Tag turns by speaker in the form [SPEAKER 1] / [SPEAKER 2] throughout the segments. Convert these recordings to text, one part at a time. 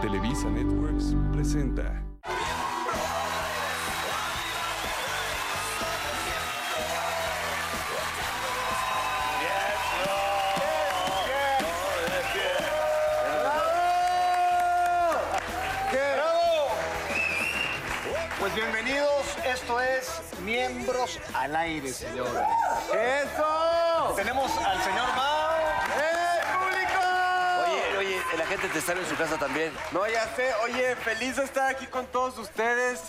[SPEAKER 1] Televisa Networks presenta.
[SPEAKER 2] Pues bienvenidos, esto es Miembros al Aire, señores.
[SPEAKER 3] ¡Eso! ¡Eh,
[SPEAKER 2] Tenemos al señor Mao.
[SPEAKER 3] ¡Público!
[SPEAKER 4] Oye, oye, la gente te sale en su casa también.
[SPEAKER 3] No, ya sé. Oye, feliz de estar aquí con todos ustedes.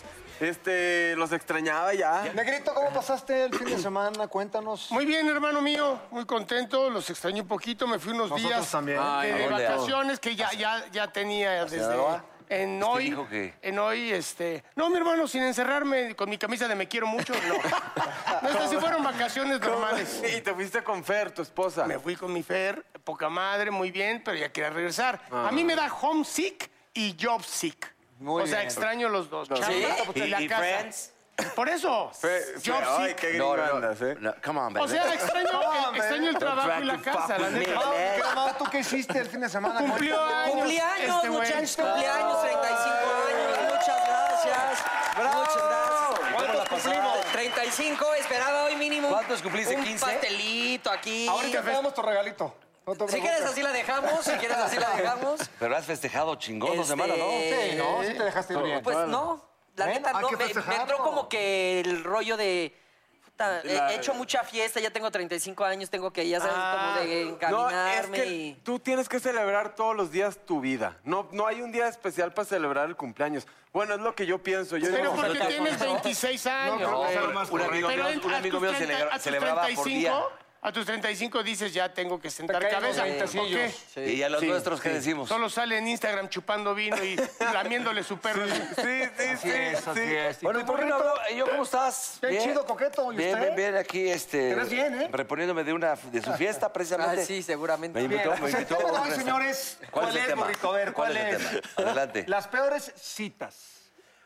[SPEAKER 3] Este, los extrañaba ya.
[SPEAKER 2] Negrito, ¿cómo pasaste el fin de semana? Cuéntanos.
[SPEAKER 5] Muy bien, hermano mío, muy contento, los extrañé un poquito, me fui unos
[SPEAKER 2] Nosotros
[SPEAKER 5] días eh,
[SPEAKER 2] también.
[SPEAKER 4] Ay,
[SPEAKER 5] de, de
[SPEAKER 4] ¿dónde?
[SPEAKER 5] vacaciones que ya, ya, ya tenía desde
[SPEAKER 2] va?
[SPEAKER 5] en hoy.
[SPEAKER 4] dijo que-
[SPEAKER 5] En hoy, este. No, mi hermano, sin encerrarme con mi camisa de me quiero mucho, no. No, estas sí fueron vacaciones normales.
[SPEAKER 3] Y te fuiste con Fer, tu esposa.
[SPEAKER 5] Me fui con mi Fer, poca madre, muy bien, pero ya quería regresar. A mí me da homesick y job sick.
[SPEAKER 2] Muy
[SPEAKER 5] o sea,
[SPEAKER 2] bien.
[SPEAKER 5] extraño los dos. chamba
[SPEAKER 4] ¿Y-
[SPEAKER 5] y la
[SPEAKER 4] y
[SPEAKER 5] casa.
[SPEAKER 4] Friends?
[SPEAKER 5] Por eso,
[SPEAKER 3] Fe- Fe-
[SPEAKER 5] job
[SPEAKER 3] ay,
[SPEAKER 5] sick.
[SPEAKER 3] qué gringo andas, ¿eh?
[SPEAKER 4] No, come on, baby.
[SPEAKER 5] O sea, extraño,
[SPEAKER 2] No,
[SPEAKER 5] extraño el
[SPEAKER 2] man.
[SPEAKER 5] trabajo y la casa, la neta.
[SPEAKER 2] Mao, ¿qué, Mao, ¿tú qué hiciste el fin de semana?
[SPEAKER 5] Cumplió
[SPEAKER 2] Cuéntanos.
[SPEAKER 5] años.
[SPEAKER 6] Cumpleaños,
[SPEAKER 5] este güey.
[SPEAKER 6] muchachos, cumpleaños, 35 años, muchas gracias. Muchas gracias.
[SPEAKER 2] ¿Cuántos cumplimos?
[SPEAKER 6] 35, esperaba hoy mínimo. un-
[SPEAKER 4] ¿Cuántos cumpliste?
[SPEAKER 6] Un
[SPEAKER 4] 15?
[SPEAKER 6] pastelito aquí.
[SPEAKER 2] Ahorita te damos tu regalito. No te
[SPEAKER 6] Si quieres
[SPEAKER 2] preocupes.
[SPEAKER 6] así la dejamos, si quieres así la dejamos.
[SPEAKER 4] Pero has festejado chingón
[SPEAKER 6] Este,
[SPEAKER 4] dos semanas, ¿no?
[SPEAKER 2] Sí, no, sí te dejaste ir bien.
[SPEAKER 6] Pues no, la
[SPEAKER 2] Bueno,
[SPEAKER 6] neta
[SPEAKER 2] hay
[SPEAKER 6] no,
[SPEAKER 2] que
[SPEAKER 6] me, me
[SPEAKER 2] festejarlo.
[SPEAKER 6] entró como que el rollo de... puta, he-
[SPEAKER 3] La-
[SPEAKER 6] He hecho mucha fiesta, ya tengo 35 años, tengo que, ya sabes,
[SPEAKER 3] Ah,
[SPEAKER 6] como de
[SPEAKER 3] no,
[SPEAKER 6] encaminarme
[SPEAKER 3] es que
[SPEAKER 6] y...
[SPEAKER 3] tú tienes que celebrar todos los días tu vida. No, no hay un día especial para celebrar el cumpleaños. Bueno, es lo que yo pienso. Yo
[SPEAKER 5] Pero
[SPEAKER 3] digo,
[SPEAKER 5] porque
[SPEAKER 3] "Puta,
[SPEAKER 5] tienes 26 años.
[SPEAKER 4] No,
[SPEAKER 5] güey.
[SPEAKER 4] un amigo
[SPEAKER 5] Pero
[SPEAKER 4] mío-
[SPEAKER 5] en-
[SPEAKER 4] un
[SPEAKER 5] a
[SPEAKER 4] amigo
[SPEAKER 5] tus
[SPEAKER 4] mío
[SPEAKER 5] 30
[SPEAKER 4] celebra-
[SPEAKER 5] a tus
[SPEAKER 4] celebraba por día.
[SPEAKER 5] A tus 35 dices, ya tengo que sentar
[SPEAKER 2] Te caen los
[SPEAKER 5] cabeza. ¿Por
[SPEAKER 2] veintesillos.
[SPEAKER 5] qué?
[SPEAKER 4] ¿Y a los nuestros qué decimos?
[SPEAKER 5] Solo sale en Instagram chupando vino y lamiéndole su perro.
[SPEAKER 3] Sí, sí, sí. sí.
[SPEAKER 4] Bueno, ¿y por qué no habló? Eh, yo, ¿Cómo estás?
[SPEAKER 2] Qué chido, coqueto, ¿y
[SPEAKER 4] Bien,
[SPEAKER 2] usted?
[SPEAKER 4] bien, bien, aquí, este...
[SPEAKER 2] Te ves bien, ¿eh?
[SPEAKER 4] Reponiéndome de, una, de su fiesta, precisamente.
[SPEAKER 6] Ah, sí, seguramente.
[SPEAKER 4] Me invitó, me
[SPEAKER 2] Pues el
[SPEAKER 4] invitó.
[SPEAKER 2] tema de hoy,
[SPEAKER 4] Borges.
[SPEAKER 2] señores, ¿cuál,
[SPEAKER 4] el
[SPEAKER 2] es,
[SPEAKER 4] tema?
[SPEAKER 2] Borrito? A ver, ¿cuál,
[SPEAKER 4] el
[SPEAKER 2] es?
[SPEAKER 4] tema? Adelante.
[SPEAKER 2] Las peores citas.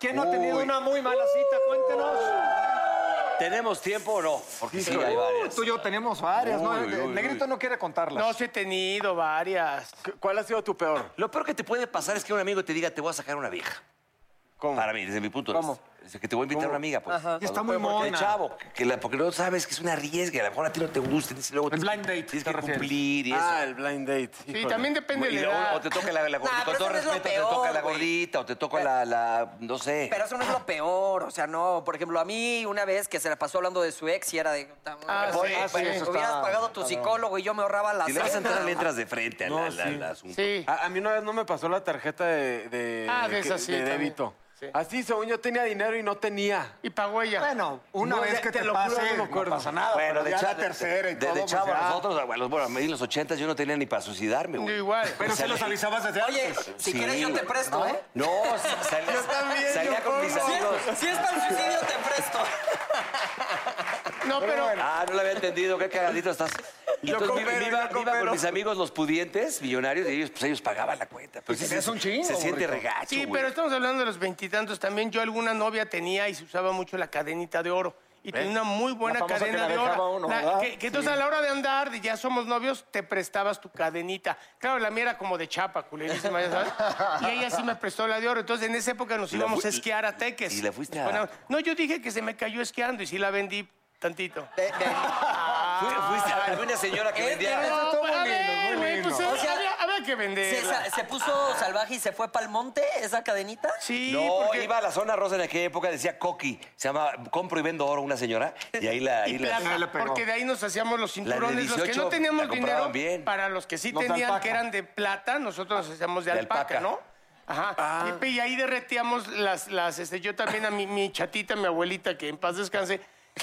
[SPEAKER 2] ¿Quién no ha tenido una muy mala cita? Cuéntenos.
[SPEAKER 4] ¿Tenemos tiempo o no? Porque sí, hay
[SPEAKER 2] Uh,
[SPEAKER 4] varias.
[SPEAKER 2] tú y yo tenemos varias, ¿no?
[SPEAKER 4] Uy, uy, uy.
[SPEAKER 2] Negrito no quiere contarlas.
[SPEAKER 5] No, sí he tenido varias.
[SPEAKER 3] ¿Cuál ha sido tu peor?
[SPEAKER 4] Lo peor que te puede pasar es que un amigo te diga, te voy a sacar una vieja.
[SPEAKER 3] ¿Cómo?
[SPEAKER 4] Para mí, desde mi punto de vista. Es que te voy a invitar a una amiga, pues.
[SPEAKER 2] Y está muy
[SPEAKER 4] Pero porque
[SPEAKER 2] mona.
[SPEAKER 4] el chavo, que la- porque no sabes que es una riesga, a lo mejor a ti no te gusta, y luego
[SPEAKER 2] El
[SPEAKER 4] tienes-
[SPEAKER 2] blind date, ¿te
[SPEAKER 4] Tienes que
[SPEAKER 2] refieres?
[SPEAKER 4] cumplir y eso.
[SPEAKER 3] Ah, el blind date.
[SPEAKER 5] Sí,
[SPEAKER 3] Híjole.
[SPEAKER 5] también depende
[SPEAKER 4] Y
[SPEAKER 5] de la
[SPEAKER 4] luego, o
[SPEAKER 5] edad.
[SPEAKER 4] te toca la, la gordita,
[SPEAKER 6] Nah,
[SPEAKER 4] con
[SPEAKER 6] pero
[SPEAKER 4] todo
[SPEAKER 6] eso no es lo
[SPEAKER 4] respeto, te toca
[SPEAKER 6] peor,
[SPEAKER 4] la
[SPEAKER 6] güey.
[SPEAKER 4] gordita, o te toca la, la- no sé.
[SPEAKER 6] Pero eso no es lo peor, o sea, no. Por ejemplo, a mí una vez que se la pasó hablando de su ex y era de...
[SPEAKER 5] Ah, sí,
[SPEAKER 6] Oye,
[SPEAKER 5] ah, sí,
[SPEAKER 6] bueno,
[SPEAKER 5] eso
[SPEAKER 6] hubieras
[SPEAKER 2] está-
[SPEAKER 6] pagado tu psicólogo y yo me ahorraba la
[SPEAKER 4] si le vas a
[SPEAKER 6] cena.
[SPEAKER 4] entrar, le entras de frente al,
[SPEAKER 3] No,
[SPEAKER 4] al- al
[SPEAKER 3] sí.
[SPEAKER 4] asunto.
[SPEAKER 5] Sí.
[SPEAKER 3] A, a mí una vez no me pasó la tarjeta de, de,
[SPEAKER 5] Ah, de esa sí,
[SPEAKER 3] de
[SPEAKER 5] también.
[SPEAKER 3] débito.
[SPEAKER 5] Sí.
[SPEAKER 3] Así, según yo tenía dinero y no tenía.
[SPEAKER 5] Y pagó ella.
[SPEAKER 2] Bueno, una
[SPEAKER 3] No,
[SPEAKER 2] vez
[SPEAKER 3] ya
[SPEAKER 2] que
[SPEAKER 3] te
[SPEAKER 2] te,
[SPEAKER 3] lo juro,
[SPEAKER 2] pase,
[SPEAKER 3] no me
[SPEAKER 2] no,
[SPEAKER 3] acuerdo.
[SPEAKER 2] pasa nada.
[SPEAKER 4] Bueno,
[SPEAKER 2] pero
[SPEAKER 4] de
[SPEAKER 2] ya
[SPEAKER 4] chavo,
[SPEAKER 2] la tercera y
[SPEAKER 4] de,
[SPEAKER 2] todo.
[SPEAKER 4] de
[SPEAKER 2] pues
[SPEAKER 4] chavo
[SPEAKER 2] ya.
[SPEAKER 4] nosotros, bueno, bueno, a mí en los 80 yo no tenía ni para suicidarme,
[SPEAKER 5] Yo
[SPEAKER 4] güey.
[SPEAKER 5] igual.
[SPEAKER 2] Pero se los avisabas desde
[SPEAKER 6] Oye,
[SPEAKER 2] antes.
[SPEAKER 6] si
[SPEAKER 4] Sí,
[SPEAKER 6] quieres yo te
[SPEAKER 4] güey.
[SPEAKER 6] presto, ¿eh?
[SPEAKER 4] No, salía,
[SPEAKER 3] también,
[SPEAKER 4] salía
[SPEAKER 3] yo
[SPEAKER 4] con mis
[SPEAKER 6] Si
[SPEAKER 4] amigos.
[SPEAKER 6] es, si es para el suicidio, te presto.
[SPEAKER 5] No, pero.
[SPEAKER 4] Ah, no lo había entendido, qué cagadito estás. Y
[SPEAKER 3] Yo
[SPEAKER 4] entonces me
[SPEAKER 3] coopero,
[SPEAKER 4] me iba,
[SPEAKER 3] yo
[SPEAKER 4] me iba
[SPEAKER 3] coopero.
[SPEAKER 4] con mis amigos los pudientes, millonarios, y ellos, pues ellos pagaban la cuenta. Pero
[SPEAKER 2] te
[SPEAKER 4] sí,
[SPEAKER 2] hace Pues un chingo,
[SPEAKER 4] Se siente
[SPEAKER 2] burrito.
[SPEAKER 4] regacho,
[SPEAKER 5] Sí,
[SPEAKER 4] güey.
[SPEAKER 5] pero estamos hablando de los veintitantos también. Yo alguna novia tenía y se usaba mucho la cadenita de oro. Y tenía una muy buena
[SPEAKER 2] famosa que
[SPEAKER 5] cadena
[SPEAKER 2] la
[SPEAKER 5] de
[SPEAKER 2] dejaba
[SPEAKER 5] oro.
[SPEAKER 2] uno,
[SPEAKER 5] La-
[SPEAKER 2] ¿verdad?
[SPEAKER 5] que, que entonces a la hora de andar, de ya somos novios, te prestabas tu cadenita. Claro, la mía era como de chapa, culerísima, ya sabes. Y ella sí me prestó la de oro. Entonces en esa época nos
[SPEAKER 4] Y la
[SPEAKER 5] íbamos
[SPEAKER 4] fui-
[SPEAKER 5] a esquiar a Teques.
[SPEAKER 4] y la fuiste a-
[SPEAKER 5] Bueno, No, yo dije que se me cayó esquiando y sí la vendí tantito.
[SPEAKER 6] Ve- ve.
[SPEAKER 4] Fui- Fuiste a una señora que
[SPEAKER 6] Eh,
[SPEAKER 4] vendía.
[SPEAKER 2] Eso estuvo
[SPEAKER 5] pues, a
[SPEAKER 2] lindo,
[SPEAKER 5] ver,
[SPEAKER 2] muy
[SPEAKER 5] güey,
[SPEAKER 2] lindo.
[SPEAKER 5] pues,
[SPEAKER 6] O sea,
[SPEAKER 5] había, había que vender.
[SPEAKER 6] ¿Se, sa- se puso salvaje y se fue pa'l monte esa cadenita?
[SPEAKER 5] Sí,
[SPEAKER 4] No,
[SPEAKER 5] porque...
[SPEAKER 4] iba a la zona rosa en aquella época, decía Coqui. Se llama Compro y Vendo Oro, una señora. Y ahí la.
[SPEAKER 5] Y
[SPEAKER 4] ahí la-
[SPEAKER 5] plata, porque de ahí nos hacíamos los cinturones. los que
[SPEAKER 4] 18
[SPEAKER 5] no teníamos
[SPEAKER 4] la compraban
[SPEAKER 5] dinero,
[SPEAKER 4] bien.
[SPEAKER 5] para los que sí
[SPEAKER 3] Los de
[SPEAKER 5] tenían,
[SPEAKER 3] alpaca.
[SPEAKER 5] que eran de plata, nosotros nos hacíamos de,
[SPEAKER 4] De
[SPEAKER 5] alpaca,
[SPEAKER 4] alpaca.
[SPEAKER 5] ¿no? Ajá.
[SPEAKER 6] Ah.
[SPEAKER 5] Y, y ahí derretíamos las, las, este, yo también a mi, mi chatita, mi abuelita, que en paz descanse,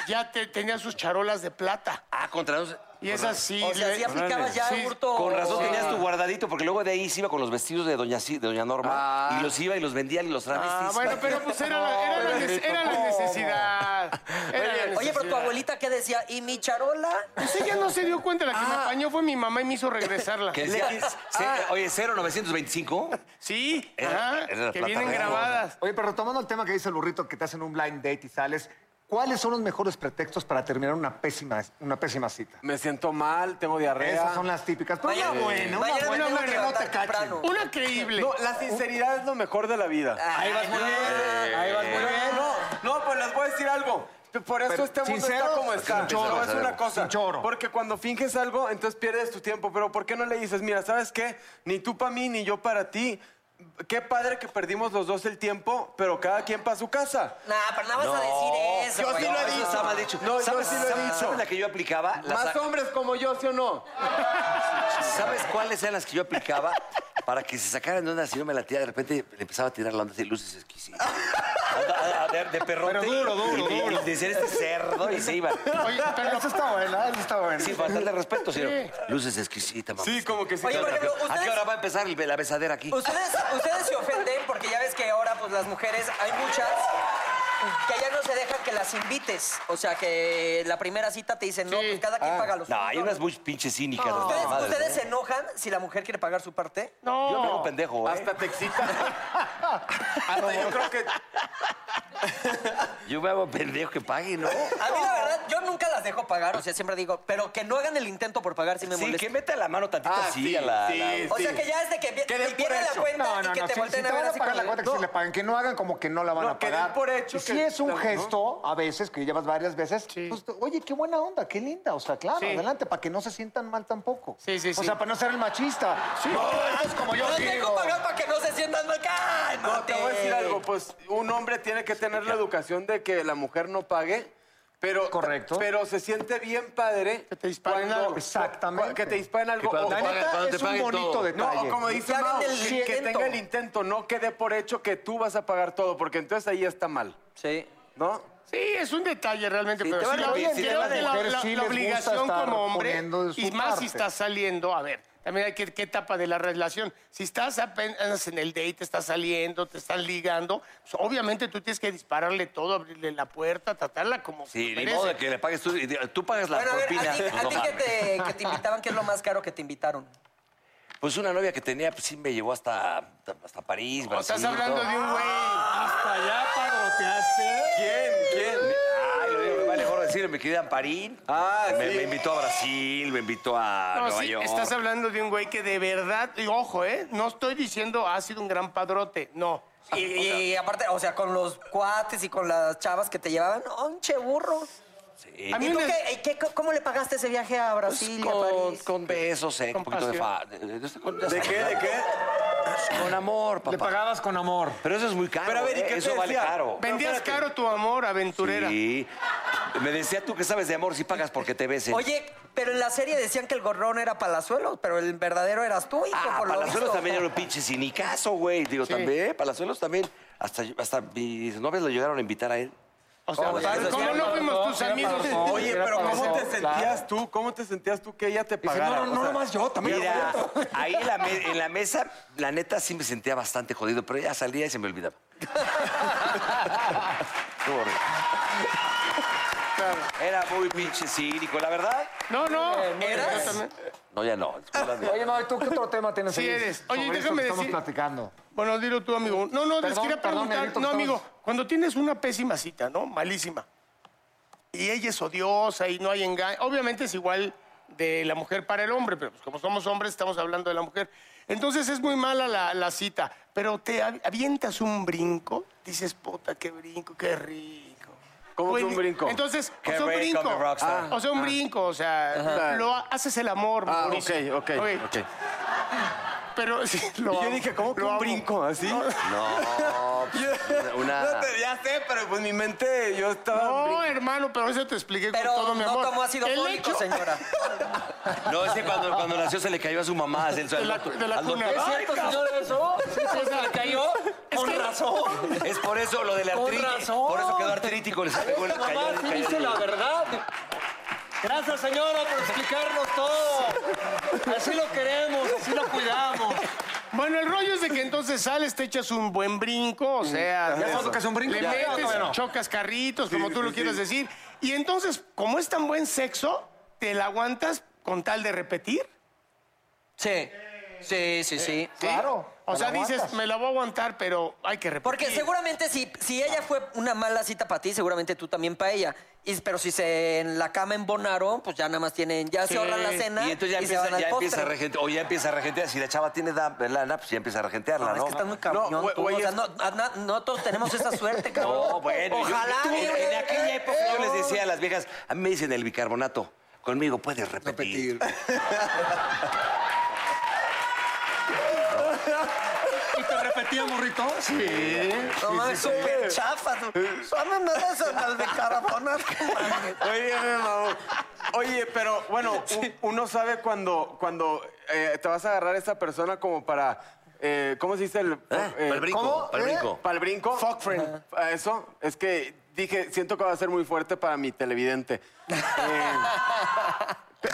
[SPEAKER 5] ya te- tenía sus charolas de plata.
[SPEAKER 4] Ah, contra nosotros.
[SPEAKER 5] Y esas sí.
[SPEAKER 6] O sea,
[SPEAKER 5] le-
[SPEAKER 6] sí aplicabas ya
[SPEAKER 5] Sí,
[SPEAKER 6] hurto.
[SPEAKER 4] Con razón
[SPEAKER 6] Sí.
[SPEAKER 4] tenías tu guardadito, porque luego de ahí se iba con los vestidos de Doña, Ci- de Doña Norma. Y los iba y los vendía y los travestis.
[SPEAKER 5] Ah, bueno, pero pues era, la, era la nece- era la necesidad. Era la
[SPEAKER 6] Oye, pero tu
[SPEAKER 5] necesidad.
[SPEAKER 6] abuelita, ¿qué decía? ¿Y mi charola?
[SPEAKER 5] Pues ella no se dio cuenta, la que
[SPEAKER 6] Ah.
[SPEAKER 5] me apañó fue mi mamá y me hizo regresarla.
[SPEAKER 4] Que decía, "Ce-
[SPEAKER 5] ah.
[SPEAKER 4] oye, 0925.
[SPEAKER 5] Sí,
[SPEAKER 4] Era-
[SPEAKER 5] ajá,
[SPEAKER 4] era la
[SPEAKER 5] que
[SPEAKER 4] plata
[SPEAKER 5] vienen
[SPEAKER 4] real.
[SPEAKER 5] grabadas.
[SPEAKER 7] Oye, pero retomando el tema que dice el burrito, que te hacen un blind date y sales, ¿cuáles son los mejores pretextos para terminar una pésima, una pésima cita?
[SPEAKER 3] Me siento mal, tengo diarrea.
[SPEAKER 7] Esas son las típicas. Pero
[SPEAKER 6] Mañana-
[SPEAKER 7] una buena, una
[SPEAKER 6] mañana
[SPEAKER 7] buena,
[SPEAKER 6] me tengo
[SPEAKER 7] una
[SPEAKER 6] que
[SPEAKER 7] que no te
[SPEAKER 6] levantar
[SPEAKER 7] cachen.
[SPEAKER 6] temprano.
[SPEAKER 5] Una creíble.
[SPEAKER 3] No, la sinceridad es lo mejor de la vida.
[SPEAKER 6] Ahí vas muy bien.
[SPEAKER 3] Ah, Ahí vas muy bien. No, no, pues les voy a decir algo. Por eso
[SPEAKER 7] Pero,
[SPEAKER 3] este mundo
[SPEAKER 7] ¿sincero?
[SPEAKER 3] está como está.
[SPEAKER 7] Sin choro,
[SPEAKER 3] No, es una cosa.
[SPEAKER 7] sin choro.
[SPEAKER 3] Porque cuando finges algo, entonces pierdes tu tiempo. Pero ¿por qué no le dices, mira, ¿sabes qué? Ni tú para mí, ni yo para ti. Qué padre que perdimos los dos el tiempo, pero cada quien para su casa.
[SPEAKER 6] Nah, pero nada vas a decir eso.
[SPEAKER 3] yo sí
[SPEAKER 6] güey.
[SPEAKER 3] lo he
[SPEAKER 6] Eso
[SPEAKER 3] dicho.
[SPEAKER 5] Ah.
[SPEAKER 6] está mal
[SPEAKER 3] No, yo
[SPEAKER 4] ¿Sabes,
[SPEAKER 3] sí lo he
[SPEAKER 4] sabes-
[SPEAKER 3] dicho.
[SPEAKER 4] sabes la que yo aplicaba? La
[SPEAKER 3] Más
[SPEAKER 4] sa-
[SPEAKER 3] hombres como yo, ¿sí o no?
[SPEAKER 4] ¿Sabes cuáles eran las que yo aplicaba? Para que se sacaran de onda, si yo me la tía, de repente le empezaba a tirar la onda así, luces exquisitas. Onda, a- a- De, de perrote.
[SPEAKER 7] Pero duro, duro,
[SPEAKER 4] y, y-
[SPEAKER 7] duro.
[SPEAKER 4] Y decían, este cerdo, y se iban.
[SPEAKER 7] Oye, pero eso está buena, eso está buena.
[SPEAKER 4] Sin faltarle respeto, sino luces exquisitas, mamá.
[SPEAKER 3] Sí, como que sí.
[SPEAKER 6] Oye, por ejemplo,
[SPEAKER 4] ¿A qué
[SPEAKER 6] ustedes,
[SPEAKER 4] hora va a empezar el- la besadera aquí?
[SPEAKER 6] ustedes, ustedes se ofenden porque ya ves que ahora, pues las mujeres, hay muchas que ya no se dejan que las invites. O sea, que la primera cita te dicen, no, pues cada quien paga los
[SPEAKER 4] No, hay
[SPEAKER 6] suyos".
[SPEAKER 4] unas muy pinches cínicas. las
[SPEAKER 6] ¿Ustedes,
[SPEAKER 4] mamadas,
[SPEAKER 6] ustedes
[SPEAKER 4] ¿eh?
[SPEAKER 6] se enojan si la mujer quiere pagar su parte?
[SPEAKER 4] Yo me hago
[SPEAKER 5] No,
[SPEAKER 4] pendejo, ¿eh?
[SPEAKER 3] Hasta te excita. Hasta yo creo que
[SPEAKER 4] Yo me hago pendejo que pague, ¿no?
[SPEAKER 6] A mí, la verdad, yo nunca las dejo pagar. O sea, siempre digo, pero que no hagan el intento por pagar si me
[SPEAKER 4] Sí,
[SPEAKER 6] molesta.
[SPEAKER 4] que meta la mano tantito así a la...
[SPEAKER 3] Ah, sí,
[SPEAKER 4] la-
[SPEAKER 6] O sea, que ya es de que vi-
[SPEAKER 3] Que den por
[SPEAKER 6] viene la
[SPEAKER 3] hecho.
[SPEAKER 6] cuenta
[SPEAKER 7] No,
[SPEAKER 6] y
[SPEAKER 7] no,
[SPEAKER 6] que
[SPEAKER 7] no.
[SPEAKER 6] te
[SPEAKER 7] Si, si
[SPEAKER 6] volteen
[SPEAKER 7] te
[SPEAKER 6] a ver
[SPEAKER 7] van a
[SPEAKER 6] así
[SPEAKER 7] pagar la
[SPEAKER 6] como
[SPEAKER 7] cuenta,
[SPEAKER 6] de-
[SPEAKER 7] que si le paguen, que no hagan como que no la van
[SPEAKER 3] No,
[SPEAKER 7] a
[SPEAKER 3] que den
[SPEAKER 7] pagar.
[SPEAKER 3] por hecho
[SPEAKER 7] Y
[SPEAKER 3] que-
[SPEAKER 7] si es un
[SPEAKER 3] no.
[SPEAKER 7] gesto, a veces, que llevas varias veces,
[SPEAKER 5] Sí.
[SPEAKER 7] pues, oye, qué buena onda, qué linda. O sea, claro,
[SPEAKER 5] Sí.
[SPEAKER 7] adelante, para que no se sientan mal tampoco.
[SPEAKER 5] Sí, sí,
[SPEAKER 7] O
[SPEAKER 5] sí.
[SPEAKER 7] sea, para no ser el machista. No, esto es como yo
[SPEAKER 6] No
[SPEAKER 7] digo.
[SPEAKER 6] tengo pagar para que no se sientan mal.
[SPEAKER 3] No,
[SPEAKER 6] ¡Cálmate!
[SPEAKER 3] te voy a decir algo, pues un hombre tiene que tener la educación de que la mujer no pague, pero,
[SPEAKER 7] Correcto.
[SPEAKER 3] pero se siente bien padre.
[SPEAKER 5] Que te disparen algo.
[SPEAKER 7] Exactamente.
[SPEAKER 3] Que te disparen algo. o-
[SPEAKER 7] La
[SPEAKER 3] o-
[SPEAKER 7] neta
[SPEAKER 3] cuando te
[SPEAKER 7] es un bonito
[SPEAKER 3] no,
[SPEAKER 7] detalle.
[SPEAKER 3] o como
[SPEAKER 6] Que
[SPEAKER 3] dice
[SPEAKER 6] hagan
[SPEAKER 3] Mau,
[SPEAKER 6] el
[SPEAKER 3] que, que
[SPEAKER 6] intento.
[SPEAKER 3] tenga el intento, no que dé por hecho que tú vas a pagar todo, porque entonces ahí está mal,
[SPEAKER 6] Sí.
[SPEAKER 3] ¿no?
[SPEAKER 5] sí, es un detalle realmente, pero
[SPEAKER 3] te
[SPEAKER 5] sí,
[SPEAKER 3] van a
[SPEAKER 5] la,
[SPEAKER 3] pedir,
[SPEAKER 5] oye,
[SPEAKER 3] sí,
[SPEAKER 5] creo
[SPEAKER 3] las
[SPEAKER 5] que la-
[SPEAKER 7] mujeres
[SPEAKER 5] la-
[SPEAKER 7] sí
[SPEAKER 5] la
[SPEAKER 7] les gusta
[SPEAKER 5] obligación
[SPEAKER 7] estar
[SPEAKER 5] como hombre,
[SPEAKER 7] poniendo de su
[SPEAKER 5] y más si
[SPEAKER 7] parte.
[SPEAKER 5] estás saliendo, a ver, también hay que, qué etapa de la relación. Si estás apenas en el date, estás saliendo, te estás ligando, pues, obviamente tú tienes que dispararle todo, abrirle la puerta, tratarla como
[SPEAKER 4] Sí, ni
[SPEAKER 5] merece.
[SPEAKER 4] modo de que le pagues tú. y diga, Tú pagas la
[SPEAKER 6] Bueno, a ver,
[SPEAKER 4] propina.
[SPEAKER 6] a ti,
[SPEAKER 4] pues,
[SPEAKER 6] a
[SPEAKER 4] no
[SPEAKER 6] ti que,
[SPEAKER 4] mames.
[SPEAKER 6] te, que te invitaban, ¿qué es lo más caro que te invitaron?
[SPEAKER 4] Pues una novia que tenía, pues sí me llevó hasta, hasta, hasta París,
[SPEAKER 5] O
[SPEAKER 4] Brasil.
[SPEAKER 5] estás hablando
[SPEAKER 4] todo.
[SPEAKER 5] de un güey.
[SPEAKER 7] Hasta allá padroteaste.
[SPEAKER 3] ¿Quién? ¿Quién?
[SPEAKER 4] Ay, lo digo, me vale mejor decir, me quedé en París.
[SPEAKER 3] Ah,
[SPEAKER 4] me,
[SPEAKER 3] sí.
[SPEAKER 4] me invitó a Brasil, me invitó a
[SPEAKER 5] No,
[SPEAKER 4] Ah, Nueva
[SPEAKER 5] sí,
[SPEAKER 4] York.
[SPEAKER 5] estás hablando de un güey que de verdad, y ojo, ¿eh? No estoy diciendo ha sido un gran padrote, no.
[SPEAKER 6] Y, y aparte, o Ah, sea, con los cuates y con las chavas que te llevaban, ¡oh, un che burro!
[SPEAKER 4] Sí.
[SPEAKER 5] A mí
[SPEAKER 6] ¿Y tú
[SPEAKER 5] una-
[SPEAKER 6] qué, qué- cómo le pagaste ese viaje a Brasil y a
[SPEAKER 4] Con,
[SPEAKER 6] París?
[SPEAKER 4] con besos, eh,
[SPEAKER 5] Con
[SPEAKER 4] un poquito de fa... de- de- de- con- ya
[SPEAKER 3] ¿De
[SPEAKER 4] sabes,
[SPEAKER 3] qué? ¿De qué?
[SPEAKER 4] Con amor,
[SPEAKER 7] Le
[SPEAKER 4] papá.
[SPEAKER 7] pagabas con amor.
[SPEAKER 4] Pero eso es muy caro.
[SPEAKER 3] Pero a ver, ¿y
[SPEAKER 4] eh,
[SPEAKER 3] qué te
[SPEAKER 4] Eso vale
[SPEAKER 3] decía?
[SPEAKER 4] caro.
[SPEAKER 3] Pero
[SPEAKER 5] Vendías
[SPEAKER 3] espérate.
[SPEAKER 5] caro tu amor, aventurera.
[SPEAKER 4] Sí. Me decía tú que sabes de amor si pagas porque te besen.
[SPEAKER 6] Oye, pero en la serie decían que el gorrón era Palazuelos, pero el verdadero eras tú, hijo,
[SPEAKER 4] Ah,
[SPEAKER 6] por lo
[SPEAKER 4] Palazuelos
[SPEAKER 6] visto.
[SPEAKER 4] también era un pinche sinicazo, güey. Digo, también, Palazuelos también. Hasta, hasta mis novias lo llegaron a invitar a él.
[SPEAKER 5] O sea,
[SPEAKER 6] Oye,
[SPEAKER 5] ¿cómo
[SPEAKER 6] eso sí era
[SPEAKER 5] no
[SPEAKER 6] para
[SPEAKER 5] fuimos tus amigos?
[SPEAKER 3] Oye, pero ¿cómo te sentías tú? ¿Cómo te sentías tú que ella te pagara?
[SPEAKER 7] no, no,
[SPEAKER 3] O sea,
[SPEAKER 7] nomás yo, también.
[SPEAKER 4] Mira, ahí en la, me- en la mesa, la neta sí me sentía bastante jodido, pero ya salía y se me olvidaba. Estuvo horrible. Era muy pinche cínico, la verdad.
[SPEAKER 5] No, no.
[SPEAKER 6] ¿Eras?
[SPEAKER 5] Yo también.
[SPEAKER 4] No, ya no. disculpa, Dios.
[SPEAKER 7] Oye, Mau, ¿tú qué otro tema tienes
[SPEAKER 5] Sí
[SPEAKER 7] ahí
[SPEAKER 5] eres.
[SPEAKER 7] sobre
[SPEAKER 5] Oye,
[SPEAKER 7] esto
[SPEAKER 5] déjame
[SPEAKER 7] que estamos
[SPEAKER 5] decir-
[SPEAKER 7] platicando.
[SPEAKER 5] Bueno, dilo tú, amigo. No, no, les
[SPEAKER 7] Perdón, perdón,
[SPEAKER 5] quería preguntar.
[SPEAKER 7] Negrito,
[SPEAKER 5] no,
[SPEAKER 7] estamos-
[SPEAKER 5] amigo, cuando tienes una pésima cita, ¿no? Malísima. Y ella es odiosa y no hay engaño. Obviamente es igual de la mujer para el hombre, pero pues como somos hombres estamos hablando de la mujer. Entonces es muy mala la, la cita, pero te av- avientas un brinco, dices, puta, qué brinco, qué rico.
[SPEAKER 3] ¿Cómo que un
[SPEAKER 5] Buen-
[SPEAKER 3] brinco?
[SPEAKER 5] Entonces,
[SPEAKER 4] Qué
[SPEAKER 5] o sea, un
[SPEAKER 4] rico,
[SPEAKER 5] brinco. Ah.
[SPEAKER 4] mi rockstar.
[SPEAKER 5] o sea, un brinco, o sea, lo ha- haces el amor.
[SPEAKER 3] Ah,
[SPEAKER 5] Mauricio.
[SPEAKER 3] ok, ok, ok.
[SPEAKER 5] pero sí, lo
[SPEAKER 3] Y yo
[SPEAKER 5] amo,
[SPEAKER 3] dije, ¿cómo que
[SPEAKER 5] lo
[SPEAKER 3] un
[SPEAKER 5] amo.
[SPEAKER 3] brinco así?
[SPEAKER 4] No, pues,
[SPEAKER 3] No
[SPEAKER 4] una...
[SPEAKER 3] te- ya sé, pero pues mi mente, yo estaba...
[SPEAKER 5] No, hermano, pero eso te expliqué
[SPEAKER 6] Pero
[SPEAKER 5] con todo mi
[SPEAKER 6] no
[SPEAKER 5] amor.
[SPEAKER 6] tomó ácido
[SPEAKER 5] El
[SPEAKER 6] fólico,
[SPEAKER 5] hecho-
[SPEAKER 6] señora.
[SPEAKER 4] No, es que cuando, cuando nació se le cayó a su mamá. se-
[SPEAKER 5] De la, de la
[SPEAKER 4] al
[SPEAKER 5] cuna.
[SPEAKER 4] doctor.
[SPEAKER 6] ¿Es cierto, señor, eso? ¿Se le cayó? Con razón.
[SPEAKER 4] Es por eso lo de la
[SPEAKER 6] Con
[SPEAKER 4] artritis.
[SPEAKER 6] razón.
[SPEAKER 4] Por eso quedó artrítico. Les pegó el
[SPEAKER 6] Mamá,
[SPEAKER 4] cayó,
[SPEAKER 6] sí
[SPEAKER 4] le
[SPEAKER 6] dice
[SPEAKER 4] cayó.
[SPEAKER 6] la verdad. Gracias, señora, por explicarnos todo. Así lo queremos, así lo cuidamos.
[SPEAKER 5] Bueno, el rollo es de que entonces sales, te echas un buen brinco, o sea,
[SPEAKER 3] Ya
[SPEAKER 5] le-
[SPEAKER 3] sabes lo que es un brinco.
[SPEAKER 5] le
[SPEAKER 3] Ya,
[SPEAKER 5] metes,
[SPEAKER 3] ya, bueno.
[SPEAKER 5] chocas carritos, como tú
[SPEAKER 3] sí,
[SPEAKER 5] lo
[SPEAKER 3] sí.
[SPEAKER 5] quieras decir. Y entonces, como es tan buen sexo, te la aguantas con tal de repetir.
[SPEAKER 6] Sí, sí, sí,
[SPEAKER 4] Eh,
[SPEAKER 6] sí.
[SPEAKER 7] Claro.
[SPEAKER 5] O
[SPEAKER 7] te
[SPEAKER 5] sea,
[SPEAKER 7] la
[SPEAKER 5] dices,
[SPEAKER 7] aguantas.
[SPEAKER 5] me la voy a aguantar, pero hay que repetir.
[SPEAKER 6] Porque seguramente si, si ella fue una mala cita para ti, seguramente tú también para ella. Y- pero si se en la cama embonaron, pues ya nada más tienen, ya se ahorran la cena
[SPEAKER 4] Y entonces ya
[SPEAKER 6] se van
[SPEAKER 4] empieza,
[SPEAKER 6] al
[SPEAKER 4] ya empieza a
[SPEAKER 6] postre.
[SPEAKER 4] regentear. O ya empieza a regentear. Si la chava tiene da- lana, pues ya empieza a regentearla, ¿no?
[SPEAKER 6] Es que estás muy cabrón.
[SPEAKER 3] No, güey,
[SPEAKER 6] tú.
[SPEAKER 3] güey,
[SPEAKER 6] O sea,
[SPEAKER 3] es-
[SPEAKER 6] no, a- na- no todos tenemos esa suerte, cabrón.
[SPEAKER 4] No, bueno. yo-
[SPEAKER 6] Ojalá. eh,
[SPEAKER 4] yo- en,
[SPEAKER 6] güey.
[SPEAKER 4] en aquella época yo les decía a las viejas, a mí me dicen el bicarbonato. Conmigo puedes repetir.
[SPEAKER 2] ¿Y te repetía, burrito?
[SPEAKER 6] No mames, súper chafa. tú. Son unas las de caraponas.
[SPEAKER 3] Oye, me mamó. Oye, pero bueno, u- uno sabe cuando, cuando eh, te vas a agarrar a esa persona como para. eh, ¿Cómo se dice el.
[SPEAKER 7] Ah,
[SPEAKER 4] ¿Eh? Para el brinco, para el brinco.
[SPEAKER 3] Para el brinco. Fuck friend. Eso, es que dije, siento que va a ser muy fuerte para mi televidente.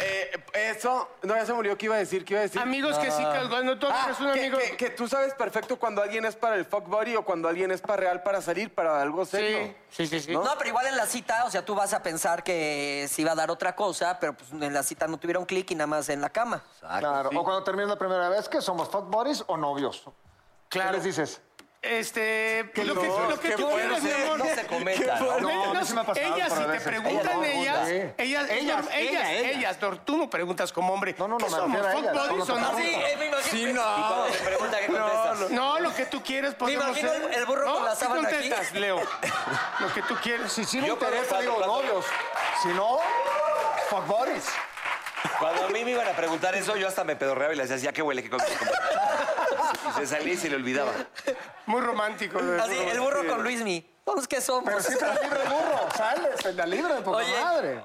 [SPEAKER 3] Eh, eh, eso, no, ya se murió. ¿Qué iba a decir? ¿Qué iba a decir?
[SPEAKER 5] Amigos que sí, que cuando tú
[SPEAKER 3] Ah,
[SPEAKER 5] eres un
[SPEAKER 3] que,
[SPEAKER 5] amigo...
[SPEAKER 3] que- que tú sabes perfecto cuando alguien es para el fuck buddy o cuando alguien es para real para salir, para algo serio.
[SPEAKER 5] Sí, sí, sí, sí.
[SPEAKER 6] ¿No? pero igual en la cita, o sea, tú vas a pensar que se iba a dar otra cosa, pero pues en la cita no tuvieron clic y nada más en la cama.
[SPEAKER 7] Claro. O cuando terminas la primera vez, que somos fuck buddies o novios.
[SPEAKER 5] Claro.
[SPEAKER 7] ¿Qué les dices?
[SPEAKER 5] Este, lo que, lo que
[SPEAKER 3] qué
[SPEAKER 5] tú quieras, mi
[SPEAKER 3] fuerte.
[SPEAKER 5] amor.
[SPEAKER 4] No se cometa, ¿no?
[SPEAKER 7] No, a mí
[SPEAKER 5] Ellas,
[SPEAKER 7] sí me ha pasado
[SPEAKER 5] ellas,
[SPEAKER 7] para
[SPEAKER 5] si te
[SPEAKER 7] veces.
[SPEAKER 5] preguntan
[SPEAKER 7] Ella,
[SPEAKER 5] ellas,
[SPEAKER 7] sí.
[SPEAKER 5] ellas, ellas, ellas,
[SPEAKER 7] Ellas, ella, ella.
[SPEAKER 5] no, tú no preguntas como hombre.
[SPEAKER 7] No, no, no,
[SPEAKER 5] ¿Qué
[SPEAKER 7] me refiero
[SPEAKER 5] somos?
[SPEAKER 7] a
[SPEAKER 5] ¿Fuck
[SPEAKER 7] ellas,
[SPEAKER 5] buddies
[SPEAKER 7] cuando
[SPEAKER 5] o
[SPEAKER 7] te
[SPEAKER 5] no?
[SPEAKER 7] preguntan.
[SPEAKER 6] Ah, eh, me imagino.
[SPEAKER 3] Sí, no.
[SPEAKER 4] Cuando te pregunta, ¿qué contestas?
[SPEAKER 5] No, lo que tú quieres podemos
[SPEAKER 6] imagino
[SPEAKER 5] ser.
[SPEAKER 6] el- el burro
[SPEAKER 5] ¿No?
[SPEAKER 6] con la
[SPEAKER 5] ¿Qué
[SPEAKER 6] sábana aquí?
[SPEAKER 5] contestas, Leo? Lo que tú quieres.
[SPEAKER 7] Si sí me
[SPEAKER 4] Yo
[SPEAKER 7] interesa,
[SPEAKER 4] cuando-
[SPEAKER 7] digo
[SPEAKER 4] cuando-
[SPEAKER 7] novios. Si no, fuck buddies.
[SPEAKER 4] Cuando a mí me iban a preguntar eso, yo hasta me pedorreaba y le decía, ya que huele, que comí. Y se salía y se le olvidaba.
[SPEAKER 5] Muy romántico.
[SPEAKER 6] Así, Ah, el burro con Luismi. Entonces, ¿qué somos?
[SPEAKER 7] Pero si te la libre el burro, sales, te la libre de poca
[SPEAKER 6] Oye.
[SPEAKER 7] madre.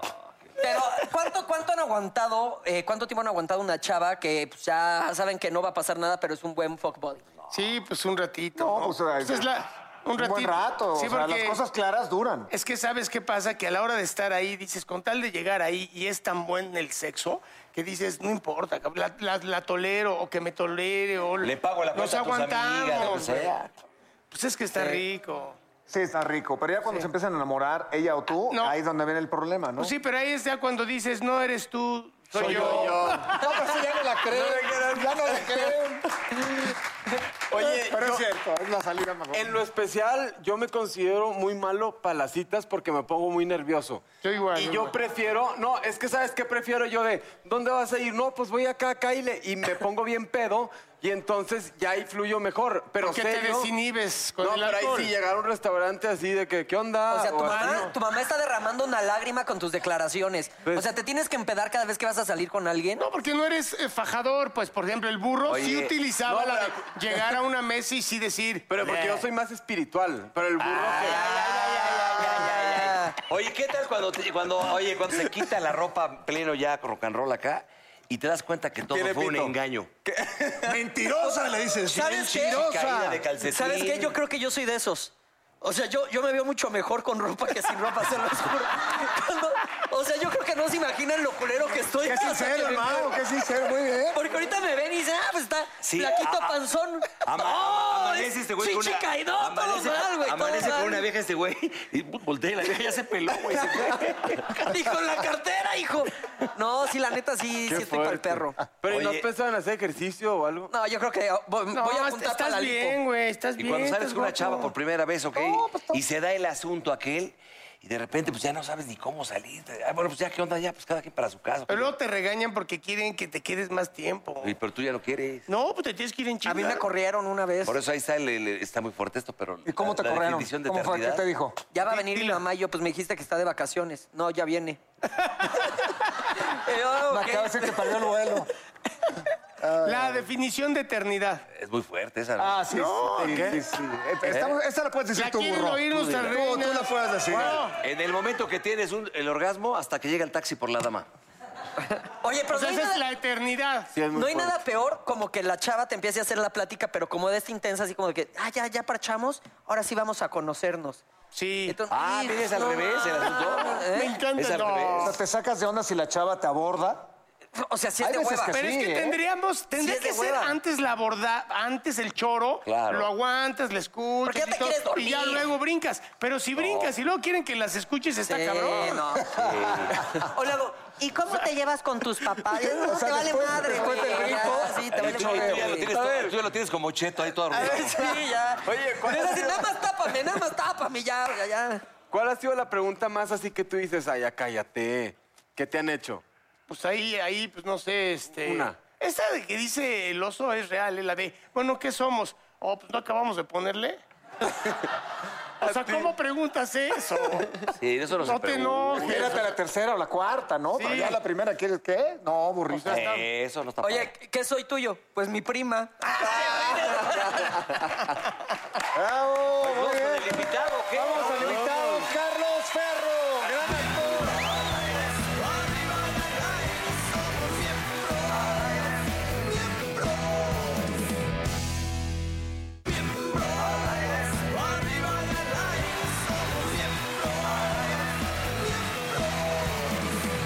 [SPEAKER 6] Pero, ¿cuánto, cuánto han aguantado, eh, cuánto tiempo han aguantado una chava que pues, ya saben que no va a pasar nada, pero es un buen fuck body?
[SPEAKER 5] Sí, pues un ratito.
[SPEAKER 7] No, pues, ay,
[SPEAKER 5] es la- un ratito.
[SPEAKER 7] buen rato.
[SPEAKER 5] Sí,
[SPEAKER 7] o sea,
[SPEAKER 5] porque
[SPEAKER 7] las cosas claras duran.
[SPEAKER 5] Es que sabes qué pasa, que a la hora de estar ahí, dices, con tal de llegar ahí y es tan buen el sexo, que dices, no importa, cab- la, la- la tolero o que me tolere o...
[SPEAKER 4] Le pago la
[SPEAKER 5] Nos
[SPEAKER 4] cuenta a tus amigas, lo que
[SPEAKER 5] aguantamos.
[SPEAKER 4] sea.
[SPEAKER 5] Pues es que está rico.
[SPEAKER 7] Sí, está rico. Pero ya cuando se empiezan a enamorar, ella o tú,
[SPEAKER 5] Ah, no.
[SPEAKER 7] ahí es donde viene el problema, ¿no?
[SPEAKER 5] Pues sí, pero ahí es ya cuando dices, no eres tú, soy, yo.
[SPEAKER 7] No, pero sí, ya no la creen. ya no la creen.
[SPEAKER 3] Oye,
[SPEAKER 7] Pero
[SPEAKER 3] yo-
[SPEAKER 7] es cierto, es la salida mejor.
[SPEAKER 3] En lo especial, yo me considero muy malo para las citas porque me pongo muy nervioso.
[SPEAKER 5] Yo igual,
[SPEAKER 3] Y
[SPEAKER 5] yo
[SPEAKER 3] yo
[SPEAKER 5] igual.
[SPEAKER 3] prefiero, no, es que ¿sabes qué prefiero yo de? ¿Dónde vas a ir? No, pues voy acá, acá y, le- y me pongo bien pedo y entonces ya ahí fluyo mejor. Pero
[SPEAKER 5] Porque te
[SPEAKER 3] serio,
[SPEAKER 5] desinhibes con
[SPEAKER 3] No,
[SPEAKER 5] el
[SPEAKER 3] pero ahí
[SPEAKER 5] alcohol.
[SPEAKER 3] sí llegar a un restaurante así de que, ¿qué onda?
[SPEAKER 6] O sea, tu
[SPEAKER 3] así,
[SPEAKER 6] mamá,
[SPEAKER 3] ¿no?
[SPEAKER 6] tu mamá está derramando una lágrima con tus declaraciones.
[SPEAKER 3] Pues-
[SPEAKER 6] o sea, te tienes que empedar cada vez que vas a salir con alguien.
[SPEAKER 5] No, porque no eres eh, fajador, pues, por ejemplo, el burro sí
[SPEAKER 4] Oye,
[SPEAKER 5] utilizaba
[SPEAKER 3] no,
[SPEAKER 5] la de
[SPEAKER 3] pero-
[SPEAKER 5] llegar a una mesa y sí decir...
[SPEAKER 3] Pero porque yo
[SPEAKER 5] "Bleh".
[SPEAKER 3] soy más espiritual, pero el burro
[SPEAKER 6] Ah,
[SPEAKER 4] Oye, ¿qué tal cuando, te- cuando, oye, cuando se quita la ropa pleno ya rock and roll acá y te das cuenta que todo
[SPEAKER 3] Tiene
[SPEAKER 4] fue un
[SPEAKER 3] pito.
[SPEAKER 4] engaño?
[SPEAKER 8] Mentirosa, le dices.
[SPEAKER 6] ¿Sabes qué?
[SPEAKER 4] Caída de calcetín.
[SPEAKER 6] ¿Sabes qué? Yo creo que yo soy de esos. O sea, yo, yo me veo mucho mejor con ropa que sin ropa, se lo juro. Cuando- o sea, yo creo que no se imaginan lo culero que estoy.
[SPEAKER 7] Qué sincero, hermano, qué sincero, muy bien.
[SPEAKER 6] Porque ahorita me ven y dicen, ah, pues está
[SPEAKER 4] Sí,
[SPEAKER 6] flaquito
[SPEAKER 4] a- a-
[SPEAKER 6] panzón.
[SPEAKER 4] Ama-
[SPEAKER 7] ¡Oh!
[SPEAKER 6] ¡No!
[SPEAKER 4] amanece este güey con
[SPEAKER 6] Chichi
[SPEAKER 4] una-
[SPEAKER 6] caído, todo
[SPEAKER 4] amanece-
[SPEAKER 6] mal, güey. todo
[SPEAKER 4] Amanece con
[SPEAKER 6] mal.
[SPEAKER 4] una vieja este güey y put, voltea y la vieja ya se peló, güey. se fue.
[SPEAKER 6] Y con la cartera, hijo. No, sí, la neta, sí, sí estoy para el perro.
[SPEAKER 3] Pero ¿y no
[SPEAKER 4] Oye.
[SPEAKER 3] has pensado en hacer ejercicio o algo?
[SPEAKER 6] No, yo creo que voy,
[SPEAKER 5] No,
[SPEAKER 6] voy
[SPEAKER 5] est-
[SPEAKER 6] a apuntar para la
[SPEAKER 5] estás
[SPEAKER 6] lipo.
[SPEAKER 5] bien, güey, estás
[SPEAKER 4] Y
[SPEAKER 5] bien.
[SPEAKER 4] cuando sales
[SPEAKER 5] estás
[SPEAKER 4] con una
[SPEAKER 5] guapo.
[SPEAKER 4] chava por primera vez, ¿ok?
[SPEAKER 7] No, pues, to-
[SPEAKER 4] y se da el asunto aquel y de repente pues ya no sabes ni cómo salir. Ah, bueno, pues ya, ¿qué onda? Ya, pues cada quien para su casa.
[SPEAKER 5] Pero luego te regañan porque quieren que te quedes más tiempo.
[SPEAKER 4] Oye, pero tú ya no quieres.
[SPEAKER 5] No, pues te tienes que ir en
[SPEAKER 6] A
[SPEAKER 5] chinga.
[SPEAKER 6] mí me corrieron una vez.
[SPEAKER 4] Por eso ahí está, el, el- está muy fuerte esto, pero...
[SPEAKER 7] ¿Y cómo
[SPEAKER 4] la-
[SPEAKER 7] te
[SPEAKER 4] la
[SPEAKER 7] corrieron?
[SPEAKER 4] definición de
[SPEAKER 7] ¿Cómo fue? ¿Qué
[SPEAKER 4] eternidad.
[SPEAKER 7] te dijo?
[SPEAKER 6] Ya va a venir mi mamá y yo, pues me dijiste que está de vacaciones. No, ya viene. Y yo,
[SPEAKER 7] Me este
[SPEAKER 6] ok.
[SPEAKER 7] acaba de decir que perdió el vuelo.
[SPEAKER 5] La definición de eternidad.
[SPEAKER 4] Es muy fuerte esa. ¿no?
[SPEAKER 7] Ah, sí, sí, sí, sí. Estamos- esta la puedes decir
[SPEAKER 5] ¿La
[SPEAKER 7] tú,
[SPEAKER 5] quieren
[SPEAKER 7] burro.
[SPEAKER 5] oír
[SPEAKER 7] Tú
[SPEAKER 5] nuestra
[SPEAKER 7] dila.
[SPEAKER 5] reina?
[SPEAKER 7] Tú, tú la puedes decir.
[SPEAKER 5] Bueno,
[SPEAKER 4] En el momento que tienes un- el orgasmo hasta que llega el taxi por la dama.
[SPEAKER 6] Oye, pero
[SPEAKER 5] pues
[SPEAKER 6] no hay,
[SPEAKER 5] esa es
[SPEAKER 6] nada,
[SPEAKER 5] la eternidad.
[SPEAKER 4] Sí, es muy
[SPEAKER 6] no hay
[SPEAKER 4] fuerte.
[SPEAKER 6] nada peor como que la chava te empiece a hacer la plática, pero como de esta intensa, así como de que, ah, ya, ya parchamos, ahora sí vamos a conocernos.
[SPEAKER 5] Sí.
[SPEAKER 6] Entonces,
[SPEAKER 4] Ah,
[SPEAKER 6] hijo,
[SPEAKER 4] vienes al revés el asunto.
[SPEAKER 6] ¿eh?
[SPEAKER 5] Me encanta.
[SPEAKER 4] Es al
[SPEAKER 5] no.
[SPEAKER 4] revés.
[SPEAKER 7] O sea, te sacas de onda si la chava te aborda.
[SPEAKER 6] O sea, sí es
[SPEAKER 7] Hay
[SPEAKER 6] de
[SPEAKER 7] veces
[SPEAKER 6] hueva.
[SPEAKER 7] que
[SPEAKER 5] Pero
[SPEAKER 7] Sí,
[SPEAKER 5] es que
[SPEAKER 7] ¿eh?
[SPEAKER 5] tendríamos, tendría
[SPEAKER 6] es de
[SPEAKER 5] que ser
[SPEAKER 6] hueva.
[SPEAKER 5] antes la aborda, antes el choro,
[SPEAKER 4] Claro.
[SPEAKER 5] lo aguantas, la escuchas
[SPEAKER 6] Porque ya te
[SPEAKER 5] y, todo,
[SPEAKER 6] quieres dormir.
[SPEAKER 5] y ya luego brincas. Pero si brincas y luego quieren que las escuches, está
[SPEAKER 6] Sí,
[SPEAKER 5] cabrón.
[SPEAKER 6] no. O luego, ¿y cómo te llevas con tus papás? No,
[SPEAKER 7] O sea,
[SPEAKER 6] te vale
[SPEAKER 7] después-
[SPEAKER 6] madre,
[SPEAKER 7] después
[SPEAKER 6] güey.
[SPEAKER 7] del brinco,
[SPEAKER 6] Ya, sí, te
[SPEAKER 4] Y
[SPEAKER 6] vale
[SPEAKER 4] tú, y tú ya
[SPEAKER 6] madre,
[SPEAKER 4] lo
[SPEAKER 6] güey.
[SPEAKER 4] tienes todo- tú ya lo tienes como cheto ahí todo arrugado.
[SPEAKER 6] Sí, ya.
[SPEAKER 3] Oye, ¿cuál
[SPEAKER 6] Pero
[SPEAKER 3] ha
[SPEAKER 6] así,
[SPEAKER 3] sido-
[SPEAKER 6] nada más tápame, nada más tápame, ya, ya, ya.
[SPEAKER 3] ¿Cuál ha sido la pregunta más así que tú dices, ay, ya cállate? ¿Qué te han hecho?
[SPEAKER 5] Pues ahí, ahí, pues no sé, este.
[SPEAKER 3] Una.
[SPEAKER 5] Esta de que dice el oso es real, es la de, bueno, ¿qué somos? Oh, pues no acabamos de ponerle. o sea, ¿cómo preguntas eso?
[SPEAKER 4] Sí, eso no, se
[SPEAKER 5] no te
[SPEAKER 4] pregunta.
[SPEAKER 5] enojes.
[SPEAKER 7] Espérate a la tercera o la cuarta, ¿no? Pero ya la primera, ¿quieres qué? No, burrito.
[SPEAKER 4] Eso no está
[SPEAKER 6] Oye,
[SPEAKER 4] padre.
[SPEAKER 6] ¿qué soy tuyo? Pues mi prima.
[SPEAKER 7] ¡Bravo! Muy
[SPEAKER 4] ¿Vamos con
[SPEAKER 7] bien.
[SPEAKER 4] el invitado o qué?
[SPEAKER 7] Vamos al invitado, Carlos Ferro. Gran actor.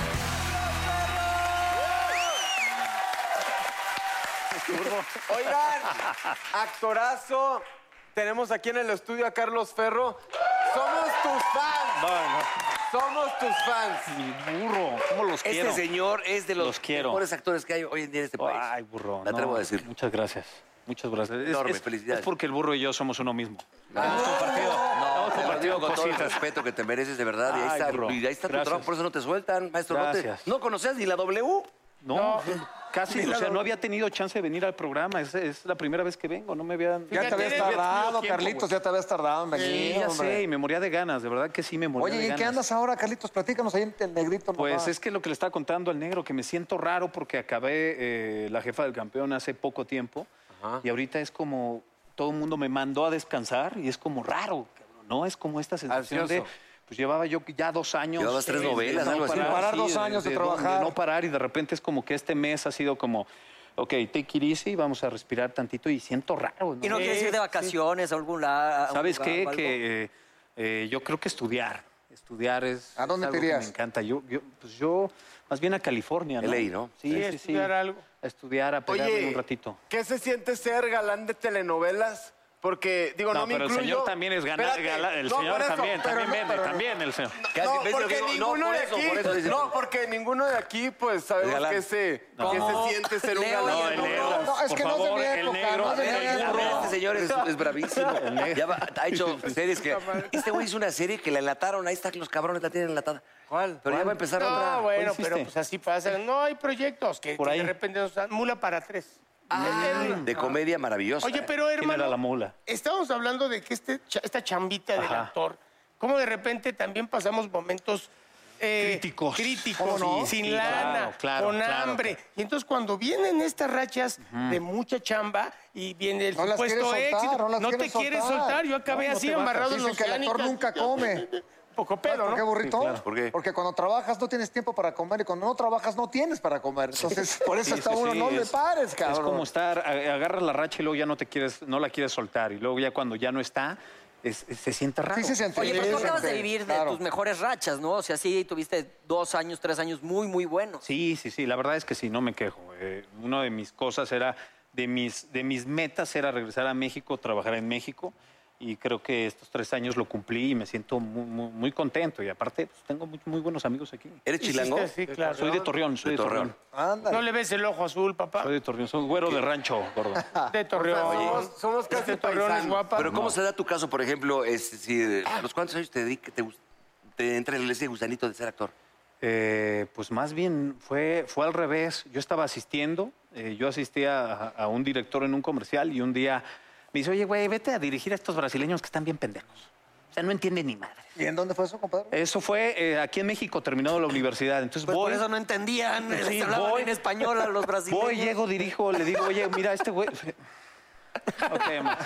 [SPEAKER 3] Oigan, actorazo, tenemos aquí en el estudio a Carlos Ferro. Somos tus fans. Somos tus fans.
[SPEAKER 9] burro, ¿cómo los
[SPEAKER 4] Este
[SPEAKER 9] quiero?
[SPEAKER 4] señor es de los,
[SPEAKER 9] Los quiero.
[SPEAKER 4] mejores actores que hay hoy en día en este país.
[SPEAKER 9] Ay, burro.
[SPEAKER 4] Me atrevo
[SPEAKER 9] no,
[SPEAKER 4] a decir.
[SPEAKER 9] Muchas gracias. Muchas gracias. Es-
[SPEAKER 4] Enorme,
[SPEAKER 9] es-
[SPEAKER 4] felicidades.
[SPEAKER 9] Es porque el burro y yo somos uno mismo.
[SPEAKER 4] Hemos compartido. No,
[SPEAKER 9] hemos
[SPEAKER 4] te lo digo
[SPEAKER 9] compartido
[SPEAKER 4] con todo el
[SPEAKER 9] cositas.
[SPEAKER 4] respeto que te mereces, de verdad. y ahí
[SPEAKER 9] Ay,
[SPEAKER 4] está,
[SPEAKER 9] bro.
[SPEAKER 4] y ahí está tu
[SPEAKER 9] Gracias.
[SPEAKER 4] trabajo, por eso no te sueltan, maestro. No, te,
[SPEAKER 9] Gracias.
[SPEAKER 4] no conocías ni la W.
[SPEAKER 9] No, casi. Ah, O sea, no había tenido chance de venir al programa. Es, es la primera vez que vengo. No me habían.
[SPEAKER 7] Ya te habías
[SPEAKER 5] Fíjate,
[SPEAKER 7] tardado,
[SPEAKER 5] tienes tiempo,
[SPEAKER 7] Carlitos, ya te habías tardado en
[SPEAKER 9] Sí,
[SPEAKER 7] venir.
[SPEAKER 9] ya
[SPEAKER 7] hombre.
[SPEAKER 9] sé, y me moría de ganas. De verdad que sí me moría
[SPEAKER 7] Oye,
[SPEAKER 9] de
[SPEAKER 7] ¿y en
[SPEAKER 9] ganas.
[SPEAKER 7] qué andas ahora, Carlitos? Platícanos ahí en el negrito.
[SPEAKER 9] Pues
[SPEAKER 7] mamá.
[SPEAKER 9] es que lo que le estaba contando al negro, que me siento raro porque acabé eh, la jefa del campeón hace poco tiempo y ahorita es como todo el mundo me mandó a descansar y es como raro, cabrón, ¿no? Es como esta sensación
[SPEAKER 3] Ansioso.
[SPEAKER 9] de. Pues llevaba yo ya dos años.
[SPEAKER 4] Llevabas tres
[SPEAKER 9] eh, de
[SPEAKER 4] novelas,
[SPEAKER 9] no
[SPEAKER 4] algo así.
[SPEAKER 9] parar,
[SPEAKER 7] Parar dos años de trabajar.
[SPEAKER 9] no parar y de repente es como que este mes ha sido como, ok, take it easy, vamos a respirar tantito y siento raro.
[SPEAKER 6] ¿Y no quieres ir de vacaciones a algún lado?
[SPEAKER 9] ¿Sabes qué? Que eh, eh, yo creo que estudiar. Estudiar es.
[SPEAKER 7] ¿A dónde
[SPEAKER 9] es algo
[SPEAKER 7] te
[SPEAKER 9] que
[SPEAKER 7] irías?
[SPEAKER 9] Me encanta. Yo, yo, pues yo, más bien a California, ¿no?
[SPEAKER 4] LA, ¿no?
[SPEAKER 9] Sí, sí, sí.
[SPEAKER 5] a estudiar algo.
[SPEAKER 9] A estudiar, a pegarme
[SPEAKER 3] Oye,
[SPEAKER 9] un ratito.
[SPEAKER 3] ¿qué se siente ser galán de telenovelas? Porque, digo, no,
[SPEAKER 9] No,
[SPEAKER 3] me
[SPEAKER 9] pero el
[SPEAKER 3] incluyo.
[SPEAKER 9] señor también es gana-
[SPEAKER 3] Espérate,
[SPEAKER 9] gala- El
[SPEAKER 3] no,
[SPEAKER 9] señor
[SPEAKER 3] por eso,
[SPEAKER 9] también,
[SPEAKER 3] pero
[SPEAKER 9] también
[SPEAKER 3] no,
[SPEAKER 9] vende,
[SPEAKER 3] pero no.
[SPEAKER 9] también el señor.
[SPEAKER 4] Casi
[SPEAKER 3] No,
[SPEAKER 4] ves lo
[SPEAKER 3] porque
[SPEAKER 4] que no- no,
[SPEAKER 3] ninguno
[SPEAKER 4] por
[SPEAKER 3] de
[SPEAKER 4] eso,
[SPEAKER 3] aquí,
[SPEAKER 4] por eso dice-
[SPEAKER 3] no, porque ninguno de aquí, pues, sabemos
[SPEAKER 4] galán.
[SPEAKER 3] que se, qué se siente ser un
[SPEAKER 6] Leo,
[SPEAKER 3] galán.
[SPEAKER 6] no,
[SPEAKER 3] de
[SPEAKER 6] el
[SPEAKER 3] novelas.
[SPEAKER 7] No, no, es
[SPEAKER 9] por
[SPEAKER 7] que no es de mi
[SPEAKER 9] favor, el
[SPEAKER 7] época,
[SPEAKER 9] negro,
[SPEAKER 7] no es de mi
[SPEAKER 9] el
[SPEAKER 7] época.
[SPEAKER 9] burro.
[SPEAKER 4] Este señor es, es bravísimo. Ya va- ha hecho series que. Este güey hizo una serie que la enlataron. Ahí está, los cabrones la tienen enlatada. ¿Cuál? Pero ya va a empezar
[SPEAKER 5] No,
[SPEAKER 4] otra.
[SPEAKER 5] bueno,
[SPEAKER 9] hiciste?
[SPEAKER 5] pero pues así pasa. No hay proyectos que,
[SPEAKER 9] Por
[SPEAKER 5] que
[SPEAKER 9] ahí.
[SPEAKER 5] de repente nos dan mula para tres.
[SPEAKER 4] Ah, De comedia maravillosa.
[SPEAKER 5] Oye, pero
[SPEAKER 9] ¿Quién era
[SPEAKER 5] hermano,
[SPEAKER 9] la mula?
[SPEAKER 5] estábamos hablando de que este, cha- esta chambita del
[SPEAKER 9] Ajá.
[SPEAKER 5] actor, cómo de repente también pasamos momentos eh,
[SPEAKER 9] Críticos.
[SPEAKER 5] críticos,
[SPEAKER 9] ¿Cómo no?
[SPEAKER 5] sin
[SPEAKER 9] Sí,
[SPEAKER 5] lana,
[SPEAKER 9] claro, claro,
[SPEAKER 5] con
[SPEAKER 9] claro.
[SPEAKER 5] hambre. Y entonces cuando vienen estas rachas de mucha chamba y viene el
[SPEAKER 7] No las
[SPEAKER 5] supuesto
[SPEAKER 7] quieres
[SPEAKER 5] éxito,
[SPEAKER 7] soltar, no las
[SPEAKER 5] te
[SPEAKER 7] quieres
[SPEAKER 5] quieres
[SPEAKER 7] soltar.
[SPEAKER 5] soltar. Yo acabé
[SPEAKER 9] No, no
[SPEAKER 5] así
[SPEAKER 9] te bajas.
[SPEAKER 5] amarrado en
[SPEAKER 7] Dicen
[SPEAKER 5] los
[SPEAKER 7] que el actor nunca come.
[SPEAKER 5] Poco
[SPEAKER 7] ¿Sabes
[SPEAKER 5] pedo,
[SPEAKER 7] ¿Por qué,
[SPEAKER 5] ¿no?
[SPEAKER 7] burrito?
[SPEAKER 4] ¿Por qué?
[SPEAKER 7] Porque cuando trabajas no tienes tiempo para comer y cuando no trabajas no tienes para comer. Entonces, por eso
[SPEAKER 9] Sí,
[SPEAKER 7] hasta
[SPEAKER 9] sí,
[SPEAKER 7] uno
[SPEAKER 9] sí,
[SPEAKER 7] no le
[SPEAKER 9] es-
[SPEAKER 7] pares, cabrón.
[SPEAKER 9] Es como estar, a- agarras la racha y luego ya no te quieres, no la quieres soltar. Y luego ya cuando ya no está, es- es- se siente raro.
[SPEAKER 7] Sí, se siente.
[SPEAKER 6] Oye, pero tú
[SPEAKER 7] Sí,
[SPEAKER 6] acabas de
[SPEAKER 7] siente,
[SPEAKER 6] vivir de
[SPEAKER 7] claro.
[SPEAKER 6] tus mejores rachas, ¿no? O sea, sí, tuviste dos años, tres años muy, muy buenos.
[SPEAKER 9] Sí, sí, sí, la verdad es que sí, no me quejo. Eh, una de mis cosas era, de mis, de mis metas era regresar a México, trabajar en México. Y creo que estos tres años lo cumplí y me siento muy, muy, muy contento. Y aparte, pues, tengo muy, muy buenos amigos aquí.
[SPEAKER 4] ¿Eres chilango?
[SPEAKER 5] Sí, claro.
[SPEAKER 9] Soy de Torreón, soy de,
[SPEAKER 4] De Torreón.
[SPEAKER 9] Torreón.
[SPEAKER 7] Ándale.
[SPEAKER 5] No le ves el ojo azul, papá.
[SPEAKER 9] Soy de Torreón, soy güero de rancho, gordo.
[SPEAKER 5] De Torreón.
[SPEAKER 3] somos-
[SPEAKER 7] Pues
[SPEAKER 3] somos casi
[SPEAKER 5] de Torreón es
[SPEAKER 3] paisanos.
[SPEAKER 5] guapa.
[SPEAKER 4] Pero ¿cómo se da tu caso, por ejemplo, es, si, a los cuántos años te, di- te, gus- te entra el- ese gusanito de ser actor?
[SPEAKER 9] Eh, pues más bien fue, fue al revés. Yo estaba asistiendo, eh, yo asistía a, a un director en un comercial y un día me dice, oye, güey, vete a dirigir a estos brasileños que están bien pendejos. O sea, no entiende ni madre.
[SPEAKER 7] ¿Y en dónde fue eso, compadre?
[SPEAKER 9] Eso fue eh, aquí en México, terminado la universidad. Entonces
[SPEAKER 6] Pues
[SPEAKER 9] voy.
[SPEAKER 6] por eso no entendían, les hablaban en español a los brasileños.
[SPEAKER 9] Voy, llego, dirijo, le digo, oye, mira, este güey. Ok, ma.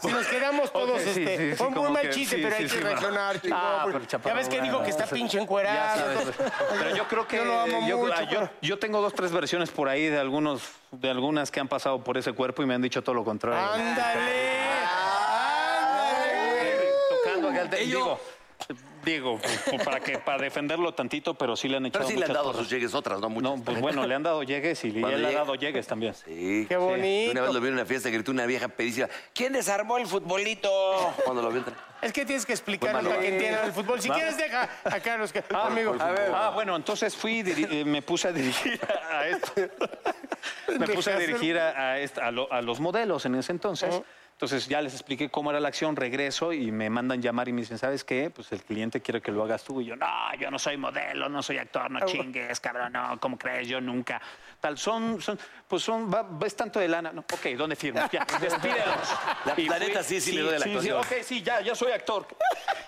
[SPEAKER 5] Si nos quedamos todos,
[SPEAKER 9] Ok, sí,
[SPEAKER 5] este,
[SPEAKER 9] sí, sí,
[SPEAKER 5] fue un muy
[SPEAKER 9] como
[SPEAKER 5] mal
[SPEAKER 9] que-
[SPEAKER 5] chiste,
[SPEAKER 9] sí,
[SPEAKER 5] pero
[SPEAKER 9] sí,
[SPEAKER 5] hay que
[SPEAKER 9] sí, ma.
[SPEAKER 5] reaccionar, chico.
[SPEAKER 9] Ah,
[SPEAKER 5] porque
[SPEAKER 9] pero chaparro,
[SPEAKER 5] ya ves que
[SPEAKER 9] bueno,
[SPEAKER 5] dijo que está
[SPEAKER 9] o sea,
[SPEAKER 5] pinche
[SPEAKER 9] ya
[SPEAKER 5] encuerado.
[SPEAKER 9] sabes. Pero yo creo que
[SPEAKER 5] Yo lo amo
[SPEAKER 9] yo,
[SPEAKER 5] mucho,
[SPEAKER 9] ah, yo-
[SPEAKER 5] pero-
[SPEAKER 9] yo tengo dos, tres versiones por ahí de algunos, de algunas que han pasado por ese cuerpo y me han dicho todo lo contrario.
[SPEAKER 5] ¡Ándale!
[SPEAKER 9] Tocando acá el te- digo, digo, p- para que para defenderlo tantito, pero sí le han echado
[SPEAKER 4] Pero sí le han
[SPEAKER 9] muchas
[SPEAKER 4] dado
[SPEAKER 9] porras.
[SPEAKER 4] sus llegues otras, ¿no? Muchas.
[SPEAKER 9] No, pues bueno, le han dado llegues y
[SPEAKER 4] Cuando
[SPEAKER 9] ya le ha
[SPEAKER 4] llegue-
[SPEAKER 9] dado llegues también.
[SPEAKER 4] Sí.
[SPEAKER 5] Qué bonito.
[SPEAKER 4] Una vez lo vi en una fiesta, gritó una vieja pedísima, ¿quién desarmó el futbolito? Cuando lo vi entrar.
[SPEAKER 5] Es que tienes que explicar
[SPEAKER 4] Fue
[SPEAKER 5] al
[SPEAKER 4] malo.
[SPEAKER 5] taqueteado del fútbol. Si
[SPEAKER 9] Vamos.
[SPEAKER 5] quieres, deja a Carlos. que- amigo.
[SPEAKER 9] A ver. Ah, bueno, entonces fui, y diri- eh, me puse a dirigir a esto. Me puse a dirigir a, a est- a lo- a los modelos en ese entonces. Entonces ya les expliqué cómo era la acción, regreso y me mandan llamar y me dicen, ¿sabes qué? Pues el cliente quiere que lo hagas tú. Y yo, no, yo no soy modelo, no soy actor, no chingues, cabrón, no, ¿cómo crees? Yo nunca. Tal, son, son, pues son, va- ves tanto de lana. No, ok, ¿dónde firmo? Ya, despídelos.
[SPEAKER 4] La-
[SPEAKER 9] Y
[SPEAKER 4] la neta sí, sí le doy a la actuación.
[SPEAKER 9] ok, sí, ya, ya soy actor.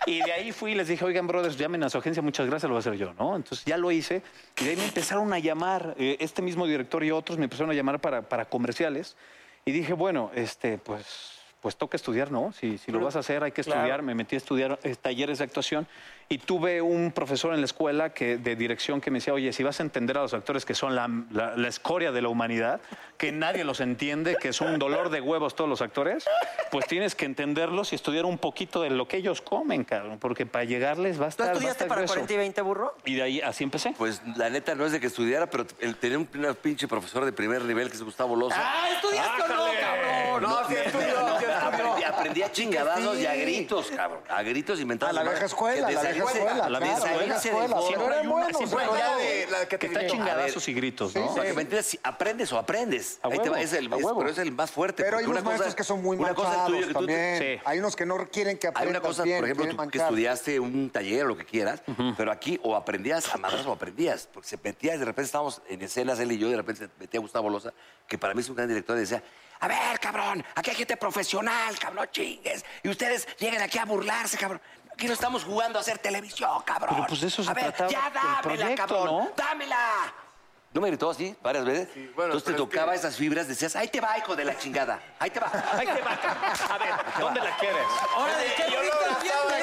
[SPEAKER 9] Y de ahí fui y les dije, oigan, brothers, llamen a su agencia, muchas gracias, lo voy a hacer yo, ¿no? Entonces ya lo hice. Y de ahí me empezaron a llamar, eh, este mismo director y otros me empezaron a llamar para, para comerciales. Y dije, bueno, este, pues, pues toca estudiar, ¿no? Si, si lo vas a hacer, hay que estudiar. Me metí a estudiar eh, talleres de actuación. Y tuve un profesor en la escuela que, de dirección que me decía, oye, si vas a entender a los actores que son la, la- la escoria de la humanidad, que nadie los entiende, que es un dolor de huevos todos los actores, pues tienes que entenderlos y estudiar un poquito de lo que ellos comen, cabrón, porque para llegarles va
[SPEAKER 6] ¿Tú
[SPEAKER 9] a estar. va a
[SPEAKER 6] estudiaste
[SPEAKER 9] estar
[SPEAKER 6] para
[SPEAKER 9] grueso.
[SPEAKER 6] 40 y 20, burro?
[SPEAKER 9] Y de ahí así empecé.
[SPEAKER 4] Pues la neta no es de que estudiara, pero el tener un primer pinche profesor de primer nivel que es Gustavo Loza.
[SPEAKER 6] ¡Ah, estudiaste o no, cabrón!
[SPEAKER 3] No, sí estudió, sí estudió.
[SPEAKER 4] Aprendí, aprendí a chingadazos y a gritos, cabrón. A gritos inventados.
[SPEAKER 7] A la vieja escuela, a la vieja escuela,
[SPEAKER 4] La
[SPEAKER 7] claro, a la vieja escuela. Siempre hay una- siempre hay una de- la que te
[SPEAKER 4] está
[SPEAKER 7] grita.
[SPEAKER 4] chingadazos
[SPEAKER 9] y gritos,
[SPEAKER 4] ¿no? Para que me entiendas, si aprendes o aprendes.
[SPEAKER 9] A
[SPEAKER 4] Ahí te
[SPEAKER 9] huevo,
[SPEAKER 4] va, es el,
[SPEAKER 9] a
[SPEAKER 4] es-
[SPEAKER 9] huevo.
[SPEAKER 4] pero es el más fuerte.
[SPEAKER 7] Pero hay
[SPEAKER 4] porque
[SPEAKER 7] unos
[SPEAKER 4] cosa-
[SPEAKER 7] maestros que son muy
[SPEAKER 4] una cosa es
[SPEAKER 7] manchados
[SPEAKER 4] tuyo que tú te-
[SPEAKER 7] también.
[SPEAKER 9] Sí.
[SPEAKER 7] Hay unos que no quieren que
[SPEAKER 4] Hay
[SPEAKER 7] aprendan
[SPEAKER 4] una cosa,
[SPEAKER 7] bien,
[SPEAKER 4] por ejemplo,
[SPEAKER 7] quieren
[SPEAKER 4] tú que
[SPEAKER 7] manchar.
[SPEAKER 4] estudiaste un taller o lo que quieras, pero aquí o aprendías a madras o aprendías, porque se metía y de repente estábamos en escenas, él y yo, y de repente se metía Gustavo Loza, que para mí es un gran director, y decía, a ver, cabrón, aquí hay gente profesional, cabrón, chingues, y ustedes llegan aquí a burlarse, cabrón. Aquí no estamos jugando a hacer televisión, cabrón.
[SPEAKER 9] Pero, pues, de eso se
[SPEAKER 4] A ver,
[SPEAKER 9] trataba
[SPEAKER 4] ya
[SPEAKER 9] el
[SPEAKER 4] dámela,
[SPEAKER 9] proyecto,
[SPEAKER 4] cabrón,
[SPEAKER 9] ¿no?
[SPEAKER 4] dámela. ¿No me gritó así varias veces?
[SPEAKER 3] bueno,
[SPEAKER 4] Entonces te
[SPEAKER 3] pero es que-
[SPEAKER 4] tocaba esas fibras, decías, ahí te va, hijo de la chingada, ahí te va, ahí te va. A ver, ¿dónde la quieres?
[SPEAKER 6] Ahora, ¿de qué grito
[SPEAKER 9] ¿eh?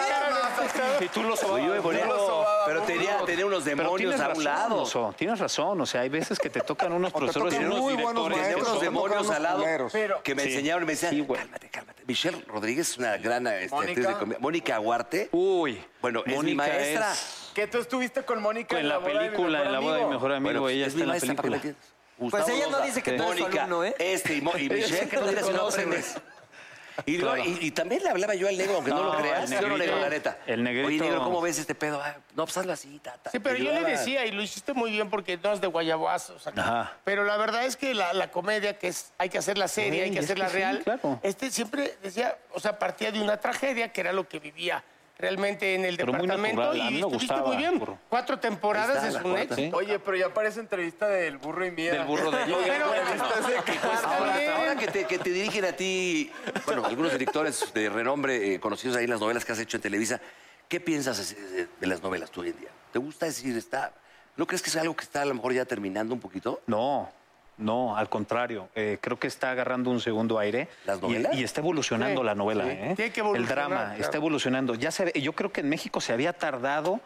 [SPEAKER 9] Y tú lo sobabas.
[SPEAKER 4] Oye,
[SPEAKER 9] tú
[SPEAKER 4] pero-
[SPEAKER 9] lo sobabas.
[SPEAKER 4] pero tenía, tenía unos
[SPEAKER 9] Pero
[SPEAKER 4] demonios
[SPEAKER 9] tienes
[SPEAKER 4] a un
[SPEAKER 9] razón,
[SPEAKER 4] lado.
[SPEAKER 9] Oso, tienes razón, o sea, hay veces que te tocan unos
[SPEAKER 7] te
[SPEAKER 9] profesores y
[SPEAKER 7] tocan
[SPEAKER 9] unos
[SPEAKER 7] muy buenos
[SPEAKER 9] directores.
[SPEAKER 4] Tenía
[SPEAKER 7] maestros,
[SPEAKER 9] que
[SPEAKER 4] unos
[SPEAKER 7] te tocan
[SPEAKER 9] son-
[SPEAKER 4] demonios
[SPEAKER 7] unos
[SPEAKER 4] al lado
[SPEAKER 7] culeros.
[SPEAKER 4] que me enseñaron y me decían,
[SPEAKER 9] Sí, güey.
[SPEAKER 4] cálmate, cálmate. Michelle Rodríguez es una gran este, actriz de comedia. Mónica Aguarte.
[SPEAKER 9] Uy,
[SPEAKER 4] Bueno, es mi
[SPEAKER 9] Mónica
[SPEAKER 4] maestra.
[SPEAKER 9] es-
[SPEAKER 2] Que tú estuviste con Mónica
[SPEAKER 9] en la
[SPEAKER 2] boda de mi
[SPEAKER 9] película, en la boda de mi
[SPEAKER 2] amigo.
[SPEAKER 9] mejor amigo,
[SPEAKER 4] Bueno, pues, es
[SPEAKER 9] ella está
[SPEAKER 4] mi
[SPEAKER 9] en la
[SPEAKER 4] maestra, ¿para
[SPEAKER 9] película.
[SPEAKER 4] qué Pues la quieres? Gustavo
[SPEAKER 6] Pues ella no
[SPEAKER 4] Loza,
[SPEAKER 6] dice que tú eres su
[SPEAKER 4] Mónica,
[SPEAKER 6] alumno, ¿eh?
[SPEAKER 4] Este y, Mo- y Michelle, que no digas si no
[SPEAKER 6] conoce,
[SPEAKER 4] aprendes. Y, luego-
[SPEAKER 9] Claro.
[SPEAKER 4] y- y también le hablaba yo al negro, aunque no,
[SPEAKER 9] No,
[SPEAKER 4] lo
[SPEAKER 9] el
[SPEAKER 4] creas. Yo no
[SPEAKER 9] negrito.
[SPEAKER 4] negro, la neta.
[SPEAKER 9] El negrito.
[SPEAKER 4] Oye, negro, ¿cómo ves este pedo? Ah, no, pues hazlo así, tata.
[SPEAKER 5] Sí, pero yo le decía, y lo hiciste muy bien porque no es de guayabazos. acá.
[SPEAKER 9] Ajá.
[SPEAKER 5] Pero la verdad es que la, la comedia, que es, hay que hacer la serie, hay
[SPEAKER 9] Ey,
[SPEAKER 5] que
[SPEAKER 9] es
[SPEAKER 5] hacerla
[SPEAKER 9] que sí,
[SPEAKER 5] real,
[SPEAKER 9] claro.
[SPEAKER 5] este siempre decía, o sea, partía de una tragedia, que era lo que vivía realmente en el
[SPEAKER 9] Pero muy
[SPEAKER 5] departamento,
[SPEAKER 9] natural, a mí
[SPEAKER 5] y
[SPEAKER 9] me
[SPEAKER 5] estuviste
[SPEAKER 9] gustaba,
[SPEAKER 5] muy bien.
[SPEAKER 9] burro.
[SPEAKER 5] Cuatro temporadas
[SPEAKER 4] Ahí está,
[SPEAKER 5] es
[SPEAKER 4] la
[SPEAKER 5] un
[SPEAKER 4] cuarta.
[SPEAKER 5] éxito.
[SPEAKER 2] Oye, pero ya parece entrevista del burro y mía.
[SPEAKER 9] Del burro de
[SPEAKER 5] Pero- Pues está
[SPEAKER 4] Ahora,
[SPEAKER 5] bien.
[SPEAKER 4] ahora que, te, que te dirigen a ti, bueno, algunos directores de renombre eh, conocidos ahí en las novelas que has hecho en Televisa, ¿qué piensas eh, de, las novelas tú hoy en día? ¿Te gusta decir, está, no crees que es algo que está a lo mejor ya terminando un poquito?
[SPEAKER 9] No, no, al contrario. Eh, creo que está agarrando un segundo aire.
[SPEAKER 4] ¿Las
[SPEAKER 9] y-
[SPEAKER 4] novelas?
[SPEAKER 9] Y, está evolucionando
[SPEAKER 5] Sí,
[SPEAKER 9] la novela.
[SPEAKER 5] sí.
[SPEAKER 9] ¿eh?
[SPEAKER 5] Tiene que
[SPEAKER 9] El
[SPEAKER 5] evolucionar,
[SPEAKER 9] drama
[SPEAKER 5] claro.
[SPEAKER 9] está evolucionando. Ya se, ve- yo creo que en México se había tardado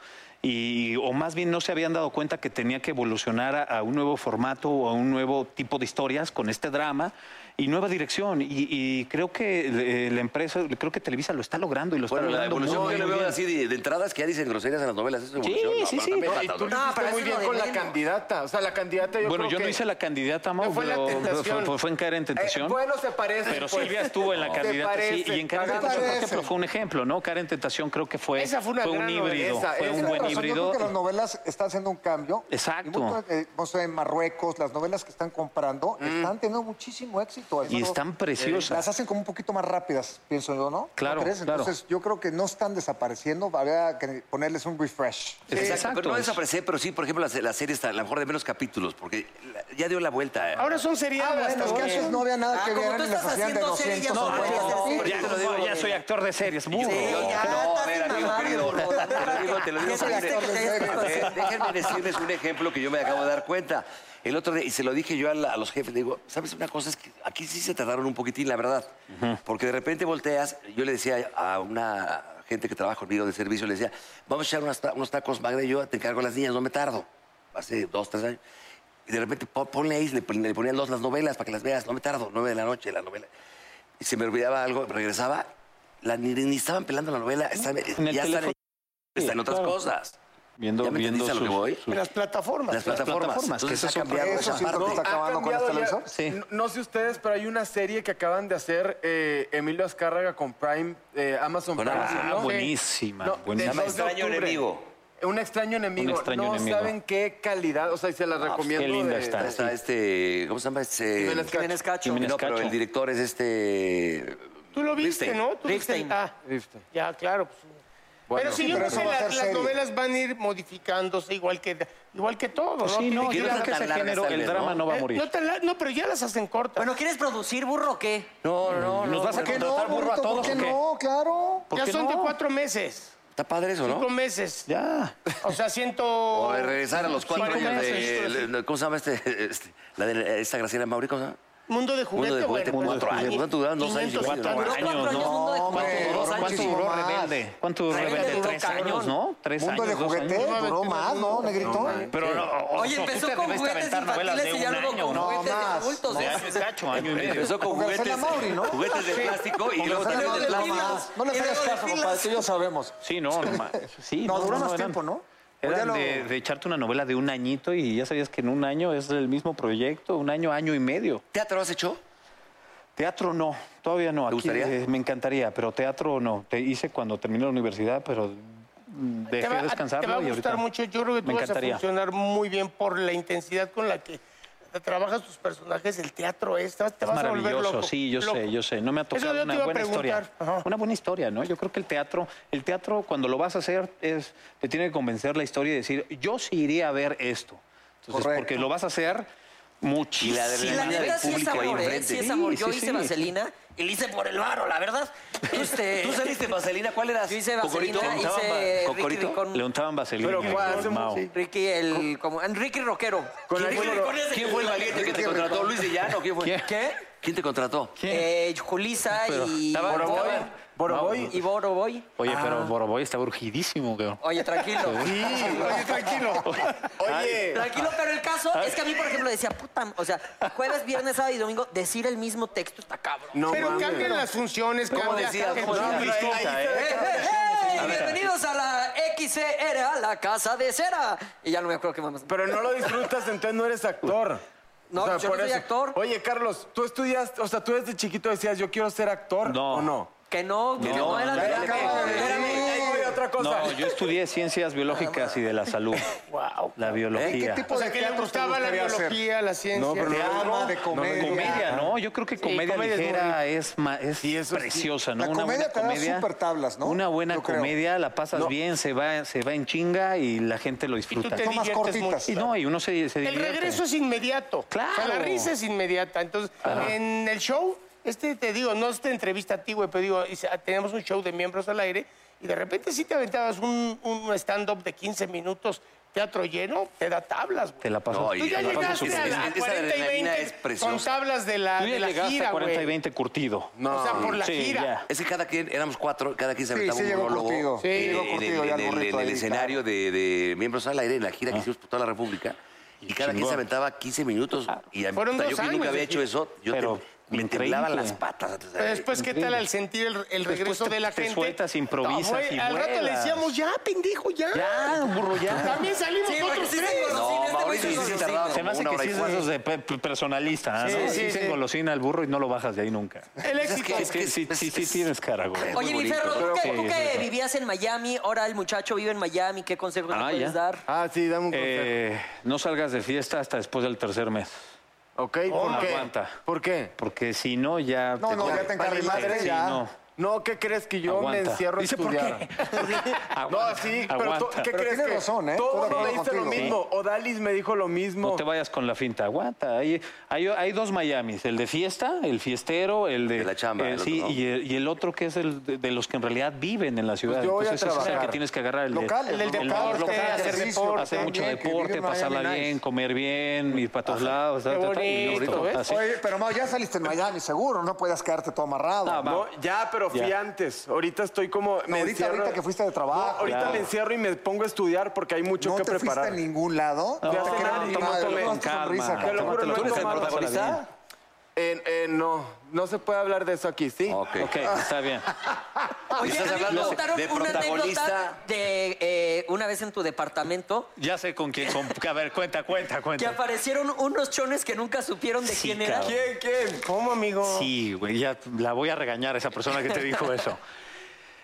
[SPEAKER 9] y o más bien no se habían dado cuenta que tenía que evolucionar a, a un nuevo formato o a un nuevo tipo de historias con este drama y nueva dirección. Y, y creo que eh, la empresa, creo que Televisa lo está logrando y lo está
[SPEAKER 4] Bueno, la
[SPEAKER 9] logrando muy,
[SPEAKER 4] evolución que yo le
[SPEAKER 9] muy
[SPEAKER 4] veo
[SPEAKER 9] bien.
[SPEAKER 4] así de, de entradas que ya dicen groserías en las novelas, eso es evolución.
[SPEAKER 9] sí,
[SPEAKER 4] pero
[SPEAKER 9] sí.
[SPEAKER 4] también
[SPEAKER 9] No,
[SPEAKER 2] Y
[SPEAKER 4] falta,
[SPEAKER 2] tú lo
[SPEAKER 6] No, pero
[SPEAKER 2] hiciste muy
[SPEAKER 6] eso es lo
[SPEAKER 2] bien
[SPEAKER 6] de
[SPEAKER 2] con la
[SPEAKER 6] menos.
[SPEAKER 2] candidata. O sea, la candidata yo
[SPEAKER 9] Bueno,
[SPEAKER 2] creo
[SPEAKER 9] yo no
[SPEAKER 2] que- eh,
[SPEAKER 9] hice la candidata, Mau,
[SPEAKER 2] No fue la
[SPEAKER 9] pero
[SPEAKER 2] tentación.
[SPEAKER 9] fue, fue- fue en caer en
[SPEAKER 2] Eh,
[SPEAKER 9] tentación.
[SPEAKER 2] bueno, se parece. pues.
[SPEAKER 9] Pero
[SPEAKER 3] Pues,
[SPEAKER 9] Silvia estuvo en la candidata, sí, y en Karen
[SPEAKER 7] Te
[SPEAKER 9] Tentación, por
[SPEAKER 7] parece.
[SPEAKER 9] ejemplo, fue un ejemplo, ¿no? Karen Tentación creo que fue,
[SPEAKER 5] Esa fue una
[SPEAKER 9] un
[SPEAKER 5] gran
[SPEAKER 9] híbrido,
[SPEAKER 2] novela, esa, esa
[SPEAKER 9] fue un
[SPEAKER 7] Tienes
[SPEAKER 9] buen
[SPEAKER 7] razón, Yo
[SPEAKER 9] híbrido.
[SPEAKER 7] creo que las novelas están haciendo un cambio.
[SPEAKER 9] Exacto.
[SPEAKER 4] Mm.
[SPEAKER 7] Y muchas, eh, no sé, en Marruecos, las novelas que están comprando están teniendo muchísimo éxito. Exacto.
[SPEAKER 9] Y están preciosas.
[SPEAKER 7] Las hacen como un poquito más rápidas, pienso yo, ¿no?
[SPEAKER 9] Claro,
[SPEAKER 7] ¿No crees?
[SPEAKER 9] claro.
[SPEAKER 7] Entonces, yo creo que no están desapareciendo. Habría que ponerles un refresh.
[SPEAKER 4] Exacto, Pero no desaparecer, pero sí, por ejemplo, la, la serie está a lo mejor de menos capítulos, porque la- ya dio la vuelta. eh.
[SPEAKER 5] Ahora son seriadas.
[SPEAKER 7] Ah, bueno, Ah, es que
[SPEAKER 5] también.
[SPEAKER 7] antes no había nada que ver y las hacían de 200.
[SPEAKER 9] No,
[SPEAKER 7] ¿no?
[SPEAKER 9] no, ya, te lo digo, ya soy actor de series. burro.
[SPEAKER 4] No, a ver, amigo querido, te lo digo, te lo digo.
[SPEAKER 6] Ya sabiste
[SPEAKER 4] porque-
[SPEAKER 6] que te ibas a
[SPEAKER 4] Eh,
[SPEAKER 6] conocer.
[SPEAKER 4] Déjenme decirles un ejemplo que yo me acabo de dar cuenta. El otro día, y se lo dije yo a, la- a los jefes, le digo, ¿sabes una cosa? Es que aquí sí se tardaron un poquitín, la verdad. Porque de repente volteas, yo le decía a una gente que trabaja conmigo de servicio, le decía, vamos a echar unas ta- unos tacos, Magda, y yo te encargo las niñas, no me tardo. Hace dos, tres años. Y de repente, po- ponle ahí, le, pon- le ponía dos las novelas para que las veas, no me tardo, nueve de la noche, la novela. Y se me olvidaba algo, regresaba, la- ni, ni estaban pelando la novela, están,
[SPEAKER 9] el
[SPEAKER 4] ya están,
[SPEAKER 9] teléfono.
[SPEAKER 4] están en otras
[SPEAKER 9] Claro.
[SPEAKER 4] cosas.
[SPEAKER 9] Viendo,
[SPEAKER 4] ¿Ya me
[SPEAKER 9] viendo
[SPEAKER 4] entendiste a lo que voy?
[SPEAKER 5] En las plataformas.
[SPEAKER 4] Las plataformas.
[SPEAKER 9] plataformas, que
[SPEAKER 4] Entonces
[SPEAKER 9] eso
[SPEAKER 4] ha
[SPEAKER 9] es otro-
[SPEAKER 4] cambiado
[SPEAKER 7] Eso
[SPEAKER 4] esa
[SPEAKER 7] siento que
[SPEAKER 4] parte.
[SPEAKER 7] está acabando con los
[SPEAKER 2] cambiado ya-
[SPEAKER 7] televisores.
[SPEAKER 9] Sí.
[SPEAKER 2] No, no sé ustedes, pero hay una serie que acaban de hacer eh, Emilio Azcárraga con Prime, eh, Amazon
[SPEAKER 4] Con
[SPEAKER 2] Prime.
[SPEAKER 4] Amazon.
[SPEAKER 9] Ah,
[SPEAKER 2] ¿no?
[SPEAKER 9] buenísima.
[SPEAKER 2] No,
[SPEAKER 4] Se
[SPEAKER 9] buenísima.
[SPEAKER 4] llama
[SPEAKER 2] del dos de
[SPEAKER 4] Extraño
[SPEAKER 2] octubre.
[SPEAKER 4] Enemigo.
[SPEAKER 2] Un extraño enemigo.
[SPEAKER 9] Un extraño
[SPEAKER 2] no
[SPEAKER 9] enemigo.
[SPEAKER 2] saben qué calidad, o sea, y se las recomiendo.
[SPEAKER 9] qué linda
[SPEAKER 2] de-
[SPEAKER 9] está.
[SPEAKER 4] Está este, ¿cómo se llama? Este,
[SPEAKER 2] Jiménez Cacho.
[SPEAKER 6] Jiménez Cacho.
[SPEAKER 9] Jiménez
[SPEAKER 4] no, pero
[SPEAKER 9] Cacho.
[SPEAKER 4] el director es este...
[SPEAKER 5] Tú lo viste,
[SPEAKER 4] Ripstein.
[SPEAKER 5] ¿no? ¿Tú viste?
[SPEAKER 6] Ripstein.
[SPEAKER 5] Ah,
[SPEAKER 2] Ripstein.
[SPEAKER 5] ya, claro. pues. pero si yo
[SPEAKER 7] pero eso
[SPEAKER 5] creo que
[SPEAKER 7] va a
[SPEAKER 5] la-
[SPEAKER 7] ser
[SPEAKER 5] las
[SPEAKER 7] serie.
[SPEAKER 5] novelas van a ir modificándose igual que, igual que todo, ¿no?
[SPEAKER 9] Pues Sí,
[SPEAKER 5] Tiene que
[SPEAKER 9] no, yo
[SPEAKER 5] ir
[SPEAKER 9] creo que
[SPEAKER 5] adaptando.
[SPEAKER 9] ese
[SPEAKER 4] largas,
[SPEAKER 9] género,
[SPEAKER 4] tal
[SPEAKER 9] el
[SPEAKER 4] vez,
[SPEAKER 9] drama
[SPEAKER 4] ¿no?
[SPEAKER 9] no va a
[SPEAKER 5] Eh,
[SPEAKER 9] morir.
[SPEAKER 5] no, tan la- no, pero ya las hacen cortas.
[SPEAKER 6] Bueno, ¿quieres producir burro o qué?
[SPEAKER 4] No, no, no.
[SPEAKER 9] ¿Nos vas a
[SPEAKER 7] ¿Por qué
[SPEAKER 9] contratar
[SPEAKER 7] no,
[SPEAKER 9] burro a
[SPEAKER 7] burrito? ¿Por
[SPEAKER 9] todos
[SPEAKER 7] qué
[SPEAKER 9] o qué?
[SPEAKER 7] no? Claro.
[SPEAKER 9] ¿Por
[SPEAKER 5] ya
[SPEAKER 9] qué
[SPEAKER 5] son de
[SPEAKER 9] no?
[SPEAKER 5] cuatro meses,
[SPEAKER 4] Está padre eso,
[SPEAKER 5] cinco
[SPEAKER 4] ¿no?
[SPEAKER 5] meses.
[SPEAKER 9] Ya.
[SPEAKER 5] O sea, ciento...
[SPEAKER 4] O de regresar a los cuatro
[SPEAKER 5] Cinco
[SPEAKER 4] años
[SPEAKER 5] meses,
[SPEAKER 4] de...
[SPEAKER 5] sí.
[SPEAKER 4] le- ¿Cómo se llama este? este, la de esta Graciela Mauri, ¿cómo se llama?
[SPEAKER 5] Mundo de juguete,
[SPEAKER 4] Mundo de juguete,
[SPEAKER 5] bueno, pues
[SPEAKER 4] cuatro años. ¿Cuánto duraron? Dos años y
[SPEAKER 5] Quinientos
[SPEAKER 4] medio, ¿no?
[SPEAKER 5] cuatro
[SPEAKER 6] Duró
[SPEAKER 5] años.
[SPEAKER 6] cuatro años mundo de
[SPEAKER 7] hombre,
[SPEAKER 6] juguete.
[SPEAKER 7] duró
[SPEAKER 9] ¿Cuánto
[SPEAKER 7] muchísimo
[SPEAKER 9] duró
[SPEAKER 7] más.
[SPEAKER 9] Rebelde? ¿Cuánto duró
[SPEAKER 6] Rebelde
[SPEAKER 9] Rebelde?
[SPEAKER 6] duró
[SPEAKER 9] ¿Tres
[SPEAKER 6] cañón.
[SPEAKER 9] años, no? ¿Tres
[SPEAKER 7] Mundo de
[SPEAKER 9] años? dos
[SPEAKER 7] juguete
[SPEAKER 9] años?
[SPEAKER 7] duró más, ¿no, negrito?
[SPEAKER 9] Pero no, o- o-
[SPEAKER 6] Oye,
[SPEAKER 9] tú
[SPEAKER 6] empezó
[SPEAKER 9] te
[SPEAKER 6] con
[SPEAKER 9] debiste
[SPEAKER 6] juguetes
[SPEAKER 9] aventar novelas
[SPEAKER 6] infantiles y
[SPEAKER 9] de
[SPEAKER 6] ya
[SPEAKER 9] un
[SPEAKER 6] luego
[SPEAKER 9] año,
[SPEAKER 6] con
[SPEAKER 9] ¿no?
[SPEAKER 6] juguetes de
[SPEAKER 7] más.
[SPEAKER 6] adultos.
[SPEAKER 9] De
[SPEAKER 6] ¿eh?
[SPEAKER 9] año y cacho, año y medio.
[SPEAKER 4] Empezó con
[SPEAKER 7] Con Graciela
[SPEAKER 4] juguetes,
[SPEAKER 7] Mauri, ¿no?
[SPEAKER 4] juguetes de plástico y
[SPEAKER 7] Graciela
[SPEAKER 4] luego también
[SPEAKER 7] Mauri
[SPEAKER 4] de
[SPEAKER 6] de
[SPEAKER 7] duró
[SPEAKER 4] plástico.
[SPEAKER 6] pilas.
[SPEAKER 7] más. No le
[SPEAKER 6] Y luego
[SPEAKER 7] hagas
[SPEAKER 6] de
[SPEAKER 7] caso,
[SPEAKER 6] pilas.
[SPEAKER 7] compadre, tú y yo sabemos.
[SPEAKER 9] Sí, no, no, ma- sí,
[SPEAKER 7] No, duró más
[SPEAKER 9] eran-
[SPEAKER 7] tiempo, ¿no?
[SPEAKER 9] Eran
[SPEAKER 7] O ya lo-
[SPEAKER 9] de, de echarte una novela de un añito y ya sabías que en un año es el mismo proyecto, un año, año y medio.
[SPEAKER 4] ¿Teatro has hecho?
[SPEAKER 9] Teatro no, todavía no.
[SPEAKER 4] ¿Te gustaría?
[SPEAKER 9] eh, me encantaría, pero teatro no. Te hice cuando terminé la universidad, pero mm, dejé
[SPEAKER 5] Te va,
[SPEAKER 9] descansarlo
[SPEAKER 5] te va a
[SPEAKER 9] y
[SPEAKER 5] gustar
[SPEAKER 9] ahorita
[SPEAKER 5] mucho. Yo creo que
[SPEAKER 9] me
[SPEAKER 5] tú vas a
[SPEAKER 9] encantaría.
[SPEAKER 5] funcionar muy bien por la intensidad con la que trabajas tus personajes. El teatro es, te vas
[SPEAKER 9] Es
[SPEAKER 5] a volver
[SPEAKER 9] maravilloso,
[SPEAKER 5] loco,
[SPEAKER 9] sí, yo
[SPEAKER 5] loco.
[SPEAKER 9] sé, yo sé. No me ha
[SPEAKER 5] Eso
[SPEAKER 9] tocado
[SPEAKER 5] yo te
[SPEAKER 9] una
[SPEAKER 5] iba a
[SPEAKER 9] buena historia.
[SPEAKER 5] preguntar. Ajá.
[SPEAKER 9] Una buena historia, ¿no? Yo creo que el teatro, el teatro cuando lo vas a hacer, es, te tiene que convencer la historia y decir, yo sí iría a ver esto. Entonces,
[SPEAKER 7] Correcto.
[SPEAKER 9] porque lo vas a hacer
[SPEAKER 4] Y
[SPEAKER 9] muchísimo.
[SPEAKER 4] la
[SPEAKER 6] Sí,
[SPEAKER 4] adrenalina
[SPEAKER 6] la
[SPEAKER 4] del
[SPEAKER 6] neta sí es
[SPEAKER 4] público ahí
[SPEAKER 6] amor, ¿eh?
[SPEAKER 4] enfrente.
[SPEAKER 6] Sí es amor. Yo
[SPEAKER 9] Sí, sí,
[SPEAKER 6] hice
[SPEAKER 9] sí.
[SPEAKER 6] vaselina y le hice por el varo, la verdad. Este,
[SPEAKER 4] ¿Tú saliste en Vaselina? ¿Cuál eras?
[SPEAKER 6] Yo hice
[SPEAKER 4] ¿Cocorito?
[SPEAKER 6] vaselina, hice Ricky
[SPEAKER 4] ¿Cocorito?
[SPEAKER 6] Ricón.
[SPEAKER 9] Le untaban vaselina.
[SPEAKER 2] Pero
[SPEAKER 9] y
[SPEAKER 2] fue
[SPEAKER 9] con
[SPEAKER 2] hace mucho,
[SPEAKER 9] Mao.
[SPEAKER 2] sí.
[SPEAKER 6] Ricky, el. Como, Enrique Roquero.
[SPEAKER 2] Con
[SPEAKER 6] Ricky
[SPEAKER 2] alguno-
[SPEAKER 6] Ricón es el-
[SPEAKER 4] ¿Quién fue el valiente que te contrató? ¿Luis de Llano? ¿Quién fue?
[SPEAKER 6] ¿Qué?
[SPEAKER 4] ¿Quién te contrató?
[SPEAKER 6] Eh, Julisa y.
[SPEAKER 9] estaba-
[SPEAKER 6] Boroboy.
[SPEAKER 9] estaba-
[SPEAKER 6] Boroboy. Y Boroboy.
[SPEAKER 9] Oye,
[SPEAKER 6] Ah.
[SPEAKER 9] pero Boroboy está urgidísimo, cabrón.
[SPEAKER 6] Oye, tranquilo.
[SPEAKER 5] Oye, tranquilo. Oye.
[SPEAKER 6] Tranquilo, pero el caso es que a mí, por ejemplo, decía, puta, o sea, jueves, viernes, sábado y domingo, decir el mismo texto está cabrón.
[SPEAKER 2] No
[SPEAKER 5] pero
[SPEAKER 2] mames.
[SPEAKER 5] cambian las funciones, cambia.
[SPEAKER 4] decías?
[SPEAKER 5] cambia-
[SPEAKER 4] ¿Cómo
[SPEAKER 5] No,
[SPEAKER 4] decías?
[SPEAKER 5] pero ahí- ahí-
[SPEAKER 6] ¡Eh, eh, eh! Bienvenidos a la XCR, a la casa de cera. Y ya no me acuerdo qué más.
[SPEAKER 2] Pero no lo disfrutas, entonces no eres actor.
[SPEAKER 6] No, yo no soy actor.
[SPEAKER 2] Oye, Carlos, tú estudiaste, o sea, tú desde chiquito decías, yo quiero ser actor,
[SPEAKER 9] No.
[SPEAKER 2] ¿o no?
[SPEAKER 6] Que no, que no, era
[SPEAKER 2] Espérame,
[SPEAKER 6] de-
[SPEAKER 2] espérame, ahí voy a otra cosa.
[SPEAKER 9] No, yo estudié ciencias biológicas y de la salud.
[SPEAKER 6] Eh,
[SPEAKER 9] La biología.
[SPEAKER 7] ¿Qué tipo
[SPEAKER 5] O sea,
[SPEAKER 7] de
[SPEAKER 5] que le
[SPEAKER 7] teatro te
[SPEAKER 5] gustaba la
[SPEAKER 7] gustaría hacer?
[SPEAKER 5] biología, la ciencia.
[SPEAKER 2] No, pero
[SPEAKER 5] el
[SPEAKER 2] no,
[SPEAKER 5] teatro.
[SPEAKER 7] Drama, de
[SPEAKER 9] No,
[SPEAKER 7] comedia.
[SPEAKER 9] comedia, no, yo creo que comedia,
[SPEAKER 2] comedia es
[SPEAKER 9] ligera es, ma- es
[SPEAKER 2] Y eso sí.
[SPEAKER 9] preciosa, ¿no?
[SPEAKER 7] La
[SPEAKER 9] una
[SPEAKER 7] comedia
[SPEAKER 9] buena
[SPEAKER 7] te da
[SPEAKER 9] comedia.
[SPEAKER 7] súper tablas, ¿no?
[SPEAKER 9] Una buena
[SPEAKER 7] Yo creo.
[SPEAKER 9] comedia, la pasas bien, se va, se va en chinga y la gente lo
[SPEAKER 5] Y tú
[SPEAKER 9] disfruta.
[SPEAKER 5] te
[SPEAKER 7] Son más
[SPEAKER 5] diviertes
[SPEAKER 7] cortitas.
[SPEAKER 9] Y
[SPEAKER 5] mucho.
[SPEAKER 9] no, y uno se, se
[SPEAKER 5] El
[SPEAKER 9] divierte.
[SPEAKER 5] regreso es inmediato.
[SPEAKER 9] Claro.
[SPEAKER 5] O sea, la risa es inmediata. Entonces, en el show, este te digo, no es te entrevista a ti, güey, pero digo, hice- ah, tenemos un show de miembros al aire y de repente si te aventabas un, un stand-up de 15 minutos, teatro lleno, te da tablas, güey. Pues
[SPEAKER 9] Te la pasas.
[SPEAKER 4] No,
[SPEAKER 5] Tú ya
[SPEAKER 4] Te la pasas
[SPEAKER 5] llegaste a
[SPEAKER 4] súper bien.
[SPEAKER 5] la
[SPEAKER 4] Esa
[SPEAKER 5] 40 y
[SPEAKER 4] adrenalina
[SPEAKER 5] 20
[SPEAKER 4] es
[SPEAKER 5] con
[SPEAKER 4] preciosa.
[SPEAKER 5] tablas de la,
[SPEAKER 9] Tú ya
[SPEAKER 5] de la
[SPEAKER 9] llegaste
[SPEAKER 5] gira,
[SPEAKER 9] a 40 y
[SPEAKER 5] güey.
[SPEAKER 9] 20 curtido.
[SPEAKER 5] O sea, por la
[SPEAKER 9] Sí,
[SPEAKER 5] gira.
[SPEAKER 9] ya.
[SPEAKER 4] Es que cada quien, éramos cuatro, cada quien se
[SPEAKER 7] Sí,
[SPEAKER 4] aventaba
[SPEAKER 7] sí
[SPEAKER 4] un
[SPEAKER 7] llegó
[SPEAKER 4] monólogo
[SPEAKER 7] curtido. Sí,
[SPEAKER 4] en-
[SPEAKER 7] llegó
[SPEAKER 4] en-
[SPEAKER 7] curtido
[SPEAKER 4] en-
[SPEAKER 7] ya el
[SPEAKER 4] en- en-
[SPEAKER 7] burrito
[SPEAKER 4] en el
[SPEAKER 7] ahí,
[SPEAKER 4] escenario de, de Miembros al Aire, en la gira que hicimos por toda la República. Y cada quien se aventaba 15 minutos. Y a mí,
[SPEAKER 5] Fueron
[SPEAKER 4] puta, yo
[SPEAKER 5] dos
[SPEAKER 4] que
[SPEAKER 5] años
[SPEAKER 4] nunca
[SPEAKER 5] de
[SPEAKER 4] había hecho
[SPEAKER 5] gira.
[SPEAKER 4] eso, yo
[SPEAKER 9] Pero
[SPEAKER 4] te- me
[SPEAKER 9] increíble.
[SPEAKER 4] temblaban las patas. antes de-
[SPEAKER 5] Pero después, ¿qué tal al sentir el, el regreso
[SPEAKER 9] te-
[SPEAKER 5] de la
[SPEAKER 9] te
[SPEAKER 5] gente?
[SPEAKER 9] sueltas, improvisas
[SPEAKER 5] güey,
[SPEAKER 9] y
[SPEAKER 5] Al rato le
[SPEAKER 9] vuelas.
[SPEAKER 5] decíamos, ya, pendejo, ya.
[SPEAKER 9] Ya, burro, ya.
[SPEAKER 5] También salimos
[SPEAKER 6] Sí, porque
[SPEAKER 5] otros
[SPEAKER 6] sí
[SPEAKER 5] tres.
[SPEAKER 6] tengo-
[SPEAKER 4] No,
[SPEAKER 6] Este
[SPEAKER 4] Mauricio,
[SPEAKER 6] güey
[SPEAKER 4] sí
[SPEAKER 6] se
[SPEAKER 4] se tardaba
[SPEAKER 6] engolosina.
[SPEAKER 9] Se me
[SPEAKER 4] como
[SPEAKER 9] hace
[SPEAKER 4] una
[SPEAKER 9] que
[SPEAKER 4] hora
[SPEAKER 9] sí
[SPEAKER 4] y
[SPEAKER 9] es de
[SPEAKER 4] cuarto.
[SPEAKER 9] esos de pe- pe- personalista,
[SPEAKER 5] Sí,
[SPEAKER 9] ¿no?
[SPEAKER 5] sí,
[SPEAKER 9] Sí,
[SPEAKER 5] sí.
[SPEAKER 9] se engolosina al burro y no lo bajas de ahí nunca.
[SPEAKER 5] El éxito.
[SPEAKER 4] que-
[SPEAKER 9] Sí, sí,
[SPEAKER 4] es-
[SPEAKER 9] sí, sí,
[SPEAKER 4] es-
[SPEAKER 9] tienes cara, güey.
[SPEAKER 6] Oye, mi
[SPEAKER 4] bonito,
[SPEAKER 6] ferro,
[SPEAKER 4] pero
[SPEAKER 6] tú que,
[SPEAKER 9] sí,
[SPEAKER 6] tú que
[SPEAKER 9] sí, sí.
[SPEAKER 6] vivías en Miami, ahora el muchacho vive en Miami, ¿qué consejos le
[SPEAKER 9] Ah,
[SPEAKER 6] puedes
[SPEAKER 9] ya.
[SPEAKER 6] dar?
[SPEAKER 2] Ah, sí, dame un consejo.
[SPEAKER 9] Eh, no salgas de fiesta hasta después del tercer mes.
[SPEAKER 2] ¿Ok? ¿Por qué? ¿Por qué?
[SPEAKER 9] Porque si no, ya.
[SPEAKER 2] No, no, ya te
[SPEAKER 9] vale
[SPEAKER 2] encarrilaste,
[SPEAKER 9] madre,
[SPEAKER 2] ya.
[SPEAKER 9] sí, no.
[SPEAKER 2] No, ¿qué crees que yo me
[SPEAKER 9] Aguanta.
[SPEAKER 2] encierro a
[SPEAKER 9] Dice, ¿por
[SPEAKER 2] estudiar? no, sí, pero to-
[SPEAKER 9] Aguanta.
[SPEAKER 2] ¿qué
[SPEAKER 9] Pero
[SPEAKER 2] crees
[SPEAKER 9] tiene
[SPEAKER 2] que
[SPEAKER 9] razón, ¿eh? Estoy de
[SPEAKER 2] todo mundo
[SPEAKER 9] acuerdo
[SPEAKER 2] me dice lo
[SPEAKER 9] contigo.
[SPEAKER 2] mismo? Odalis me dijo lo mismo.
[SPEAKER 9] No te vayas con la finta, aguanta. Hay, hay, hay dos Miamis, el de fiesta, el fiestero, el de... la chamba.
[SPEAKER 4] el otro,
[SPEAKER 9] sí,
[SPEAKER 4] ¿no?
[SPEAKER 9] y, el, y el otro que es el de, de los que en realidad viven en la ciudad.
[SPEAKER 4] yo voy a
[SPEAKER 9] Entonces ese es el
[SPEAKER 4] trabajar.
[SPEAKER 9] que tienes que agarrar. El, de-
[SPEAKER 4] Local, el del
[SPEAKER 9] mejor
[SPEAKER 4] deporte, hacer
[SPEAKER 9] ejercicio,
[SPEAKER 4] deporte
[SPEAKER 9] hacer mucho
[SPEAKER 4] también, que
[SPEAKER 9] deporte,
[SPEAKER 4] vive en
[SPEAKER 9] pasarla
[SPEAKER 4] Miami
[SPEAKER 9] bien, comer bien, ir para todos lados. ta, ta, ta, y listo, así.
[SPEAKER 7] Oye, pero Mau, ya saliste en Miami, seguro. No podías quedarte todo amarrado.
[SPEAKER 2] No, ya, pero fui
[SPEAKER 7] Ya.
[SPEAKER 2] antes. Ahorita estoy como.
[SPEAKER 7] No, ahorita,
[SPEAKER 2] encierro-
[SPEAKER 7] ahorita que fuiste de trabajo.
[SPEAKER 2] No, ahorita
[SPEAKER 7] Claro.
[SPEAKER 2] me encierro y me pongo a estudiar porque hay mucho
[SPEAKER 7] ¿No
[SPEAKER 2] que
[SPEAKER 7] te fuiste
[SPEAKER 2] preparar.
[SPEAKER 7] a ningún lado?
[SPEAKER 2] No,
[SPEAKER 7] te creo ni madre, no, esta sonrisa,
[SPEAKER 2] Te lo
[SPEAKER 7] cabrón.
[SPEAKER 2] juro, no
[SPEAKER 7] ¿Tú eres
[SPEAKER 2] he
[SPEAKER 7] el
[SPEAKER 2] tomado.
[SPEAKER 7] protagonista?
[SPEAKER 2] Eh, eh, no, no se puede hablar de eso aquí, ¿sí?
[SPEAKER 9] Ok, está bien.
[SPEAKER 6] Oye,
[SPEAKER 2] Estás
[SPEAKER 6] a mí me
[SPEAKER 2] hablando
[SPEAKER 6] contaron
[SPEAKER 2] de
[SPEAKER 6] una anécdota
[SPEAKER 2] protagonista.
[SPEAKER 6] de eh, una vez en tu departamento
[SPEAKER 9] Ya sé con quién. con- a ver, cuenta, cuenta,
[SPEAKER 6] que
[SPEAKER 9] cuenta.
[SPEAKER 6] aparecieron unos chones que nunca supieron de
[SPEAKER 9] Sí,
[SPEAKER 6] quién eran.
[SPEAKER 9] cabrón. ¿Quién,
[SPEAKER 2] ¿Cómo, amigo?
[SPEAKER 9] Sí, güey, ya la voy a regañar a esa persona que te dijo eso.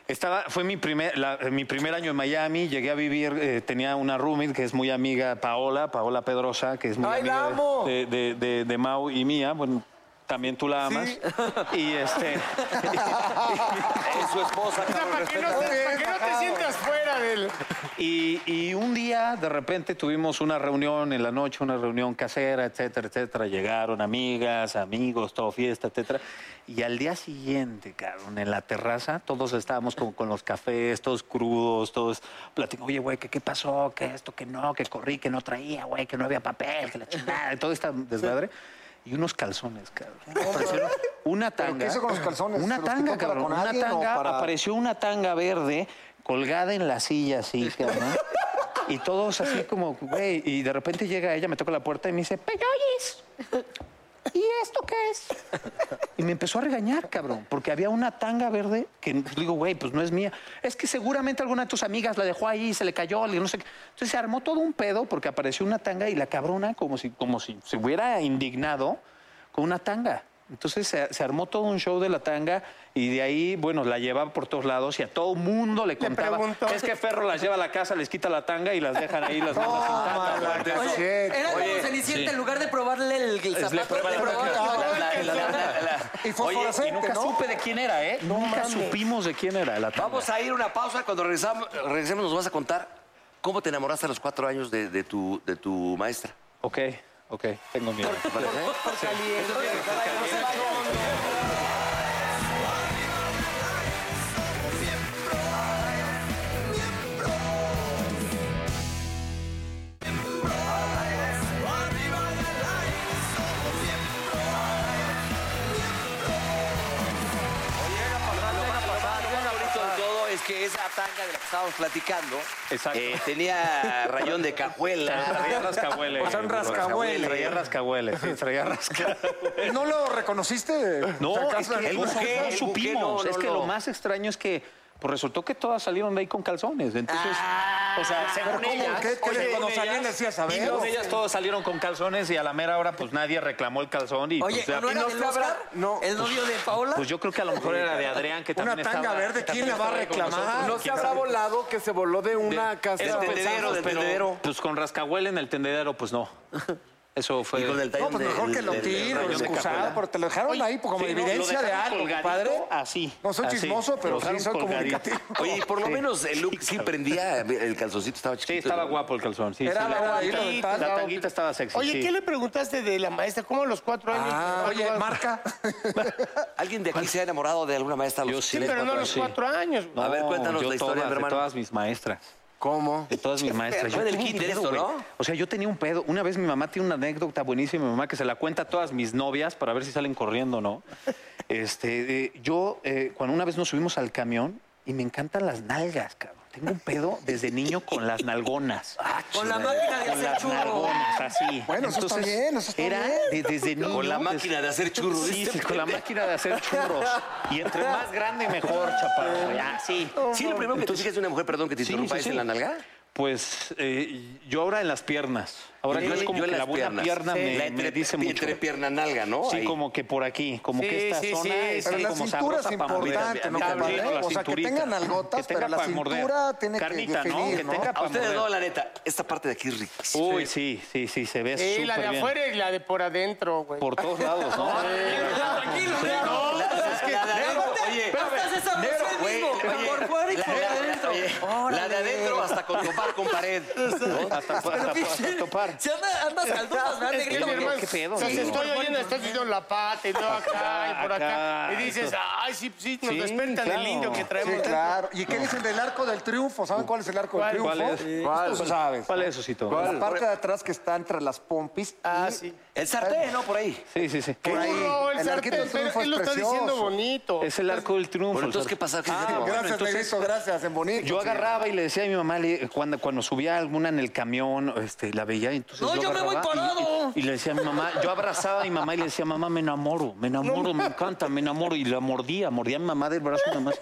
[SPEAKER 9] Estaba, fue mi primer, la- eh, mi primer año en Miami, llegué a vivir, eh, tenía una roommate que es muy amiga, Paola, Paola Pedrosa, que es muy
[SPEAKER 2] ¡Ay, la
[SPEAKER 9] amiga de-
[SPEAKER 2] amo!
[SPEAKER 9] de, de- de- de Mau y mía, bueno, también tú la amas. Y este...
[SPEAKER 4] Es su esposa, cabrón.
[SPEAKER 5] Para que no te, para que no te sientas fuera del...
[SPEAKER 9] Y, y un día, de repente, tuvimos una reunión en la noche, una reunión casera, etcétera, etcétera. Llegaron amigas, amigos, todo fiesta, etcétera. Y al día siguiente, cabrón, en la terraza, todos estábamos con, con los cafés, todos crudos, todos platicando, oye, güey, ¿qué, ¿qué pasó? ¿Qué esto? ¿Qué no? ¿Qué corrí? ¿Qué no traía, güey? ¿Que no había papel? ¿Que la chingada? y Todo está desmadre. Y unos calzones, cabrón. Aparecieron Una tanga.
[SPEAKER 7] ¿Qué hizo con los calzones?
[SPEAKER 9] Una
[SPEAKER 7] ¿Se los
[SPEAKER 9] tanga,
[SPEAKER 7] quitó para
[SPEAKER 9] cabrón.
[SPEAKER 7] con
[SPEAKER 9] Una
[SPEAKER 7] alguien o
[SPEAKER 9] tanga
[SPEAKER 7] para-
[SPEAKER 9] apareció una tanga verde colgada en la silla así, cabrón. Y todos así como, güey, y de repente llega ella, me toca la puerta y me dice, "Pero oyes, ¿y esto qué es? Y me empezó a regañar, cabrón, porque había una tanga verde que pues, digo, güey, pues no es mía. Es que seguramente alguna de tus amigas la dejó ahí, se le cayó, le no sé qué. Entonces se armó todo un pedo porque apareció una tanga y la cabrona como si, como si se hubiera indignado con una tanga. Entonces se, se armó todo un show de la tanga y de ahí, bueno, la llevaba por todos lados y a todo mundo le contaba.
[SPEAKER 5] preguntó.
[SPEAKER 9] es que Ferro las lleva a la casa, les quita la tanga y las dejan ahí, las mandan sin tanga.
[SPEAKER 6] Oye, era como
[SPEAKER 9] Oye,
[SPEAKER 6] Cenicienta,
[SPEAKER 9] sí.
[SPEAKER 6] en lugar de probarle el, el zapato,
[SPEAKER 9] Le prueba
[SPEAKER 6] le
[SPEAKER 9] la-
[SPEAKER 6] probaban
[SPEAKER 9] la-
[SPEAKER 6] la-
[SPEAKER 9] la- la- la- la-
[SPEAKER 7] Y
[SPEAKER 9] Oye, y nunca
[SPEAKER 7] fosforescente, pues, ¿no?
[SPEAKER 9] supe de quién era, ¿eh? nunca supimos de quién era la tanga.
[SPEAKER 4] Vamos a ir a una pausa. Cuando regresamos, regresemos nos vas a contar cómo te enamoraste a los cuatro años de, de tu, de tu maestra.
[SPEAKER 9] Ok, ok, tengo miedo.
[SPEAKER 4] ¿Te parece? Ahorita de todo es que esa tanga de la que estábamos platicando
[SPEAKER 9] Exacto.
[SPEAKER 4] eh, tenía rayón de cajuela.
[SPEAKER 9] Traía rascahuele.
[SPEAKER 4] O sea, un rascahuele.
[SPEAKER 9] Traía rascahuele, sí, traía rascahuele.
[SPEAKER 7] ¿No lo reconociste?
[SPEAKER 9] No,
[SPEAKER 7] O sea,
[SPEAKER 9] es que
[SPEAKER 7] Casper,
[SPEAKER 9] el
[SPEAKER 7] ¿no?
[SPEAKER 9] buque, no
[SPEAKER 4] el
[SPEAKER 9] supimos.
[SPEAKER 4] buque no,
[SPEAKER 9] es
[SPEAKER 4] no,
[SPEAKER 9] que
[SPEAKER 4] no.
[SPEAKER 9] lo más extraño es que pues, resultó que todas salieron de ahí con calzones. Entonces, o sea, según
[SPEAKER 7] ¿cómo?
[SPEAKER 9] ellas...
[SPEAKER 7] ¿Qué- qué-
[SPEAKER 9] oye,
[SPEAKER 7] cuando
[SPEAKER 9] según
[SPEAKER 7] salían
[SPEAKER 9] ellas-
[SPEAKER 7] decías, a ver?
[SPEAKER 9] según ellas todos salieron con calzones y a la mera hora pues nadie reclamó el calzón. Y,
[SPEAKER 6] Oye,
[SPEAKER 9] pues, ya-
[SPEAKER 6] ¿no era del Oscar?
[SPEAKER 2] No.
[SPEAKER 6] ¿El novio de Paola?
[SPEAKER 9] pues yo creo que a lo mejor era de Adrián que también
[SPEAKER 7] Una tanga
[SPEAKER 9] estaba-
[SPEAKER 7] verde,
[SPEAKER 9] que
[SPEAKER 7] ¿quién la
[SPEAKER 9] también
[SPEAKER 7] va a
[SPEAKER 9] estaba ahí con
[SPEAKER 7] reclamar?
[SPEAKER 9] nosotros.
[SPEAKER 2] ¿No se habrá volado que se voló de una casa?
[SPEAKER 9] Eso
[SPEAKER 4] del
[SPEAKER 9] pensamos,
[SPEAKER 4] tendedero, del
[SPEAKER 9] pero,
[SPEAKER 4] tendedero.
[SPEAKER 9] Pues con rascahuela en el tendedero, pues no. Eso fue.
[SPEAKER 4] Y con el
[SPEAKER 7] No,
[SPEAKER 4] tallón
[SPEAKER 7] pues mejor
[SPEAKER 4] del-
[SPEAKER 7] que lo
[SPEAKER 4] del- del
[SPEAKER 7] tiro,
[SPEAKER 4] rayón de
[SPEAKER 7] excusado,
[SPEAKER 4] cajuela.
[SPEAKER 7] pero te lo dejaron ahí como
[SPEAKER 9] Sí, no,
[SPEAKER 7] evidencia
[SPEAKER 9] lo
[SPEAKER 7] de
[SPEAKER 9] dejaron
[SPEAKER 7] algo,
[SPEAKER 9] colgadito,
[SPEAKER 7] compadre.
[SPEAKER 9] Así.
[SPEAKER 7] No soy
[SPEAKER 9] así.
[SPEAKER 7] chismoso, pero
[SPEAKER 9] Lo
[SPEAKER 7] sí
[SPEAKER 9] dejaron
[SPEAKER 7] soy
[SPEAKER 9] colgadito.
[SPEAKER 7] comunicativo.
[SPEAKER 4] Oye, y por lo menos el look sí prendía, el calzoncito estaba chiquito.
[SPEAKER 9] Sí, estaba
[SPEAKER 4] ¿no?
[SPEAKER 9] guapo el calzón. Sí,
[SPEAKER 7] Era
[SPEAKER 9] sí,
[SPEAKER 7] la hora de ir a
[SPEAKER 9] tanguita,
[SPEAKER 7] aventar.
[SPEAKER 9] la tanguita estaba sexy.
[SPEAKER 5] Oye,
[SPEAKER 9] sí.
[SPEAKER 5] ¿qué le preguntaste de la maestra? ¿Cómo a los cuatro años? pues,
[SPEAKER 7] Ah, oye, marca.
[SPEAKER 4] ¿Alguien de aquí se ha enamorado de alguna maestra? a los
[SPEAKER 9] Yo sí, Ah,
[SPEAKER 5] Sí,
[SPEAKER 4] tres,
[SPEAKER 5] pero no a
[SPEAKER 4] cuatro
[SPEAKER 5] los
[SPEAKER 4] años?
[SPEAKER 5] cuatro años. güey.
[SPEAKER 4] A ver, cuéntanos
[SPEAKER 9] yo
[SPEAKER 4] la historia,
[SPEAKER 9] todas,
[SPEAKER 4] mi hermano.
[SPEAKER 9] De todas mis maestras.
[SPEAKER 2] ¿Cómo?
[SPEAKER 9] De todas mis maestras. Yo
[SPEAKER 4] Fue del
[SPEAKER 9] tuve un
[SPEAKER 4] kinder
[SPEAKER 9] pedo,
[SPEAKER 4] esto,
[SPEAKER 9] güey.
[SPEAKER 4] ¿no?
[SPEAKER 9] O sea, yo tenía un pedo. Una vez mi mamá tiene una anécdota buenísima, mi mamá, que se la cuenta a todas mis novias para ver si salen corriendo o no. Este, eh, yo, eh, cuando una vez nos subimos al camión, y me encantan las nalgas, cabrón. Tengo un pedo desde niño con las nalgonas.
[SPEAKER 6] Con la máquina de
[SPEAKER 9] Con
[SPEAKER 6] hacer
[SPEAKER 9] las
[SPEAKER 6] churro.
[SPEAKER 9] nalgonas, así.
[SPEAKER 7] Ah, Bueno, eso está bien, eso está
[SPEAKER 9] era
[SPEAKER 7] bien.
[SPEAKER 9] de- desde niño.
[SPEAKER 4] Con la
[SPEAKER 9] des-
[SPEAKER 4] máquina de hacer churros.
[SPEAKER 9] Sí,
[SPEAKER 4] ¿viste?
[SPEAKER 9] sí, con la máquina de hacer churros. Y entre más grande, mejor, chaparro. Ya, sí.
[SPEAKER 4] Sí, lo primero que te fijas de una mujer, perdón que te
[SPEAKER 9] Sí,
[SPEAKER 4] interrumpa,
[SPEAKER 9] sí,
[SPEAKER 4] es
[SPEAKER 9] sí.
[SPEAKER 4] en la nalga.
[SPEAKER 9] Pues eh, yo ahora en las piernas. Ahora
[SPEAKER 4] Yo-
[SPEAKER 9] yo es como
[SPEAKER 4] yo en
[SPEAKER 9] que la
[SPEAKER 4] las
[SPEAKER 9] buena
[SPEAKER 4] piernas.
[SPEAKER 9] pierna
[SPEAKER 4] Sí.
[SPEAKER 9] me,
[SPEAKER 4] La
[SPEAKER 9] me
[SPEAKER 4] entre-
[SPEAKER 9] dice mucho.
[SPEAKER 4] entrepierna nalga, ¿no?
[SPEAKER 9] Sí,
[SPEAKER 4] Ahí.
[SPEAKER 9] como que por aquí, como
[SPEAKER 4] Sí,
[SPEAKER 9] que esta
[SPEAKER 4] sí,
[SPEAKER 9] zona
[SPEAKER 4] sí,
[SPEAKER 9] es
[SPEAKER 4] pero la
[SPEAKER 9] como
[SPEAKER 4] cintura es
[SPEAKER 9] sabrosa para morder.
[SPEAKER 4] importante,
[SPEAKER 9] Sí,
[SPEAKER 4] ¿no, compadre?
[SPEAKER 9] la
[SPEAKER 4] O sea, que
[SPEAKER 9] cinturita.
[SPEAKER 4] tengan algotas,
[SPEAKER 9] Que tenga
[SPEAKER 4] pero la
[SPEAKER 9] para morder.
[SPEAKER 4] cintura tiene que
[SPEAKER 9] Carnita,
[SPEAKER 4] definir,
[SPEAKER 9] ¿no? Que
[SPEAKER 4] ¿no?
[SPEAKER 9] tenga
[SPEAKER 4] A
[SPEAKER 9] para
[SPEAKER 4] ustedes
[SPEAKER 9] morder.
[SPEAKER 4] dos, la neta, esta parte de aquí es riquísima.
[SPEAKER 9] Uy, sí, sí, sí, se ve
[SPEAKER 5] Sí,
[SPEAKER 9] súper
[SPEAKER 5] Eh, la de
[SPEAKER 9] bien.
[SPEAKER 5] afuera y la de por adentro, güey. Eh,
[SPEAKER 9] Por todos lados, ¿no?
[SPEAKER 5] Tranquilo,
[SPEAKER 4] No, es que negro, oye, negro, güey, oye, la- la- oye, La de adentro hasta con topar con pared. ¿no?
[SPEAKER 9] Pero, pinche,
[SPEAKER 6] Si anda- andas caldudas, ¿verdad,
[SPEAKER 5] Es que,
[SPEAKER 6] negrito?
[SPEAKER 5] mi hermano,
[SPEAKER 6] ¿Qué pedo?
[SPEAKER 5] O sea, si
[SPEAKER 6] Sí.
[SPEAKER 5] estoy oyendo, estás diciendo la pata y todo acá y por acá.
[SPEAKER 9] acá,
[SPEAKER 5] Y dices,
[SPEAKER 9] eso.
[SPEAKER 5] ay, sí, sí, nos
[SPEAKER 9] Sí,
[SPEAKER 5] despertan
[SPEAKER 9] claro.
[SPEAKER 5] el indio que traemos.
[SPEAKER 7] Sí,
[SPEAKER 5] dentro".
[SPEAKER 7] claro. ¿Y qué dicen del arco del triunfo? ¿Saben cuál es el arco del triunfo?
[SPEAKER 9] ¿Cuál es?
[SPEAKER 7] ¿Cuál? Tú sabes.
[SPEAKER 9] ¿Cuál es, Osito?
[SPEAKER 7] La parte de atrás que está entre las pompis.
[SPEAKER 5] Ah,
[SPEAKER 7] y-
[SPEAKER 5] sí.
[SPEAKER 4] El sartén, ¿no? Por ahí.
[SPEAKER 9] Sí, sí, sí.
[SPEAKER 7] Por ahí.
[SPEAKER 5] No, el,
[SPEAKER 7] El arquito del
[SPEAKER 5] sartén, pero
[SPEAKER 7] triunfo
[SPEAKER 5] él
[SPEAKER 7] es
[SPEAKER 5] lo está
[SPEAKER 7] precioso.
[SPEAKER 5] diciendo bonito.
[SPEAKER 9] Es el arco del triunfo.
[SPEAKER 4] Bueno, entonces,
[SPEAKER 9] el
[SPEAKER 4] ¿qué pasa? ¿Qué
[SPEAKER 9] Ah,
[SPEAKER 4] dice tu mamá?
[SPEAKER 7] Gracias, Negrito, gracias, en bonito.
[SPEAKER 9] Yo agarraba y le decía a mi mamá, le- cuando, cuando subía alguna en el camión, este, la veía y entonces
[SPEAKER 6] No, yo me voy
[SPEAKER 9] agarraba y-
[SPEAKER 6] parado.
[SPEAKER 9] Y, y le decía a mi mamá, yo abrazaba a mi mamá y le decía, mamá, me enamoro, me enamoro, me encanta, me enamoro. Y la mordía, mordía a mi mamá del brazo nada más.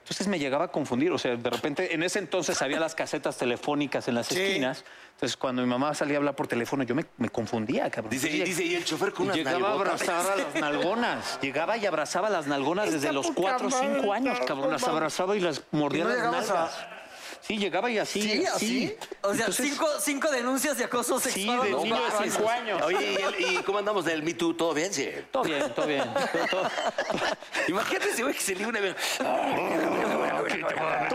[SPEAKER 9] Entonces me llegaba a confundir, o sea, de repente, en ese entonces había las casetas telefónicas en las esquinas. Entonces, cuando mi mamá salía a hablar por teléfono, yo me, me confundía, cabrón.
[SPEAKER 4] Dice, y,
[SPEAKER 9] Entonces,
[SPEAKER 4] dice, y el chofer con unas
[SPEAKER 9] Llegaba a
[SPEAKER 4] nalgotas.
[SPEAKER 9] abrazar a las nalgonas. Llegaba y abrazaba a las nalgonas desde los
[SPEAKER 5] poca
[SPEAKER 9] 4 o
[SPEAKER 5] madre,
[SPEAKER 9] 5 años,
[SPEAKER 5] está
[SPEAKER 9] cabrón. Las
[SPEAKER 5] poca
[SPEAKER 9] abrazaba y las mordía
[SPEAKER 7] ¿Y no
[SPEAKER 9] las
[SPEAKER 7] llegabas a-
[SPEAKER 9] nalgas. Sí, llegaba y así.
[SPEAKER 6] Sí,
[SPEAKER 9] así.
[SPEAKER 6] así. O sea,
[SPEAKER 9] Entonces,
[SPEAKER 6] cinco, cinco denuncias de acoso
[SPEAKER 9] Sí,
[SPEAKER 6] sexual.
[SPEAKER 9] de
[SPEAKER 6] No,
[SPEAKER 9] niño de 5 años.
[SPEAKER 4] Oye, ¿y, el- ¿y cómo andamos del Me Too? ¿Todo bien? Sí.
[SPEAKER 9] Todo bien, todo bien. Todo- todo-
[SPEAKER 4] Imagínate ese güey que se liga una vez.
[SPEAKER 7] Tú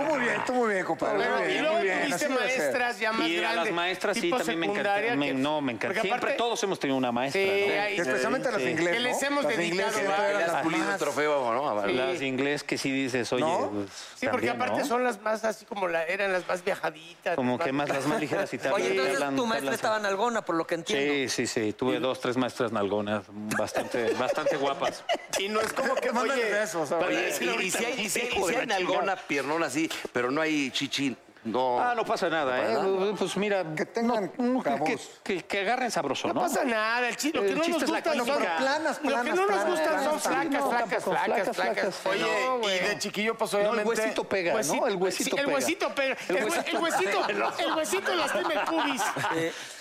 [SPEAKER 7] muy bien, tú muy bien, compadre.
[SPEAKER 5] Pero,
[SPEAKER 7] muy bien,
[SPEAKER 5] y luego
[SPEAKER 7] muy bien,
[SPEAKER 5] tuviste
[SPEAKER 7] así debe ser.
[SPEAKER 5] maestras ya más
[SPEAKER 9] Y a
[SPEAKER 5] grandes.
[SPEAKER 9] las maestras sí
[SPEAKER 5] tipo
[SPEAKER 9] también me encanta.
[SPEAKER 5] secundaria
[SPEAKER 9] me-
[SPEAKER 5] que-
[SPEAKER 9] no, me encanta.
[SPEAKER 5] Porque
[SPEAKER 9] Siempre
[SPEAKER 5] aparte,
[SPEAKER 9] todos hemos tenido una maestra.
[SPEAKER 5] Sí,
[SPEAKER 9] ¿no?
[SPEAKER 5] ahí-
[SPEAKER 7] Especialmente las
[SPEAKER 9] Sí.
[SPEAKER 7] inglesas.
[SPEAKER 5] Que les hemos dedicado varias.
[SPEAKER 4] Has
[SPEAKER 7] las
[SPEAKER 4] pulido el
[SPEAKER 7] más.
[SPEAKER 4] trofeo, ¿no?
[SPEAKER 9] Las de inglés que sí dices, oye.
[SPEAKER 7] ¿No?
[SPEAKER 9] pues,
[SPEAKER 5] Sí, porque
[SPEAKER 9] también,
[SPEAKER 5] aparte
[SPEAKER 9] ¿no?
[SPEAKER 5] son las más así como la, eran las más viajaditas.
[SPEAKER 9] Como
[SPEAKER 5] las
[SPEAKER 9] que más las más ligeras y tal.
[SPEAKER 6] Oye,
[SPEAKER 9] te
[SPEAKER 6] entonces
[SPEAKER 9] hablan-
[SPEAKER 6] tu
[SPEAKER 9] te
[SPEAKER 6] maestra
[SPEAKER 9] hablan-
[SPEAKER 6] estaba en alguna, por lo que entiendo.
[SPEAKER 9] Sí, sí, sí. Tuve dos, tres maestras nalgonas bastante, bastante guapas.
[SPEAKER 5] Y no es como que,
[SPEAKER 7] Mándale
[SPEAKER 5] oye,
[SPEAKER 7] besos, ¿sabes?
[SPEAKER 4] Oye,
[SPEAKER 9] Sí,
[SPEAKER 4] y, y
[SPEAKER 9] ahorita
[SPEAKER 4] si hay, y si hay, y
[SPEAKER 9] hijo
[SPEAKER 4] si
[SPEAKER 9] de
[SPEAKER 4] hay
[SPEAKER 9] la
[SPEAKER 4] nalgona
[SPEAKER 9] chingada.
[SPEAKER 4] piernona así, pero no hay chichi, no.
[SPEAKER 9] Ah, no pasa nada, ¿eh? Pues mira.
[SPEAKER 7] Que tengan
[SPEAKER 9] no, no, que,
[SPEAKER 7] cabos.
[SPEAKER 9] que- que agarren sabroso, ¿no?
[SPEAKER 5] No pasa nada, el chiste, lo que
[SPEAKER 9] El
[SPEAKER 5] no
[SPEAKER 9] chiste
[SPEAKER 5] nos
[SPEAKER 9] es la
[SPEAKER 5] gusta son
[SPEAKER 9] crítica.
[SPEAKER 7] Pero planas,
[SPEAKER 5] Lo que
[SPEAKER 7] planas,
[SPEAKER 5] no nos
[SPEAKER 7] planas,
[SPEAKER 5] gustan son
[SPEAKER 7] planas,
[SPEAKER 5] flacas,
[SPEAKER 9] no,
[SPEAKER 5] flacas,
[SPEAKER 9] tampoco,
[SPEAKER 5] flacas,
[SPEAKER 9] flacas,
[SPEAKER 5] flacas.
[SPEAKER 9] flacas.
[SPEAKER 5] Oye,
[SPEAKER 9] No,
[SPEAKER 2] y de chiquillo, pues obviamente.
[SPEAKER 9] el huesito pega,
[SPEAKER 5] huesito-
[SPEAKER 9] ¿no? El huesito
[SPEAKER 5] sí,
[SPEAKER 9] pega.
[SPEAKER 5] El huesito pega. El,
[SPEAKER 9] El
[SPEAKER 5] hue- el
[SPEAKER 9] huesito
[SPEAKER 5] huesito, el huesito lastima el pubis.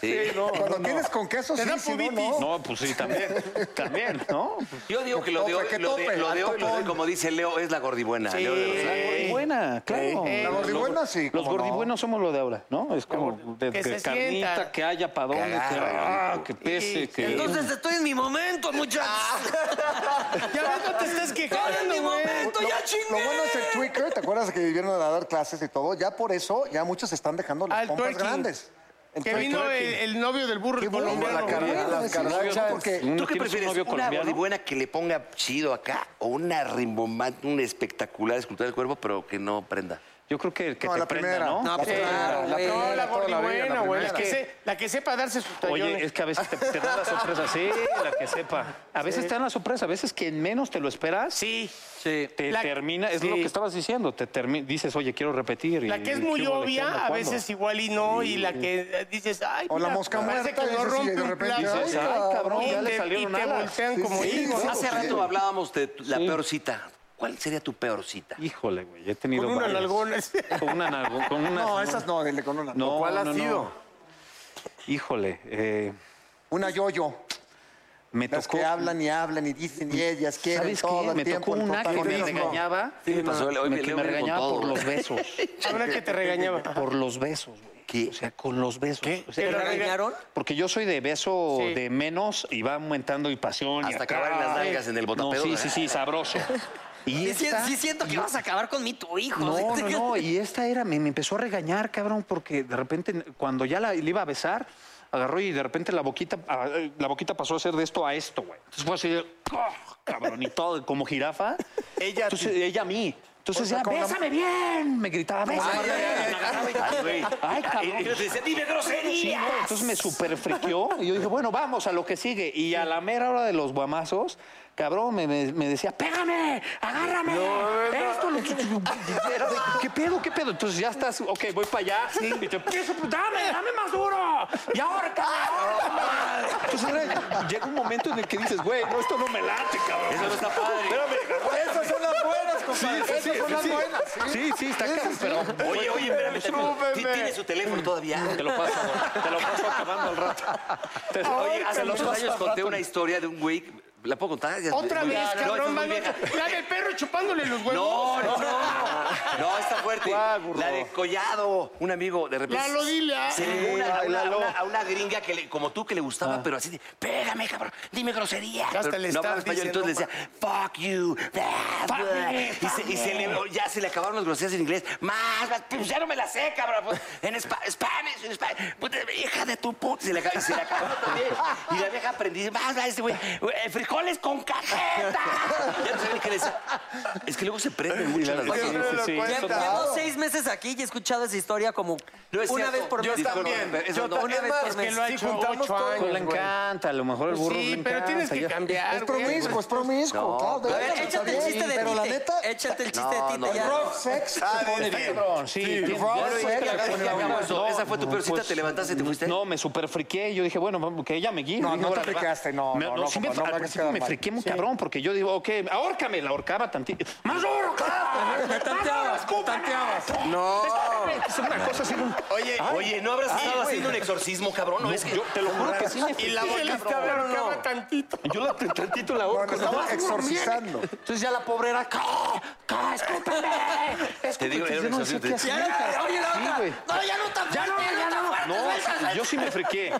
[SPEAKER 4] Sí.
[SPEAKER 7] Cuando tienes con queso,
[SPEAKER 5] Te
[SPEAKER 7] sí,
[SPEAKER 5] da
[SPEAKER 7] si no,
[SPEAKER 5] pubitis.
[SPEAKER 7] no.
[SPEAKER 9] No, pues sí, también. También, ¿no?
[SPEAKER 4] Yo digo que lo de
[SPEAKER 7] tope,
[SPEAKER 4] hoy,
[SPEAKER 7] que
[SPEAKER 4] lo de,
[SPEAKER 7] tope,
[SPEAKER 4] lo de
[SPEAKER 7] al
[SPEAKER 4] hoy, lo de hoy,
[SPEAKER 7] topón.
[SPEAKER 4] como dice Leo, es la gordibuena. Leo de Rosales.
[SPEAKER 9] La gordibuena, claro.
[SPEAKER 7] La gordibuena sí,
[SPEAKER 9] Eh, Los
[SPEAKER 7] cómo no.
[SPEAKER 9] gordibuenos somos lo de ahora, ¿no? Es como de,
[SPEAKER 5] que
[SPEAKER 9] de
[SPEAKER 5] se
[SPEAKER 9] carnita,
[SPEAKER 5] sienta.
[SPEAKER 9] que haya pa' dónde, que, ah, que pese, que...
[SPEAKER 6] Entonces estoy en mi momento, muchachos.
[SPEAKER 5] Ah. Ya ves, no te estás
[SPEAKER 6] Estoy en mi
[SPEAKER 5] quejando, güey.
[SPEAKER 6] momento, ya
[SPEAKER 7] Lo bueno es el
[SPEAKER 6] chingué.
[SPEAKER 7] Twitter, ¿te acuerdas que vinieron a dar clases y todo? Ya por eso, ya muchos están dejando las
[SPEAKER 5] Al
[SPEAKER 7] pompas
[SPEAKER 5] twerking.
[SPEAKER 7] grandes.
[SPEAKER 5] Que
[SPEAKER 7] Entonces,
[SPEAKER 5] vino el, el novio del burro, el colombiano.
[SPEAKER 7] la cara- la caracha, porque
[SPEAKER 9] Uno
[SPEAKER 4] ¿Tú qué
[SPEAKER 9] tiene su
[SPEAKER 4] prefieres?
[SPEAKER 9] novio
[SPEAKER 4] ¿Una
[SPEAKER 9] colombiano.
[SPEAKER 4] gordibuena que le ponga chido acá o una rimbombante, una espectacular escultura del cuerpo, pero que no prenda?
[SPEAKER 9] Yo creo que, que
[SPEAKER 7] No,
[SPEAKER 9] te
[SPEAKER 7] la
[SPEAKER 9] prenda,
[SPEAKER 7] primera.
[SPEAKER 9] ¿no?
[SPEAKER 7] La primera, la
[SPEAKER 6] güey.
[SPEAKER 7] primera,
[SPEAKER 5] No, la
[SPEAKER 7] toda vida,
[SPEAKER 5] gordibuena, güey. La,
[SPEAKER 7] primera.
[SPEAKER 5] que se- la que sepa darse sus tallones.
[SPEAKER 9] Oye, es que a veces te, te dan la sorpresa, sí, la que sepa. A veces te dan la sorpresa, a veces que en menos te lo esperas.
[SPEAKER 5] Sí.
[SPEAKER 9] Te
[SPEAKER 5] La-
[SPEAKER 9] termina, es
[SPEAKER 5] sí.
[SPEAKER 9] lo que estabas diciendo, te termi- dices, oye, quiero repetir. y-
[SPEAKER 5] La que es muy
[SPEAKER 9] ¿qué hubo? ¿De qué
[SPEAKER 5] obvia,
[SPEAKER 9] onda?
[SPEAKER 5] a
[SPEAKER 9] ¿Cuándo?
[SPEAKER 5] veces igual y no, y la que eh, dices, ay,
[SPEAKER 7] O la mosca
[SPEAKER 5] parece
[SPEAKER 7] muerta,
[SPEAKER 5] que no
[SPEAKER 7] dices, y
[SPEAKER 5] rompe
[SPEAKER 7] de
[SPEAKER 5] un
[SPEAKER 7] repente,
[SPEAKER 5] plato.
[SPEAKER 9] dices, ay, cabrón,
[SPEAKER 5] y
[SPEAKER 9] ya le
[SPEAKER 5] te-
[SPEAKER 9] salieron
[SPEAKER 5] Y te
[SPEAKER 9] alas.
[SPEAKER 5] voltean
[SPEAKER 7] Sí,
[SPEAKER 5] como
[SPEAKER 7] sí,
[SPEAKER 5] hijos.
[SPEAKER 7] sí.
[SPEAKER 4] Hace rato hablábamos de tu- la peor cita. ¿Cuál sería tu peor cita?
[SPEAKER 9] Híjole, güey, he tenido
[SPEAKER 5] Con una
[SPEAKER 9] varias.
[SPEAKER 5] nalgona.
[SPEAKER 9] Con una nalgona. Con una,
[SPEAKER 7] No, esas no, dile con una.
[SPEAKER 9] No,
[SPEAKER 2] ¿Cuál ha
[SPEAKER 9] no, no.
[SPEAKER 2] sido?
[SPEAKER 9] Híjole, eh,
[SPEAKER 7] Una yo-yo.
[SPEAKER 9] me
[SPEAKER 7] Las
[SPEAKER 9] tocó...
[SPEAKER 7] que hablan y hablan y dicen y ellas quieren
[SPEAKER 9] ¿Sabes
[SPEAKER 7] todo
[SPEAKER 9] qué?
[SPEAKER 7] el
[SPEAKER 9] Me
[SPEAKER 7] tiempo.
[SPEAKER 9] tocó
[SPEAKER 7] el
[SPEAKER 9] una que me
[SPEAKER 7] protagonismo.
[SPEAKER 9] regañaba.
[SPEAKER 4] Sí, me pasó, hoy me-
[SPEAKER 9] me- que
[SPEAKER 4] Leo
[SPEAKER 9] me
[SPEAKER 4] viene con
[SPEAKER 9] regañaba
[SPEAKER 4] todo,
[SPEAKER 9] por
[SPEAKER 4] güey.
[SPEAKER 9] los besos.
[SPEAKER 5] Ahora que te regañaba.
[SPEAKER 9] Por los besos, güey.
[SPEAKER 4] ¿Qué?
[SPEAKER 9] O sea, con los besos. O sea,
[SPEAKER 5] ¿Te
[SPEAKER 9] era-
[SPEAKER 6] regañaron?
[SPEAKER 9] Porque yo soy de beso
[SPEAKER 5] Sí.
[SPEAKER 9] de menos y va aumentando y pasión. y
[SPEAKER 4] Hasta
[SPEAKER 9] acá.
[SPEAKER 4] acabar en las nalgas en el
[SPEAKER 9] No,
[SPEAKER 4] botapedo.
[SPEAKER 9] sí, sí, sí, sabroso. Y
[SPEAKER 6] Sí, sí,
[SPEAKER 9] esta-
[SPEAKER 6] sí siento que vas a acabar con mi tu hijo.
[SPEAKER 9] No, no, no. Y esta era, me, me empezó a regañar, cabrón, porque de repente, cuando ya la, le iba a besar, agarró y de repente la boquita, ah, eh, la boquita pasó a ser de esto a esto, güey. Entonces fue así, de, ¡ah! cabrón, y todo, como jirafa. Ella Entonces, ella a mí. Entonces ya, bésame bien, me gritaba, bésame bien.
[SPEAKER 4] Ay, güey.
[SPEAKER 9] Ay,
[SPEAKER 4] Y
[SPEAKER 9] cabrón.
[SPEAKER 4] y te dice, dime grosería.
[SPEAKER 9] Sí, no, entonces me superfriqueó y yo dije, bueno, vamos a lo que sigue. Y a la mera hora de los guamazos, cabrón, me, me- me decía, pégame, agárrame. Esto, lo que- era de, ¿qué pedo, qué pedo? Entonces ya estás, ok, voy para allá y te empiezo, pues, dame, dame más duro. Y ahora, cabrón. Entonces era- llega un momento en el que dices, güey, no, esto no me late, cabrón.
[SPEAKER 4] Eso no está padre.
[SPEAKER 9] Espérame,
[SPEAKER 7] Esas son las buenas,
[SPEAKER 4] compadre.
[SPEAKER 3] Sí, sí,
[SPEAKER 4] Esas son las
[SPEAKER 3] sí.
[SPEAKER 4] buenas,
[SPEAKER 9] Sí, sí, está
[SPEAKER 3] Esas
[SPEAKER 9] caro,
[SPEAKER 3] sí.
[SPEAKER 9] pero...
[SPEAKER 4] Oye, oye, espérame.
[SPEAKER 3] Discúlpeme.
[SPEAKER 4] ¿Tiene su teléfono todavía?
[SPEAKER 9] Te lo paso, te lo paso acabando al rato. Te-
[SPEAKER 4] Oye, hace
[SPEAKER 9] te lo
[SPEAKER 4] muchos
[SPEAKER 9] paso
[SPEAKER 4] años
[SPEAKER 9] al
[SPEAKER 4] conté
[SPEAKER 9] rato.
[SPEAKER 4] una historia de un güey. ¿La puedo contar? Ya-
[SPEAKER 5] Otra
[SPEAKER 4] muy-
[SPEAKER 5] vez,
[SPEAKER 4] No, esta es
[SPEAKER 5] cabrón.
[SPEAKER 4] muy
[SPEAKER 5] mano,
[SPEAKER 4] vieja.
[SPEAKER 5] la del perro chupándole los
[SPEAKER 4] No,
[SPEAKER 5] huevos.
[SPEAKER 4] no, no. No, está fuerte. La de Collado, un amigo de repente.
[SPEAKER 5] Lalo, dile, ah.
[SPEAKER 4] Se ligó una-
[SPEAKER 5] Sí,
[SPEAKER 4] a, una,
[SPEAKER 5] Lalo.
[SPEAKER 4] a una- a una gringa que le- como tú que le gustaba, pero así de, pégame, cabrón, dime grosería.
[SPEAKER 5] Ya hasta
[SPEAKER 4] Pero
[SPEAKER 5] le
[SPEAKER 4] no
[SPEAKER 5] estás
[SPEAKER 4] hablaba español, entonces decía, fuck you. blah,
[SPEAKER 3] Fuck
[SPEAKER 4] blah".
[SPEAKER 3] me,
[SPEAKER 4] y se,
[SPEAKER 3] fuck
[SPEAKER 4] y se
[SPEAKER 3] me.
[SPEAKER 4] le- oh, ya se le acabaron las groserías en inglés. Más, más, pues ya no me la sé, cabrón. pues, en spa- Spanish, en Spanish. Puta, hija de tu puta. Se le, acab- y se le acabó también. Y la vieja aprendí, más, más, este güey, eh, frijoles con cajeta. Ya no sabía qué decir. Es que luego se prenden mucho las
[SPEAKER 6] Oye,
[SPEAKER 4] vacas.
[SPEAKER 6] lle- Llevo seis meses aquí y he escuchado esa historia como
[SPEAKER 4] No es
[SPEAKER 6] una
[SPEAKER 4] cierto.
[SPEAKER 6] vez por
[SPEAKER 4] Yo
[SPEAKER 6] mes.
[SPEAKER 4] también.
[SPEAKER 6] Eso
[SPEAKER 4] Yo
[SPEAKER 6] no,
[SPEAKER 4] ta-
[SPEAKER 6] una
[SPEAKER 4] es
[SPEAKER 6] vez
[SPEAKER 4] más,
[SPEAKER 6] por
[SPEAKER 4] es
[SPEAKER 6] mes.
[SPEAKER 4] que lo ha
[SPEAKER 6] Sí,
[SPEAKER 4] hecho
[SPEAKER 6] juntamos
[SPEAKER 4] ocho
[SPEAKER 6] todos,
[SPEAKER 9] Pues le
[SPEAKER 6] güey.
[SPEAKER 9] encanta, a lo mejor el
[SPEAKER 5] Pues
[SPEAKER 9] burro
[SPEAKER 5] sí,
[SPEAKER 9] le
[SPEAKER 5] pero
[SPEAKER 9] encanta,
[SPEAKER 5] tienes que
[SPEAKER 9] ya.
[SPEAKER 5] cambiar,
[SPEAKER 8] Es promiscuo, es
[SPEAKER 7] Pues
[SPEAKER 8] promiscuo.
[SPEAKER 4] No.
[SPEAKER 8] claro,
[SPEAKER 6] A
[SPEAKER 8] de
[SPEAKER 6] ver,
[SPEAKER 8] veras, está
[SPEAKER 6] échate el
[SPEAKER 8] bien,
[SPEAKER 6] chiste de
[SPEAKER 8] Pero la
[SPEAKER 6] Tite.
[SPEAKER 8] neta,
[SPEAKER 6] Échate el chiste
[SPEAKER 4] No,
[SPEAKER 6] de
[SPEAKER 4] no,
[SPEAKER 6] Tite. ya.
[SPEAKER 8] rough sex se pone bien.
[SPEAKER 9] este Cabrón, sí,
[SPEAKER 8] Sí,
[SPEAKER 9] tienes-
[SPEAKER 8] rough
[SPEAKER 9] ya-
[SPEAKER 8] sex
[SPEAKER 4] Ya
[SPEAKER 8] se
[SPEAKER 4] acabó-
[SPEAKER 8] pone
[SPEAKER 4] ya acabó
[SPEAKER 8] bien.
[SPEAKER 4] eso.
[SPEAKER 9] No,
[SPEAKER 4] Esa fue tu peor cita,
[SPEAKER 9] pues,
[SPEAKER 4] te levantaste y te fuiste.
[SPEAKER 9] No, me super friqué. Yo dije, bueno, que ella me guíe.
[SPEAKER 8] No,
[SPEAKER 9] Dije,
[SPEAKER 8] no te
[SPEAKER 9] órale, va.
[SPEAKER 8] friqueaste, no,
[SPEAKER 9] Me-
[SPEAKER 8] no, no,
[SPEAKER 9] sí
[SPEAKER 8] compa,
[SPEAKER 9] me,
[SPEAKER 8] no me
[SPEAKER 9] al
[SPEAKER 8] hagas
[SPEAKER 9] principio
[SPEAKER 8] quedar
[SPEAKER 9] me
[SPEAKER 8] mal.
[SPEAKER 9] friqué muy
[SPEAKER 8] Sí.
[SPEAKER 9] cabrón porque yo digo, ok, ahórcame, la ahorcaba tantito. ¡Más duro, claro! ¡Más duro, escúpame!
[SPEAKER 3] No.
[SPEAKER 9] Es una cosa así. un-
[SPEAKER 4] Oye, oye, ¿no habrás estado haciendo un exorcismo, cabrón? No, es que
[SPEAKER 9] pues, Yo te lo juro que sí me friqué.
[SPEAKER 5] Y la bolita le ahorcaba tantito.
[SPEAKER 9] Yo la tantito la
[SPEAKER 8] Bueno,
[SPEAKER 9] ahorco.
[SPEAKER 8] estaba
[SPEAKER 9] nomás.
[SPEAKER 8] exorcizando.
[SPEAKER 9] Entonces ya la pobre era, ¡ca! ¡ca! ¡Escúpeme!
[SPEAKER 4] Te digo, era un
[SPEAKER 9] Yo no sé
[SPEAKER 4] exorcismo,
[SPEAKER 9] qué
[SPEAKER 4] te-
[SPEAKER 9] hacer.
[SPEAKER 6] Oye, la
[SPEAKER 9] Sí,
[SPEAKER 6] otra.
[SPEAKER 9] güey.
[SPEAKER 6] No, ya no tan
[SPEAKER 9] Ya no,
[SPEAKER 6] fuerte,
[SPEAKER 9] ya
[SPEAKER 6] tan fuerte,
[SPEAKER 9] no.
[SPEAKER 6] suelta,
[SPEAKER 9] No,
[SPEAKER 6] suelta.
[SPEAKER 9] yo sí me friqué.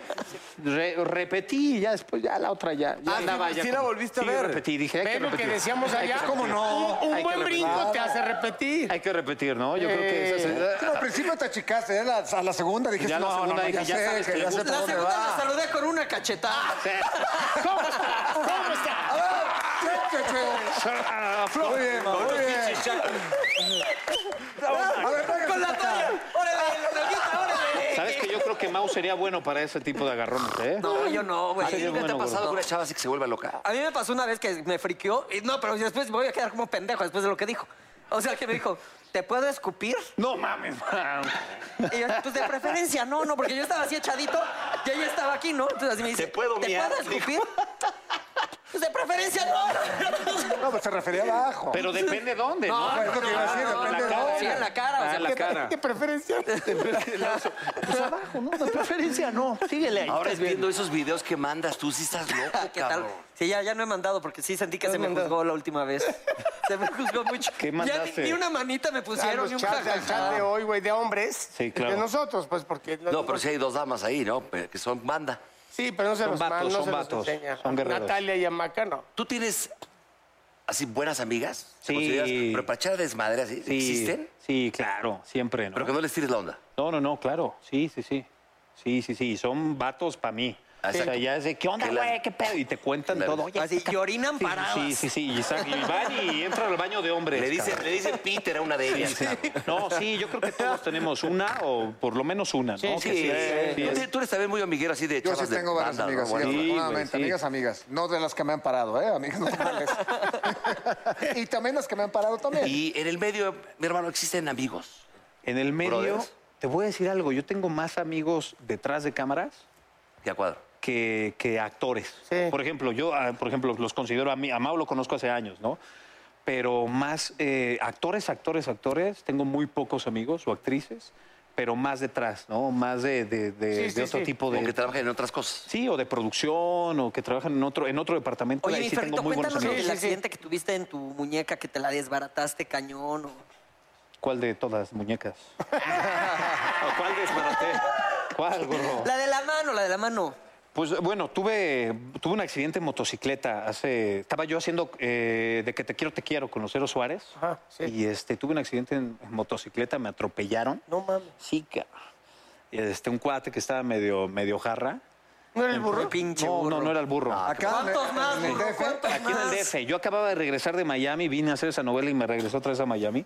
[SPEAKER 9] Re- repetí y ya después, ya la otra ya. ya
[SPEAKER 3] Ah,
[SPEAKER 9] andaba
[SPEAKER 3] sí,
[SPEAKER 9] ya
[SPEAKER 3] sí la
[SPEAKER 9] como-
[SPEAKER 3] volviste a
[SPEAKER 9] sí,
[SPEAKER 3] ver.
[SPEAKER 9] repetí, dije, hay
[SPEAKER 5] Es lo que
[SPEAKER 9] repetir.
[SPEAKER 5] decíamos
[SPEAKER 9] Hay que
[SPEAKER 5] allá.
[SPEAKER 9] repetir.
[SPEAKER 5] Un, un
[SPEAKER 9] Hay que
[SPEAKER 5] buen
[SPEAKER 9] repetir.
[SPEAKER 5] brinco te hace repetir.
[SPEAKER 9] Hay que repetir, ¿no? Yo creo que esa
[SPEAKER 8] Sí, Al principio te achicaste, ya la- a la segunda dijiste,
[SPEAKER 9] Ya la
[SPEAKER 8] no,
[SPEAKER 9] segunda
[SPEAKER 8] no, no,
[SPEAKER 9] dije,
[SPEAKER 8] ya
[SPEAKER 9] ya
[SPEAKER 8] sé,
[SPEAKER 9] sabes que
[SPEAKER 8] que
[SPEAKER 9] le
[SPEAKER 8] ya sé
[SPEAKER 9] gusta.
[SPEAKER 8] por
[SPEAKER 6] La
[SPEAKER 8] dónde
[SPEAKER 6] segunda la
[SPEAKER 8] va.
[SPEAKER 6] saludé con una cachetada.
[SPEAKER 5] Eh.
[SPEAKER 9] ¿Cómo está? ¿Cómo
[SPEAKER 8] A
[SPEAKER 9] está?
[SPEAKER 8] ver,
[SPEAKER 6] Ah,
[SPEAKER 8] chéquese.
[SPEAKER 9] Ah, Flor.
[SPEAKER 8] Muy bien, ma, muy bien. A ver, véngase
[SPEAKER 6] Con la
[SPEAKER 8] para acá.
[SPEAKER 6] toalla. Órale, la nalguita, órale.
[SPEAKER 9] ¿Sabes que yo creo que Mau sería bueno para ese tipo de agarrones, eh?
[SPEAKER 6] No, yo no, güey.
[SPEAKER 4] ¿A ti nunca te ha
[SPEAKER 9] bueno,
[SPEAKER 4] pasado
[SPEAKER 9] gordo.
[SPEAKER 4] que una chava así que se vuelva loca?
[SPEAKER 6] A mí me pasó una vez que me friqueó. y no, pero después me voy a quedar como pendejo después de lo que dijo. O sea, que me dijo, ¿te puedo escupir?
[SPEAKER 9] No mames, Mau.
[SPEAKER 6] Y yo, pues de preferencia, no, no, porque yo estaba así echadito y ella estaba aquí, ¿no? Entonces así me dice,
[SPEAKER 4] ¿Te puedo miar?
[SPEAKER 6] escupir? Pues de preferencia, no.
[SPEAKER 8] No, pues se refería abajo.
[SPEAKER 9] Pero depende dónde, ¿no?
[SPEAKER 8] pues, es lo que iba a decir, depende de
[SPEAKER 6] cara,
[SPEAKER 8] dónde.
[SPEAKER 6] sí, en la cara, o
[SPEAKER 9] Ah,
[SPEAKER 6] sea,
[SPEAKER 9] en la cara.
[SPEAKER 5] ¿Qué preferencia?
[SPEAKER 9] Pues abajo, ¿no? De preferencia, no. Síguele ahí.
[SPEAKER 4] Ahora
[SPEAKER 9] estás bien.
[SPEAKER 4] viendo esos videos que mandas, tú sí estás loco,
[SPEAKER 6] ¿Qué tal?
[SPEAKER 4] cabrón.
[SPEAKER 6] Sí, ya, ya no he mandado porque sí sentí que se me juzgó la última vez. Se me juzgó mucho.
[SPEAKER 9] ¿Qué
[SPEAKER 6] ya ni,
[SPEAKER 9] mandaste?
[SPEAKER 6] ni una manita me
[SPEAKER 5] Ah,
[SPEAKER 6] pusieron,
[SPEAKER 5] los
[SPEAKER 6] ni un
[SPEAKER 5] chats al
[SPEAKER 6] jajaja.
[SPEAKER 5] chat de hoy, güey, de hombres.
[SPEAKER 9] Sí, claro.
[SPEAKER 5] De nosotros, pues, porque...
[SPEAKER 4] No, pero sí hay dos damas ahí, ¿no? Pe- Que son banda.
[SPEAKER 5] Sí, pero no se
[SPEAKER 9] Son
[SPEAKER 5] los
[SPEAKER 9] vatos,
[SPEAKER 5] man- no
[SPEAKER 9] son
[SPEAKER 5] se los
[SPEAKER 9] vatos,
[SPEAKER 5] enseña.
[SPEAKER 9] son guerreros.
[SPEAKER 5] Natalia y Amaca, no.
[SPEAKER 4] ¿Tú tienes así buenas amigas? ¿Te
[SPEAKER 9] Sí.
[SPEAKER 4] consideras- Pero para echar desmadre así,
[SPEAKER 9] Sí,
[SPEAKER 4] ¿existen?
[SPEAKER 9] Sí, claro, siempre, ¿no?
[SPEAKER 4] Pero que no les tires la onda.
[SPEAKER 9] No, no, no, claro. Sí, sí, sí. Sí, sí, sí. Son vatos para mí.
[SPEAKER 4] Exacto.
[SPEAKER 9] O sea, ya es de, ¿qué onda,
[SPEAKER 4] Que la-
[SPEAKER 9] güey? ¿Qué pedo? Y te cuentan
[SPEAKER 4] Claro.
[SPEAKER 9] todo. Oye,
[SPEAKER 6] Así,
[SPEAKER 9] ca-
[SPEAKER 6] y orinan
[SPEAKER 9] sí,
[SPEAKER 6] paradas.
[SPEAKER 9] Sí, sí, sí. Y, sa- y van y entran al baño de hombres.
[SPEAKER 4] Le dicen,
[SPEAKER 9] Pues, cabrón.
[SPEAKER 4] le dicen Peter a una de ellas. cabrón.
[SPEAKER 9] No, sí, yo creo que todos tenemos una o por lo menos una, ¿no? Que
[SPEAKER 4] Sí, sí,
[SPEAKER 9] sí,
[SPEAKER 4] Tú,
[SPEAKER 9] es-
[SPEAKER 4] te- tú eres también muy amiguero así de
[SPEAKER 7] Yo sí
[SPEAKER 4] chavas de
[SPEAKER 7] tengo varias
[SPEAKER 4] banda, ¿no?
[SPEAKER 7] amigas, sí,
[SPEAKER 4] Bueno,
[SPEAKER 9] Sí, güey,
[SPEAKER 7] afortunadamente,
[SPEAKER 9] sí.
[SPEAKER 7] amigas, amigas. No de las que me han parado, ¿eh? Amigas normales. y también las que me han parado también.
[SPEAKER 4] Y en el medio, mi hermano, existen amigos.
[SPEAKER 9] En el medio,
[SPEAKER 4] Brothers.
[SPEAKER 9] te voy a decir algo. Yo tengo más amigos detrás de cámaras
[SPEAKER 4] De acuerdo.
[SPEAKER 9] que, que actores.
[SPEAKER 5] Sí.
[SPEAKER 9] Por ejemplo, yo, ah, por ejemplo, los considero a mí, a Mau lo conozco hace años, ¿no? Pero más eh, actores, actores, actores, tengo muy pocos amigos o actrices, pero más detrás, ¿no? Más de, de- de-
[SPEAKER 5] Sí,
[SPEAKER 9] de
[SPEAKER 5] sí,
[SPEAKER 9] otro
[SPEAKER 5] sí.
[SPEAKER 9] tipo de.
[SPEAKER 4] Porque trabajan en otras cosas.
[SPEAKER 9] Sí, o de producción, o que trabajan en otro, en otro departamento.
[SPEAKER 6] Oye,
[SPEAKER 9] Ahí
[SPEAKER 6] mi
[SPEAKER 9] sí
[SPEAKER 6] Ferrito,
[SPEAKER 9] tengo muy buenos
[SPEAKER 6] cuéntanos
[SPEAKER 9] amigos.
[SPEAKER 6] del
[SPEAKER 5] Sí, sí, sí.
[SPEAKER 6] accidente que tuviste en tu muñeca que te la desbarataste cañón. o-
[SPEAKER 9] ¿Cuál de todas, muñecas? ¿O cuál desbaraté? ¿Cuál, gordo?
[SPEAKER 6] La de la mano, la de la mano.
[SPEAKER 9] Pues bueno, tuve, tuve un accidente en motocicleta hace. Estaba yo haciendo eh, de que te quiero, te quiero con Lucero Suárez.
[SPEAKER 5] Ajá, sí.
[SPEAKER 9] Y este, tuve un accidente en, en motocicleta, me atropellaron.
[SPEAKER 5] No mames.
[SPEAKER 9] Sí, cabrón. Este, un cuate que estaba medio, medio jarra.
[SPEAKER 5] ¿No era el burro?
[SPEAKER 6] Pinche
[SPEAKER 9] no,
[SPEAKER 6] burro. Ah,
[SPEAKER 9] no, no era el burro.
[SPEAKER 7] Acá en-
[SPEAKER 6] ¿Cuántos
[SPEAKER 7] en
[SPEAKER 6] más,
[SPEAKER 7] el
[SPEAKER 6] burro?
[SPEAKER 7] DF,
[SPEAKER 6] ¿Cuántos
[SPEAKER 9] Aquí en el
[SPEAKER 6] más?
[SPEAKER 9] DF. Yo acababa de regresar de Miami, vine a hacer esa novela y me regresó otra vez a Miami.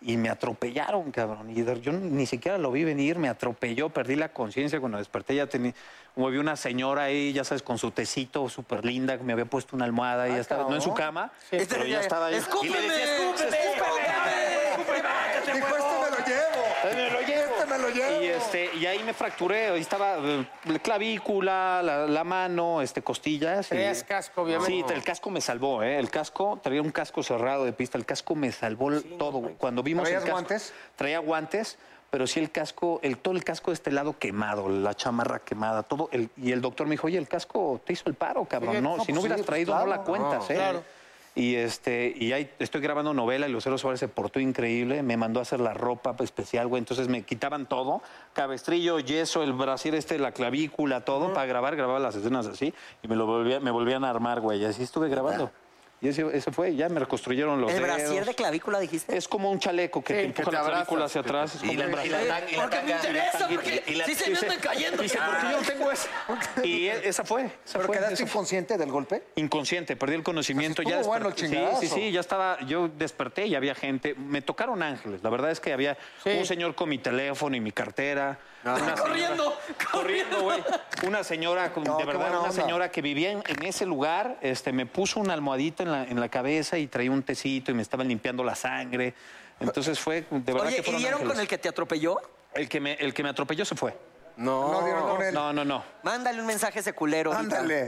[SPEAKER 9] Y me atropellaron, cabrón. Y de- yo ni siquiera lo vi venir, me atropelló, perdí la conciencia cuando desperté. Ya tenía. como había una señora ahí, ya sabes, con su tecito súper linda, que me había puesto una almohada y ya estaba, no en su cama,
[SPEAKER 6] Este
[SPEAKER 9] pero
[SPEAKER 6] era-
[SPEAKER 9] ya estaba ahí.
[SPEAKER 6] ¡Escúpeme!
[SPEAKER 4] Y le decía,
[SPEAKER 9] este,
[SPEAKER 6] ¡Escúpeme!
[SPEAKER 4] escúpeme,
[SPEAKER 6] ¡Escúpeme!
[SPEAKER 7] Dijo, este me lo llevo.
[SPEAKER 9] Me lo llevo.
[SPEAKER 7] Este
[SPEAKER 8] me lo llevo.
[SPEAKER 9] Y, este, y ahí me fracturé, ahí estaba eh, la clavícula, la, la mano, este, costillas. y-
[SPEAKER 5] Traías casco, obviamente.
[SPEAKER 9] Sí, el casco me salvó, ¿eh? El casco, traía un casco cerrado de pista, el casco me salvó el- todo, güey. Cuando vimos el
[SPEAKER 7] ¿Traías
[SPEAKER 9] casco-
[SPEAKER 7] guantes?
[SPEAKER 9] Traía guantes, pero sí el casco, el, todo el casco de este lado quemado, la chamarra quemada, todo. el- y el doctor me dijo, oye, el casco te hizo el paro, cabrón.
[SPEAKER 10] Oye,
[SPEAKER 9] no,
[SPEAKER 10] no,
[SPEAKER 9] si
[SPEAKER 10] pues
[SPEAKER 9] no hubieras
[SPEAKER 10] sí, pues
[SPEAKER 9] traído, no
[SPEAKER 10] claro.
[SPEAKER 9] la cuentas,
[SPEAKER 10] No,
[SPEAKER 9] ¿eh?
[SPEAKER 10] claro.
[SPEAKER 9] Y este, y ahí estoy grabando novela y Lucero Suárez se portó increíble, me mandó a hacer la ropa especial, güey. Entonces me quitaban todo, cabestrillo, yeso, el brasier este, la clavícula, todo, para grabar, grababa las escenas así, y me lo volvía- me volvían a armar, güey. Y así estuve grabando. Y ese, ese fue, ya me reconstruyeron los
[SPEAKER 6] ¿El
[SPEAKER 9] dedos.
[SPEAKER 6] brasier de clavícula dijiste?
[SPEAKER 9] Es como un chaleco que te empuja la clavícula hacia atrás. es
[SPEAKER 4] Y
[SPEAKER 9] como
[SPEAKER 4] la-
[SPEAKER 9] un
[SPEAKER 4] y la
[SPEAKER 9] brasier.
[SPEAKER 4] tan- y la Porque me tanga. interesa, porque
[SPEAKER 9] Y la-
[SPEAKER 4] sí se me
[SPEAKER 9] dice-
[SPEAKER 4] andan cayendo,
[SPEAKER 9] Dice, ¿por qué yo no tengo eso? Y e- esa fue. esa
[SPEAKER 7] ¿Pero
[SPEAKER 9] fue,
[SPEAKER 7] quedaste
[SPEAKER 9] esa fue.
[SPEAKER 7] inconsciente del golpe?
[SPEAKER 9] Inconsciente, perdí el conocimiento.
[SPEAKER 7] Así
[SPEAKER 9] ya
[SPEAKER 7] estuvo bueno
[SPEAKER 9] desperté.
[SPEAKER 7] el chingadazo.
[SPEAKER 9] Sí, sí, sí, ya estaba, yo desperté y había gente. Me tocaron ángeles. La verdad es que había un señor con mi teléfono y mi cartera. Una señora-
[SPEAKER 6] Corriendo,
[SPEAKER 9] corriendo, "Ah, güey. Una señora, con- de verdad,
[SPEAKER 7] buena
[SPEAKER 9] una
[SPEAKER 7] onda.
[SPEAKER 9] señora que vivía en, en ese lugar, este, me puso una almohadita en la, en la cabeza y traía un tecito y me estaban limpiando la sangre. Entonces fue, de verdad
[SPEAKER 6] Oye,
[SPEAKER 9] que
[SPEAKER 6] ¿y
[SPEAKER 9] fueron
[SPEAKER 6] dieron con
[SPEAKER 9] ángeles.
[SPEAKER 6] el que te atropelló?
[SPEAKER 9] El que me, el que me atropelló se fue.
[SPEAKER 6] No. No dieron con él.
[SPEAKER 9] No, no, no.
[SPEAKER 6] Mándale un mensaje a ese culero. ahorita.
[SPEAKER 4] Oye,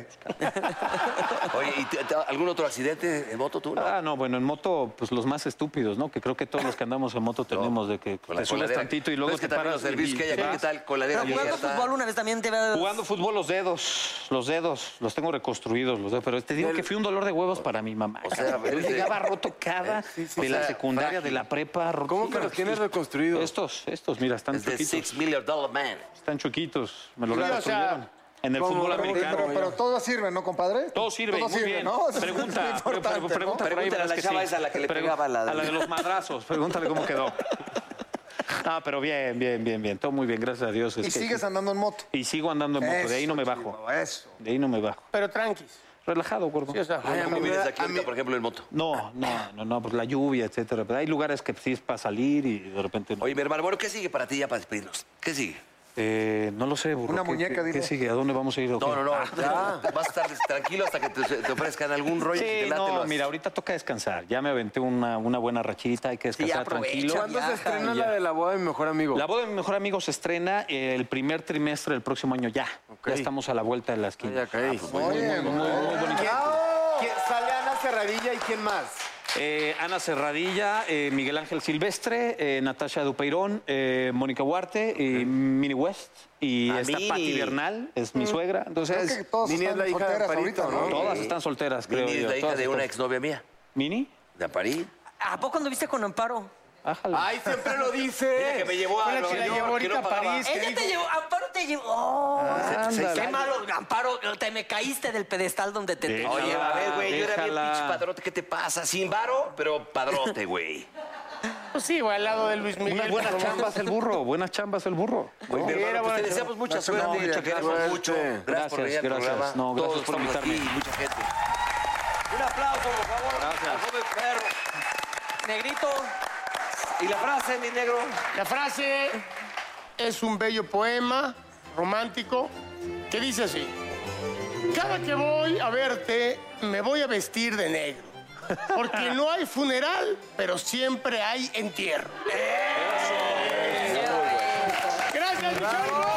[SPEAKER 4] ¿y te- te- algún otro accidente en moto tú? No?
[SPEAKER 9] Ah, no, bueno, en moto, pues los más estúpidos, ¿no? Que creo que todos los que andamos en moto tenemos de que
[SPEAKER 4] la
[SPEAKER 9] te subes
[SPEAKER 4] coladera.
[SPEAKER 9] tantito y
[SPEAKER 4] Pero
[SPEAKER 9] luego
[SPEAKER 4] es que
[SPEAKER 9] te
[SPEAKER 4] también
[SPEAKER 9] paras.
[SPEAKER 4] los servicios
[SPEAKER 9] y-
[SPEAKER 4] que
[SPEAKER 9] "Ah,
[SPEAKER 4] hay
[SPEAKER 9] y
[SPEAKER 4] aquí,
[SPEAKER 9] vas.
[SPEAKER 4] ¿qué tal? Coladera
[SPEAKER 6] Pero
[SPEAKER 4] abierta.
[SPEAKER 6] jugando fútbol una vez también te veo.
[SPEAKER 9] Jugando fútbol los dedos, los dedos, los tengo reconstruidos, los dedos, pero te digo que fue un dolor de huevos para mi mamá.
[SPEAKER 4] O sea, eh,
[SPEAKER 9] Yo llegaba roto cada
[SPEAKER 4] sí,
[SPEAKER 9] de
[SPEAKER 4] o
[SPEAKER 9] la
[SPEAKER 4] sea,
[SPEAKER 9] secundaria,
[SPEAKER 4] frágil.
[SPEAKER 9] de la prepa. ¿Cómo
[SPEAKER 4] que los tienes
[SPEAKER 9] reconstruidos? Estos, estos, mira, están
[SPEAKER 4] Es de
[SPEAKER 9] chiquitos.
[SPEAKER 4] Six Million Dollar Man.
[SPEAKER 9] Están chiquitos, me los
[SPEAKER 4] Sí, o sea,
[SPEAKER 9] reconstruyeron. en el fútbol
[SPEAKER 7] Pero-
[SPEAKER 9] americano.
[SPEAKER 7] Pero, pero todo sirve, ¿no, compadre?
[SPEAKER 9] Todo sirve, muy bien.
[SPEAKER 7] ¿no? Eso es
[SPEAKER 9] Pregunta,
[SPEAKER 7] importante,
[SPEAKER 9] pre- pre-
[SPEAKER 7] ¿no?
[SPEAKER 9] pregunta por ahí,
[SPEAKER 4] Pregúntale a
[SPEAKER 9] verás
[SPEAKER 4] la
[SPEAKER 9] que
[SPEAKER 4] chava
[SPEAKER 9] sí.
[SPEAKER 4] esa, la que le
[SPEAKER 9] Pregu-
[SPEAKER 4] pegaba la de-
[SPEAKER 9] A la de los madrazos, pregúntale cómo quedó. Ah, pero bien, bien, bien, bien. Todo muy bien, gracias a Dios. es
[SPEAKER 7] Y
[SPEAKER 9] que-
[SPEAKER 7] sigues andando en moto.
[SPEAKER 9] Y sigo andando en moto, de ahí
[SPEAKER 7] Eso,
[SPEAKER 9] no me bajo. De ahí no me bajo.
[SPEAKER 5] Pero tranquis.
[SPEAKER 9] Relajado, gordo.
[SPEAKER 4] Ay, a mí vienes aquí, ahorita, por ejemplo, en moto.
[SPEAKER 9] No, no, no, no, pues la lluvia, etcétera. Pero hay lugares que sí es para salir y de repente no.
[SPEAKER 4] Oye, mi hermano, bueno, ¿qué sigue para ti ya para despedirnos? ¿Qué sigue?
[SPEAKER 9] Eh, no lo sé, burro.
[SPEAKER 4] Una
[SPEAKER 9] ¿Qué-
[SPEAKER 4] muñeca,
[SPEAKER 9] qué- ¿Qué
[SPEAKER 4] dile.
[SPEAKER 9] sigue? ¿A dónde vamos a ir? o qué? Ah,
[SPEAKER 4] No, no, no. ya, Vas a estar tranquilo hasta que te, te ofrezcan algún rollo.
[SPEAKER 9] Sí,
[SPEAKER 4] que te late, lo
[SPEAKER 9] no,
[SPEAKER 4] haces.
[SPEAKER 9] mira, ahorita toca descansar. Ya me aventé una, una buena rachita, hay que
[SPEAKER 2] Sí,
[SPEAKER 9] descansar
[SPEAKER 2] aprovecha,
[SPEAKER 9] tranquilo.
[SPEAKER 2] ¿Cuándo se viaja, estrena
[SPEAKER 9] Y
[SPEAKER 2] la
[SPEAKER 9] ya.
[SPEAKER 2] de la boda de mi mejor amigo?
[SPEAKER 9] La boda de mi mejor amigo se estrena eh, el primer trimestre del próximo año ya. Ya estamos a la vuelta de la esquina. Ah, pues, muy, muy, muy, muy, muy bonito.
[SPEAKER 3] ¿Quién- Sale Ana Cerradilla y quién más?
[SPEAKER 9] Eh, Ana Serradilla, eh, Miguel Ángel Silvestre, eh, Natasha Dupeirón, eh, Mónica Huarte, y Mini West y
[SPEAKER 4] Ah,
[SPEAKER 9] esta
[SPEAKER 4] Mini.
[SPEAKER 9] Patti Bernal, es
[SPEAKER 4] Mm.
[SPEAKER 9] mi suegra. Entonces,
[SPEAKER 7] Creo que todas Mini es están la hija de solteras Amparito, ahorita, ¿no? ¿no?
[SPEAKER 9] Todas
[SPEAKER 4] Sí.
[SPEAKER 9] están solteras, creo
[SPEAKER 4] Mini es
[SPEAKER 9] yo,
[SPEAKER 4] la hija
[SPEAKER 9] todas
[SPEAKER 4] de una
[SPEAKER 9] están-
[SPEAKER 4] exnovia mía.
[SPEAKER 9] ¿Mini?
[SPEAKER 4] De París.
[SPEAKER 6] ¿A poco anduviste con Amparo?
[SPEAKER 3] Ay, siempre lo dice.
[SPEAKER 4] Ella que me llevó a
[SPEAKER 3] Fue la
[SPEAKER 4] Nueva
[SPEAKER 3] que la
[SPEAKER 4] York,
[SPEAKER 3] llevó
[SPEAKER 4] que
[SPEAKER 3] ahorita
[SPEAKER 4] no
[SPEAKER 3] a
[SPEAKER 4] pagaba.
[SPEAKER 3] París.
[SPEAKER 6] Ella te llevó, Amparo te llevó. Oh,
[SPEAKER 9] Ándale.
[SPEAKER 6] qué malo, Amparo, te me caíste del pedestal donde te
[SPEAKER 9] Déjala,
[SPEAKER 4] Oye, a ver, güey, yo era bien
[SPEAKER 9] déjala.
[SPEAKER 4] pinche padrote. ¿Qué te pasa? Sin varo, pero padrote, güey.
[SPEAKER 5] Pues sí, güey, al lado de Luis Miguel.
[SPEAKER 9] Unas
[SPEAKER 5] por
[SPEAKER 9] buenas
[SPEAKER 5] lo menos.
[SPEAKER 9] chambas el burro, buenas chambas el burro.
[SPEAKER 4] Oye, mi hermano, pues te deseamos mucha suerte,
[SPEAKER 9] novia,
[SPEAKER 4] te queremos
[SPEAKER 9] gracias.
[SPEAKER 4] mucho. Gracias, por venir al
[SPEAKER 9] Gracias,
[SPEAKER 4] programa.
[SPEAKER 9] gracias. No, gracias
[SPEAKER 4] Todos
[SPEAKER 9] por
[SPEAKER 4] estamos aquí,
[SPEAKER 9] invitarme.
[SPEAKER 4] mucha gente. Un aplauso, por favor, al joven perro.
[SPEAKER 6] Negrito.
[SPEAKER 4] Y la frase, mi negro.
[SPEAKER 5] La frase es un bello poema romántico que dice así. Cada que voy a verte, me voy a vestir de negro. Porque no hay funeral, pero siempre hay entierro. Gracias, Michelle.